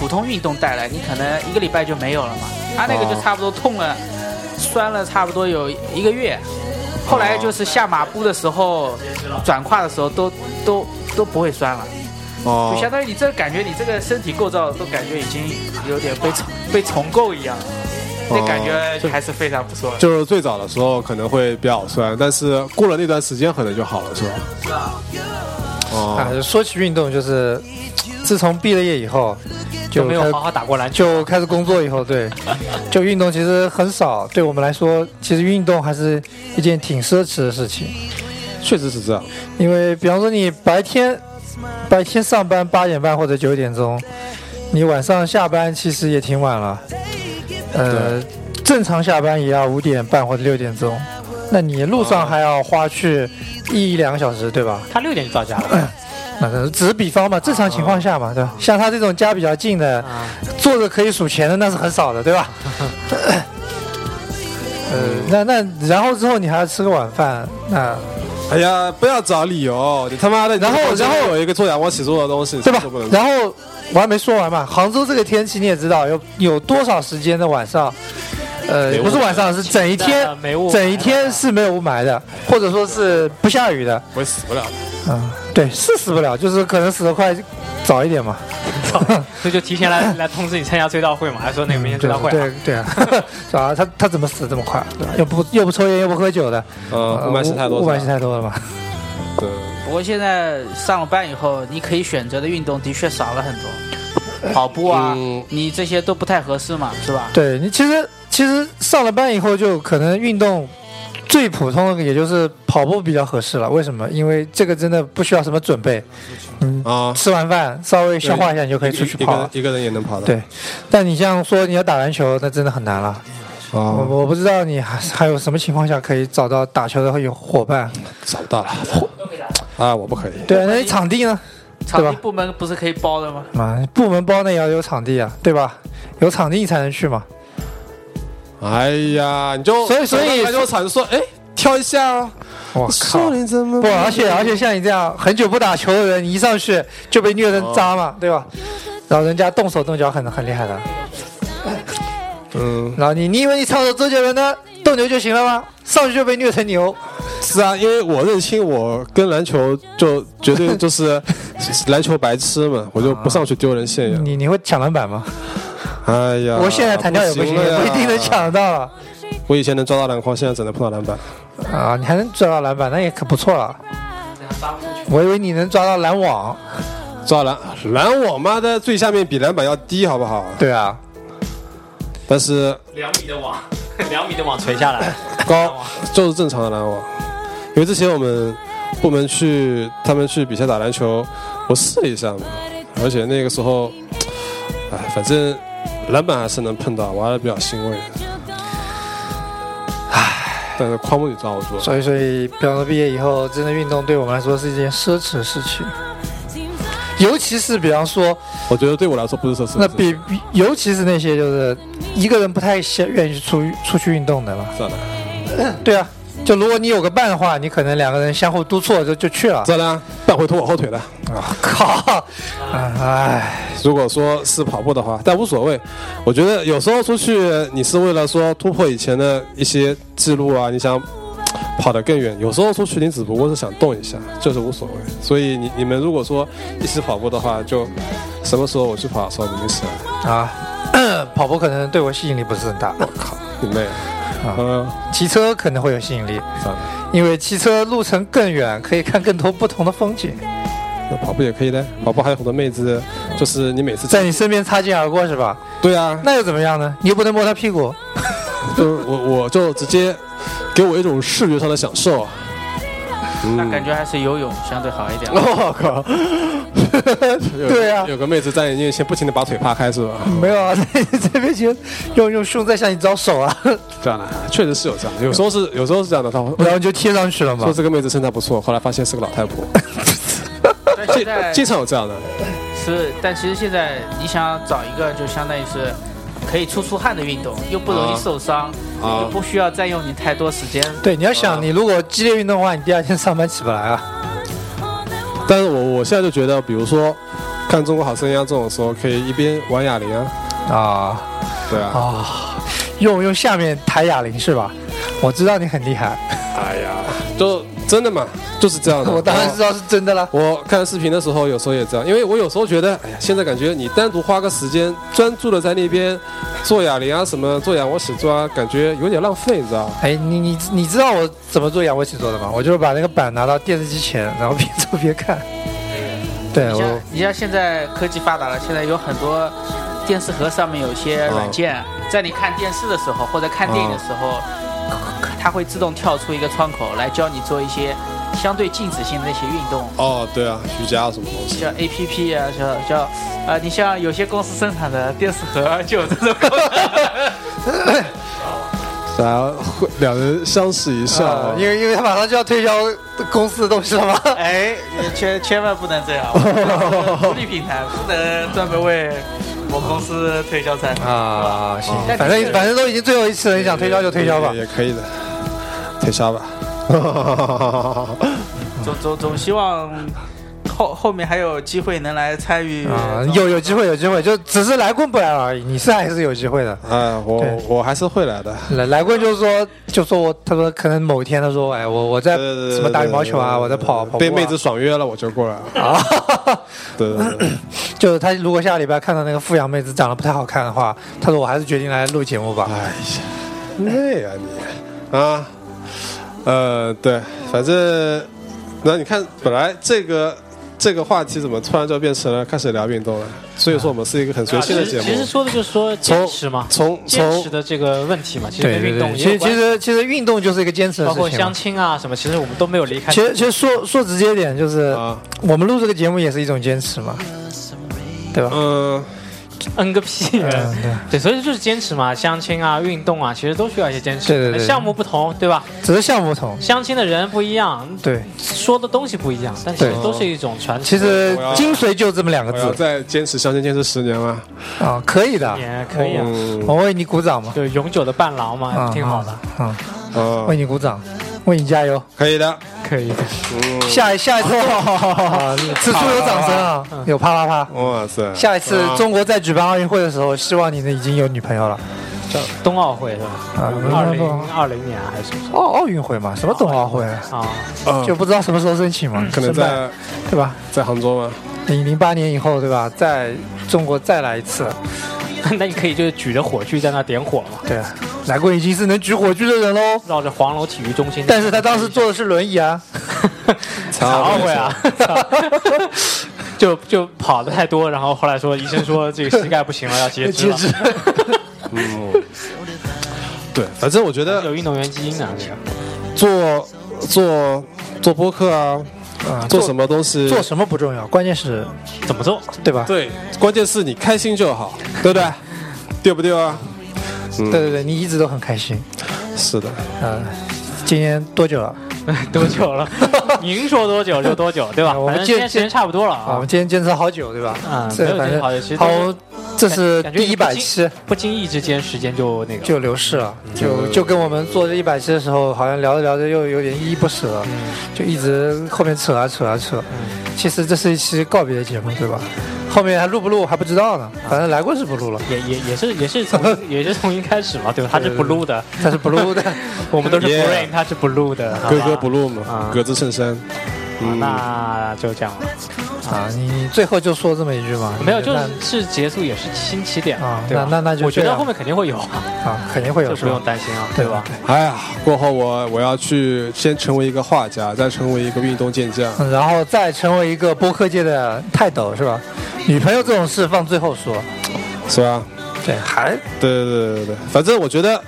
Speaker 7: 普通运动带来，你可能一个礼拜就没有了嘛。他那个就差不多痛了，酸了差不多有一个月，后来就是下马步的时候、转胯的时候都都都不会酸了。
Speaker 6: 哦
Speaker 7: 就相当于你这感觉，你这个身体构造都感觉已经有点被重被重构一样，
Speaker 6: 哦
Speaker 7: 那感觉还是非常不错的。
Speaker 6: 啊就是最早的时候可能会比较酸，但是过了那段时间可能就好了，是吧？
Speaker 4: 啊
Speaker 6: 哦，，
Speaker 4: 说起运动，就是自从毕了业以后，就
Speaker 5: 就没有
Speaker 4: 开始
Speaker 5: 好好打过篮球。
Speaker 4: 就开始工作以后， [LAUGHS] 对，就运动其实很少。对我们来说，其实运动还是一件挺奢侈的事情，
Speaker 6: 确实是这样。
Speaker 4: 因为比方说你白天白天上班八点半或者九点钟，你晚上下班其实也挺晚了，呃，正常下班也要五点半或者六点钟，那你路上还要花去一两个小时，对吧？
Speaker 5: 他六点就到家
Speaker 4: 呃
Speaker 5: 了，
Speaker 4: 那只是比方嘛，正常情况下
Speaker 6: 啊
Speaker 4: 嘛，对吧？像他这种家比较近的，坐着可以数钱的那是很少的，
Speaker 6: [LAUGHS]
Speaker 4: 对吧？呃，那那然后之后你还要吃个晚饭，那
Speaker 6: 哎呀，不要找理由，你他妈的！
Speaker 4: 然后
Speaker 6: 你他妈
Speaker 4: 然后
Speaker 6: 有一个做仰卧起坐的东西，
Speaker 4: 对吧
Speaker 6: 这不能？
Speaker 4: 然后我还没说完嘛，杭州这个天气你也知道，有有多少时间的晚上，呃
Speaker 6: 没，雾
Speaker 4: 不是晚上，是整一天
Speaker 5: 的呃没雾，霾
Speaker 4: 整一天是没有雾霾的，或者说是不下雨的，
Speaker 6: 我也死不了的。
Speaker 4: 嗯，对，是死不了，就是可能死得快，早一点嘛。
Speaker 5: 所以就提前来来通知你参加追悼会嘛，还说那个明天追
Speaker 4: 嗯对
Speaker 5: 悼会啊。
Speaker 4: 对对啊， [LAUGHS] 是吧？他他怎么死得这么快？对吧？又不又不抽烟又不喝酒的，呃
Speaker 6: 嗯，雾霾是太多，
Speaker 4: 雾霾是太多了吧？
Speaker 6: 对，
Speaker 7: 不过现在上了班以后，你可以选择的运动的确少了很多，跑步啊，
Speaker 6: 嗯
Speaker 7: 你这些都不太合适嘛，是吧？
Speaker 4: 对你其实其实上了班以后就可能运动最普通的也就是跑步比较合适了。为什么？因为这个真的不需要什么准备，嗯，
Speaker 6: 啊，
Speaker 4: 吃完饭稍微消化一下你就可以出去
Speaker 6: 一
Speaker 4: 跑了。
Speaker 6: 一个人一个人也能跑的。
Speaker 4: 对，但你像说你要打篮球，那真的很难了。我
Speaker 6: 哦，
Speaker 4: 我不知道你还还有什么情况下可以找到打球的有伙伴。
Speaker 6: 找不到了，啊，我不可以。
Speaker 4: 对，那你场地呢？
Speaker 7: 场
Speaker 4: 对
Speaker 7: 地
Speaker 4: 吧
Speaker 7: 部门不是可以包的
Speaker 6: 嗯
Speaker 7: 吗？
Speaker 4: 嘛，啊部门包那也要有场地啊，对吧？有场地才能去嘛。
Speaker 6: 哎呀，你就
Speaker 4: 所以所以
Speaker 6: 他就产说，哎，挑一下啊。
Speaker 4: 我靠！
Speaker 6: 你怎么
Speaker 4: 不，而且而且像你这样很久不打球的人，你一上去就被虐成渣嘛，对吧？然后人家动手动脚很很厉害的，
Speaker 6: 嗯，
Speaker 4: 然后你你以为你唱首周杰伦的《斗牛》就行了吗？上去就被虐成牛，
Speaker 6: 是啊，因为我认清我跟篮球就绝
Speaker 4: [LAUGHS]
Speaker 6: 对就是篮球白痴嘛，我就不上去丢人现眼。
Speaker 4: 你你会抢篮板吗？
Speaker 6: 哎呀，
Speaker 4: 啊我现在弹跳也啊不行，啊
Speaker 6: 了
Speaker 4: 也
Speaker 6: 呀
Speaker 4: 不一定能抢得到啊了
Speaker 6: 我以前能抓到篮筐，现在只能碰到篮板。
Speaker 4: 啊！你还能抓到篮板，那也可不错了。我以为你能抓到篮网，
Speaker 6: 抓篮篮网妈的最下面比篮板要低，好不好？
Speaker 4: 对啊，
Speaker 6: 但是
Speaker 5: 两米的网， [LAUGHS] 两米的网垂下来，
Speaker 6: 高就是正常的篮网。因为之前我们部门去他们去比赛打篮球，我试了一下嘛，而且那个时候，哎，反正篮板还是能碰到，我还是比较欣慰的。唉，但是框不你抓不住。
Speaker 4: 所以所以，比方说毕业以后，真的运动对我们来说是一件奢侈的事情，尤其是比方说。
Speaker 6: 我觉得对我来说不是奢侈。
Speaker 4: 那比比尤其是那些就是一个人不太想愿意去出出去运动的嘛。
Speaker 6: 算了，
Speaker 4: 对啊，就如果你有个伴的话，你可能两个人相互督促就就去了。
Speaker 6: 算了，啊半会拖我后腿的。
Speaker 4: 靠，啊唉，
Speaker 6: 如果说是跑步的话，但无所谓。我觉得有时候出去，你是为了说突破以前的一些记录啊，你想跑得更远。有时候出去，你只不过是想动一下，就是无所谓。所以你你们如果说一起跑步的话，就什么时候我去跑的时候，你们起来。
Speaker 4: 啊， [CLEARS THROAT] 跑步可能对我吸引力不是很大，
Speaker 6: 靠，你妹！嗯，
Speaker 4: 骑车可能会有吸引力，
Speaker 6: 算了，
Speaker 4: 因为骑车路程更远，可以看更多不同的风景，
Speaker 6: 那跑步也可以的。跑步还有很多妹子，就是你每次
Speaker 4: 在你身边擦肩而过是吧？
Speaker 6: 对啊，
Speaker 4: 那又怎么样呢？你又不能摸她屁股，
Speaker 6: 就是我我就直接给我一种视觉上的享受啊。
Speaker 7: 那感觉还是游泳相对好一点。
Speaker 6: 哦我 [LAUGHS] 靠！
Speaker 4: 对啊
Speaker 6: 有个妹子在你面前不停的把腿扒开是吧？
Speaker 4: 没有啊， [LAUGHS] 在你这边就用用胸在向你招手 [LAUGHS] 啊，
Speaker 6: 这样的，确实是有这样的，有时候是有时候是这样的。她会
Speaker 4: 然后你就贴上去了嘛
Speaker 6: 说。这个妹子身材不错，后来发现是个老太 [LAUGHS] 婆，
Speaker 7: 但现在
Speaker 6: 经常有这样的。
Speaker 7: 是，但其实现在你想找一个就相当于是可以出出汗的运动，又不容易受伤，
Speaker 6: 啊
Speaker 7: 又不需要占用你太多时间。
Speaker 4: 对，你要想，你如果激烈运啊动的话，你第二天上班起不来啊。
Speaker 6: 但是我我现在就觉得，比如说看《中国好声音》啊这种时候，可以一边玩哑铃啊，
Speaker 4: 啊
Speaker 6: 对啊，
Speaker 4: 啊，用用下面抬哑铃是吧？我知道你很厉害，
Speaker 6: 哎呀，就真的嘛，就是这 [LAUGHS] 样的。
Speaker 4: 我当然知道是真的啦。
Speaker 6: 我看视频的时候，有时候也这样，因为我有时候觉得，哎呀，现在感觉你单独花个时间，专注的在那边做哑铃啊什么做仰卧起坐啊，感觉有点浪费，你知道吗？
Speaker 4: 哎，你你你知道我怎么做仰卧起坐的吗？我就是把那个板拿到电视机前，然后边做边看。对，
Speaker 7: 你像
Speaker 4: 我
Speaker 7: 你像现在科技发达了，现在有很多电视盒上面有一
Speaker 4: 啊
Speaker 7: 些软件，在你看电视的时候或者看电影的时候，可它会自动跳出一个窗口来教你做一些相对静止性的一些运动。
Speaker 6: 哦，对啊，瑜伽什么东西，
Speaker 7: 像 A P P 啊，叫叫，呃，你像有些公司生产的电视盒就有这种功能。 [LAUGHS]
Speaker 6: 然后会两人相视一笑、
Speaker 4: 啊，因为因为他马上就要推销公司的东西了嘛。
Speaker 7: 哎，你千千万不能这样，我们是独立平台不能专门为我公司推销产品。
Speaker 4: 啊，行
Speaker 7: 但，
Speaker 4: 反
Speaker 7: 你
Speaker 4: 正
Speaker 7: 是
Speaker 4: 反正都已经最后一次了，你想推销就推销吧
Speaker 6: 也。也可以的，推销吧。
Speaker 4: [LAUGHS]
Speaker 6: 啊，
Speaker 7: 总总总希望后后面还有机会能来参与
Speaker 4: 啊，有有机会有机会，就只是来棍不来而已。你是还是有机会的。
Speaker 6: 哎我
Speaker 4: 对
Speaker 6: 我还是会来的。
Speaker 4: 来来棍就说就说我，他说可能某天他说，哎，我我在
Speaker 6: 对对对对
Speaker 4: 什么打羽毛球啊，我在跑跑步啊
Speaker 6: 被妹子爽约了我就过来了。
Speaker 4: 啊，
Speaker 6: 对对对，
Speaker 4: [LAUGHS] 就是他如果下礼拜看到那个富阳妹子长得不太好看的话，他说我还是决定来录节目吧。
Speaker 6: 哎呀，
Speaker 4: [LAUGHS]
Speaker 6: 累啊你啊，呃，对，反正那你看，本来这个这个话题怎么突然就变成了开始聊运动了？所以说我们是一个很随性
Speaker 4: 啊
Speaker 6: 的节目
Speaker 5: 其实，说的就是说坚
Speaker 6: 从
Speaker 5: 持嘛，
Speaker 6: 从
Speaker 5: 坚持
Speaker 6: 从
Speaker 5: 的这个问题嘛，其实
Speaker 4: 对
Speaker 5: 跟
Speaker 4: 对
Speaker 5: 运动
Speaker 4: 对，其
Speaker 5: 也
Speaker 4: 实
Speaker 5: 有关
Speaker 4: 其
Speaker 5: 系，
Speaker 4: 实其实运动就是一个坚持的
Speaker 5: 包括
Speaker 4: 事情
Speaker 5: 相
Speaker 4: 嘛。
Speaker 5: 亲啊什么，其实我们都没有离开。
Speaker 4: 其实其实说说直接点，就是
Speaker 6: 啊，
Speaker 4: 我们录这个节目也是一种坚持嘛，对吧？
Speaker 6: 嗯，
Speaker 5: 嗯个屁！
Speaker 4: 嗯，对。
Speaker 5: 对，所以就是坚持嘛，相亲啊、运动啊，其实都需要一些坚持。
Speaker 4: 对对对对
Speaker 5: 项目不同，对吧？
Speaker 4: 只是项目不同。
Speaker 5: 相亲的人不一样，
Speaker 4: 对，
Speaker 5: 说的东西不一样，但其实
Speaker 4: 对
Speaker 5: 都是一种传承。
Speaker 4: 其实
Speaker 6: 我要
Speaker 4: 精髓就这么两个
Speaker 6: 我要
Speaker 4: 字
Speaker 6: 再坚持相亲坚持十年吗？
Speaker 4: 啊，可以的，哦
Speaker 5: 也可以啊，
Speaker 6: 嗯
Speaker 4: 我为你鼓掌嘛，
Speaker 5: 就永久的伴郎嘛，
Speaker 4: 啊，
Speaker 5: 挺好的。
Speaker 4: 啊，
Speaker 6: 啊
Speaker 4: 为，你鼓掌，为你加油，
Speaker 6: 可以的，
Speaker 5: 可以的，
Speaker 4: 下下一次啊，此处有掌声啊，有啪啪啪。
Speaker 6: 哇塞，啊
Speaker 4: 下一次中国在举办奥运会的时候，希望你呢已经有女朋友了
Speaker 5: 冬奥会是吧？
Speaker 4: 啊，
Speaker 5: 二零二零年啊还是什么时
Speaker 4: 奥奥运会嘛，什么冬奥会啊，
Speaker 5: 候啊？
Speaker 6: 啊
Speaker 5: [LAUGHS]
Speaker 4: 就不知道什么时候申请嘛，
Speaker 6: 可能
Speaker 4: 申办
Speaker 6: 在
Speaker 4: 对吧？
Speaker 6: 在杭州吗？
Speaker 4: 零零八年以后对吧？在中国再来一次，
Speaker 5: 那你可以就是举着火炬在那点火嘛，
Speaker 4: 对，来过已经是能举火炬的人喽。
Speaker 5: 绕着黄楼体育中心。
Speaker 4: 但是他当时坐的是轮椅啊， [LAUGHS]
Speaker 5: 残奥会啊，
Speaker 4: [LAUGHS]
Speaker 5: 就就跑的太多，然后后来说医生说这个膝盖不行了，要截肢了。
Speaker 6: 对，反正我觉得
Speaker 5: 有运动员基因的这个，
Speaker 6: 做做做播客啊，
Speaker 4: 啊，
Speaker 6: 做什么东西，
Speaker 4: 做什么不重要，关键是
Speaker 5: 怎么做？
Speaker 4: 对吧？
Speaker 6: 对，关键是你开心就好，对不对？对不对啊？
Speaker 4: 对对对，你一直都很开心。
Speaker 6: 是的，
Speaker 4: 嗯，今年多久了？
Speaker 5: [LAUGHS] 多久
Speaker 4: [LAUGHS]
Speaker 5: 了？您说多久就多久，对吧？
Speaker 4: 我们
Speaker 5: 反正今
Speaker 4: 见
Speaker 5: 天时间差不多了
Speaker 4: 啊，我
Speaker 5: 啊
Speaker 4: 们。今天坚持了好久，对吧？
Speaker 5: 嗯
Speaker 4: 这
Speaker 5: 没有
Speaker 4: 反
Speaker 5: 坚持
Speaker 4: 正
Speaker 5: 好久其实都
Speaker 4: 好，这是
Speaker 5: 感觉
Speaker 4: 第一百期
Speaker 5: 不经嗯意之间时间就那个
Speaker 4: 就流逝了，就就跟我们做这一百期的时候，好像聊着聊着又有点依依不舍，
Speaker 5: 嗯
Speaker 4: 就一直后面扯啊扯啊扯。其实这是一期告别节目，对吧？后面还录不录还不知道呢，
Speaker 5: 啊
Speaker 4: 反正来过是不录了，
Speaker 5: 也也也是也
Speaker 4: [LAUGHS]
Speaker 5: 是从也是从一开始嘛，对吧？他是不录的，
Speaker 4: 但是不
Speaker 5: [LAUGHS]
Speaker 4: 录的。 [LAUGHS]
Speaker 5: 我们都是
Speaker 6: Yeah
Speaker 5: brain，他是不录的，好吧
Speaker 6: 哥哥不录嘛
Speaker 5: 啊，
Speaker 6: 格子衬衫，
Speaker 5: 啊那就这样了。
Speaker 4: 啊，你你最后就说这么一句嘛？
Speaker 5: 没有，就
Speaker 4: 那
Speaker 5: 是是结束也是新起点
Speaker 4: 啊
Speaker 5: 对吧？
Speaker 4: 那那那就
Speaker 5: 我觉
Speaker 4: 这
Speaker 5: 得
Speaker 4: 样
Speaker 5: 后面肯定会有，
Speaker 4: 啊，肯定会有
Speaker 5: 这
Speaker 4: 是
Speaker 5: 不
Speaker 4: 吧
Speaker 5: 用？担心啊，
Speaker 4: 对
Speaker 5: 吧？
Speaker 6: 哎呀，过后我我要去先成为一个画家，再成为一个运动健将。
Speaker 4: 嗯然后再成为一个播客界的泰斗是吧？女朋友这种事放最后说，
Speaker 6: 是吧？
Speaker 4: 对，还
Speaker 6: 对对对对对，反正我觉得，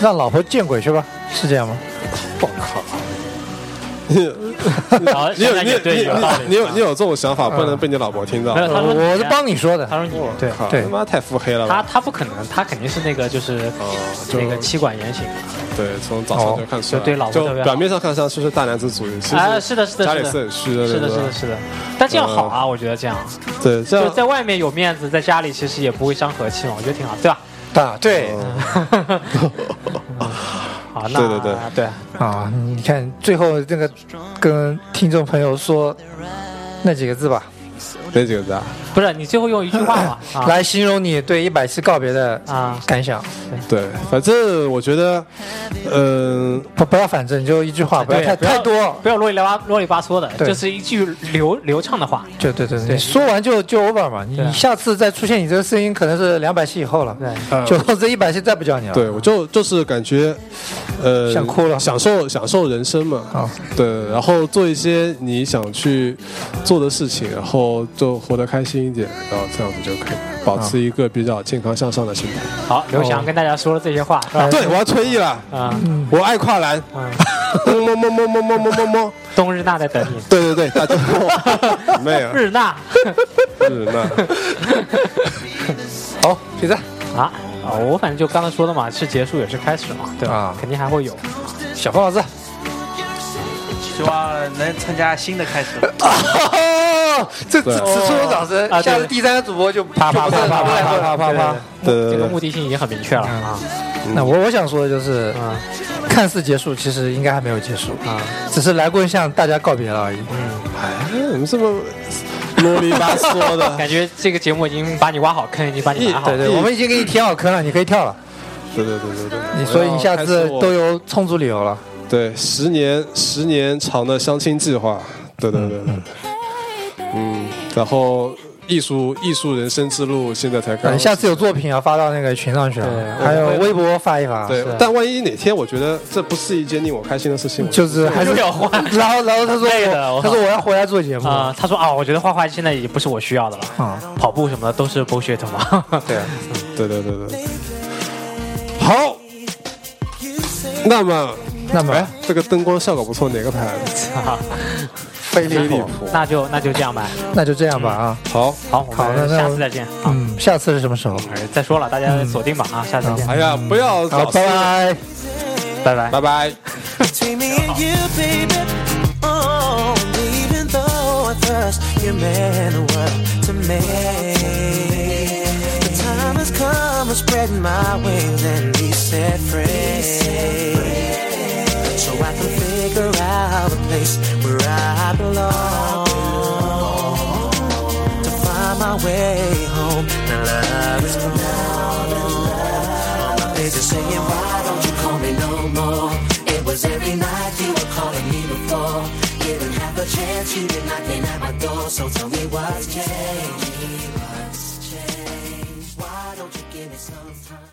Speaker 4: 让老婆见鬼去吧？是这样吗？
Speaker 6: 我靠，你 [LAUGHS]
Speaker 5: 好，
Speaker 6: 你有
Speaker 5: 现在
Speaker 6: 你
Speaker 5: 也
Speaker 6: 有
Speaker 5: 对，有道理。嗯呃
Speaker 6: 你有你有这种想法，不能被你老婆听到
Speaker 5: 没。有，他说
Speaker 4: 呃我是
Speaker 5: 你啊
Speaker 4: 帮你说的
Speaker 5: 他，说你
Speaker 6: 对靠，
Speaker 4: 对
Speaker 6: 他妈太腹黑了
Speaker 5: 他
Speaker 6: 吧？
Speaker 5: 他不可能，他肯定是那个就是呃
Speaker 6: 哦就
Speaker 5: 那个妻管严刑。
Speaker 6: 对，从早上就看出来
Speaker 5: 哦就对老
Speaker 6: 了，
Speaker 5: 婆
Speaker 6: 就
Speaker 5: 特别好
Speaker 6: 表面上看上去是大男子主义，其实
Speaker 5: 啊，是的，是的，
Speaker 6: 家
Speaker 5: 是
Speaker 6: 里
Speaker 5: 的，
Speaker 6: 是很虚的，
Speaker 5: 是
Speaker 6: 对
Speaker 5: 的，是
Speaker 6: 吧呃
Speaker 5: 的，是的。但这样好啊，我觉得这样，
Speaker 6: 对，这
Speaker 5: 就
Speaker 6: 样
Speaker 5: 在外面有面子，在家里其实也不会伤和气嘛，我觉得挺好，对吧？
Speaker 4: 啊，对
Speaker 6: [LAUGHS]
Speaker 5: 好，那
Speaker 6: 对对对
Speaker 5: 对，
Speaker 4: 啊，你看最后那个跟听众朋友说那几个字吧，
Speaker 6: 那几个字啊？
Speaker 5: 不是你最后用一句话吧？
Speaker 6: [LAUGHS]
Speaker 5: 啊
Speaker 4: 来形容你对一百期告别的
Speaker 5: 啊
Speaker 4: 感想。
Speaker 6: 对，反正我觉得，嗯、
Speaker 4: 不不要反正，就一句话，不要
Speaker 5: 啊对
Speaker 4: 太
Speaker 5: 不要
Speaker 4: 太多。
Speaker 5: 不要啰里吧啰里吧嗦的，
Speaker 4: 对
Speaker 5: 就是一句流流畅的话。
Speaker 4: 就对对对，
Speaker 5: 对
Speaker 4: 你说完就就 over 嘛。你
Speaker 5: 对啊
Speaker 4: 你下次再出现你这个声音，可能是两百期以后了。
Speaker 5: 对，
Speaker 6: 呃
Speaker 4: 就这一百期再不叫你了。
Speaker 6: 对，我就就是感觉，呃，
Speaker 4: 想哭了
Speaker 6: 享受享受人生嘛
Speaker 4: 好。
Speaker 6: 对，然后做一些你想去做的事情，然后就活得开心一点，然后这样子就可以了保持一个比较健康向上的心态。
Speaker 5: 好，刘
Speaker 6: 哦
Speaker 5: 翔跟大家说了这些话，是吧？
Speaker 6: 对，我要退役了，
Speaker 5: 啊
Speaker 6: 我爱跨栏，
Speaker 5: 啊，
Speaker 6: 么么么么么么么么么。
Speaker 5: 冬日娜在等
Speaker 6: [LAUGHS]
Speaker 5: 你，
Speaker 6: 对对对，大家好，妹啊，
Speaker 5: 日娜
Speaker 6: 是那
Speaker 4: 好，别再
Speaker 5: 啊啊！我反正就刚才说的嘛，是结束也是开始嘛，对吧
Speaker 4: 啊？
Speaker 5: 肯定还会有。
Speaker 4: 小胖子。
Speaker 7: 希望能参加新的开始。
Speaker 4: 哦， [LAUGHS] 这
Speaker 6: 对
Speaker 4: 此此处有掌声
Speaker 5: 啊。对
Speaker 4: 下次第三个主播就啪
Speaker 5: 啪啪啪啪啪啪啪啪！
Speaker 6: 对对
Speaker 5: 这
Speaker 6: 嗯
Speaker 5: 个
Speaker 6: 对
Speaker 5: 目的性已经很明确了啊
Speaker 4: 那我我想说的就是，
Speaker 5: 啊
Speaker 4: 看似结束，其实应该还没有结束，
Speaker 5: 啊！
Speaker 4: 只是来棍向大家告别了而已。嗯
Speaker 6: 哎，你们这么啰里吧嗦的，
Speaker 5: 感觉这个节目已经把你挖好坑，已经把你埋好
Speaker 4: 对
Speaker 5: 了。
Speaker 4: 对，我们已经给你填好坑了，你可以跳了。
Speaker 6: 对对对对对，
Speaker 4: 你所以你下
Speaker 6: 哦我
Speaker 4: 次
Speaker 6: 要开始我
Speaker 4: 都有充足理由了。
Speaker 6: 对，十年十年长的相亲计划，对对对对，嗯，然后艺术艺术人生之路现在才
Speaker 4: 呃
Speaker 6: 开
Speaker 4: 你
Speaker 6: 始，
Speaker 4: 下次有作品要发到那个群上去啊
Speaker 5: 对我，
Speaker 4: 还有微博发一发。
Speaker 6: 对，但万一哪天我觉得这不是一件令我开心的事情，我
Speaker 4: 就是还是
Speaker 5: 又要换
Speaker 4: 然后然后他说
Speaker 5: 累的
Speaker 4: 我
Speaker 5: 我
Speaker 4: 他说我要回来做节目
Speaker 5: 啊、他说啊，我觉得画画现在已经不是我需要的了，
Speaker 4: 啊
Speaker 5: 跑步什么的都是 bullshit 嘛。 [LAUGHS] 对，
Speaker 6: 嗯对对对对，好，那么
Speaker 4: 那么
Speaker 6: 哎，这个灯光效果不错，哪个 [LAUGHS] 牌子？
Speaker 4: 飞利
Speaker 6: 利
Speaker 4: 浦，
Speaker 6: 浦。
Speaker 5: 那就那就这样吧。
Speaker 4: 那就这样吧啊。
Speaker 6: 好，
Speaker 5: 好，我
Speaker 4: 好那
Speaker 5: 们
Speaker 4: 那
Speaker 5: 下
Speaker 4: 我
Speaker 5: 次再见啊！
Speaker 4: 嗯，下次是什么时候？
Speaker 5: 哎再说了，大家锁定吧啊，下次再见，
Speaker 6: 哎呀，不要
Speaker 4: 好，
Speaker 6: 早
Speaker 4: 拜拜。
Speaker 5: 拜拜。
Speaker 6: 拜拜。
Speaker 3: between me and you, baby. Oh, even though I thirst, you meant the world to me. The time has come, I spread my wings and be set free. So I can figure out a place where I belong. To find my way home, now love is gone. All my days are saying, why don't you call me no more? It was every night you were calling me before. Given half a chance, you been knocking at my door. So tell me what's changed? What's changed? Why don't you give me some time?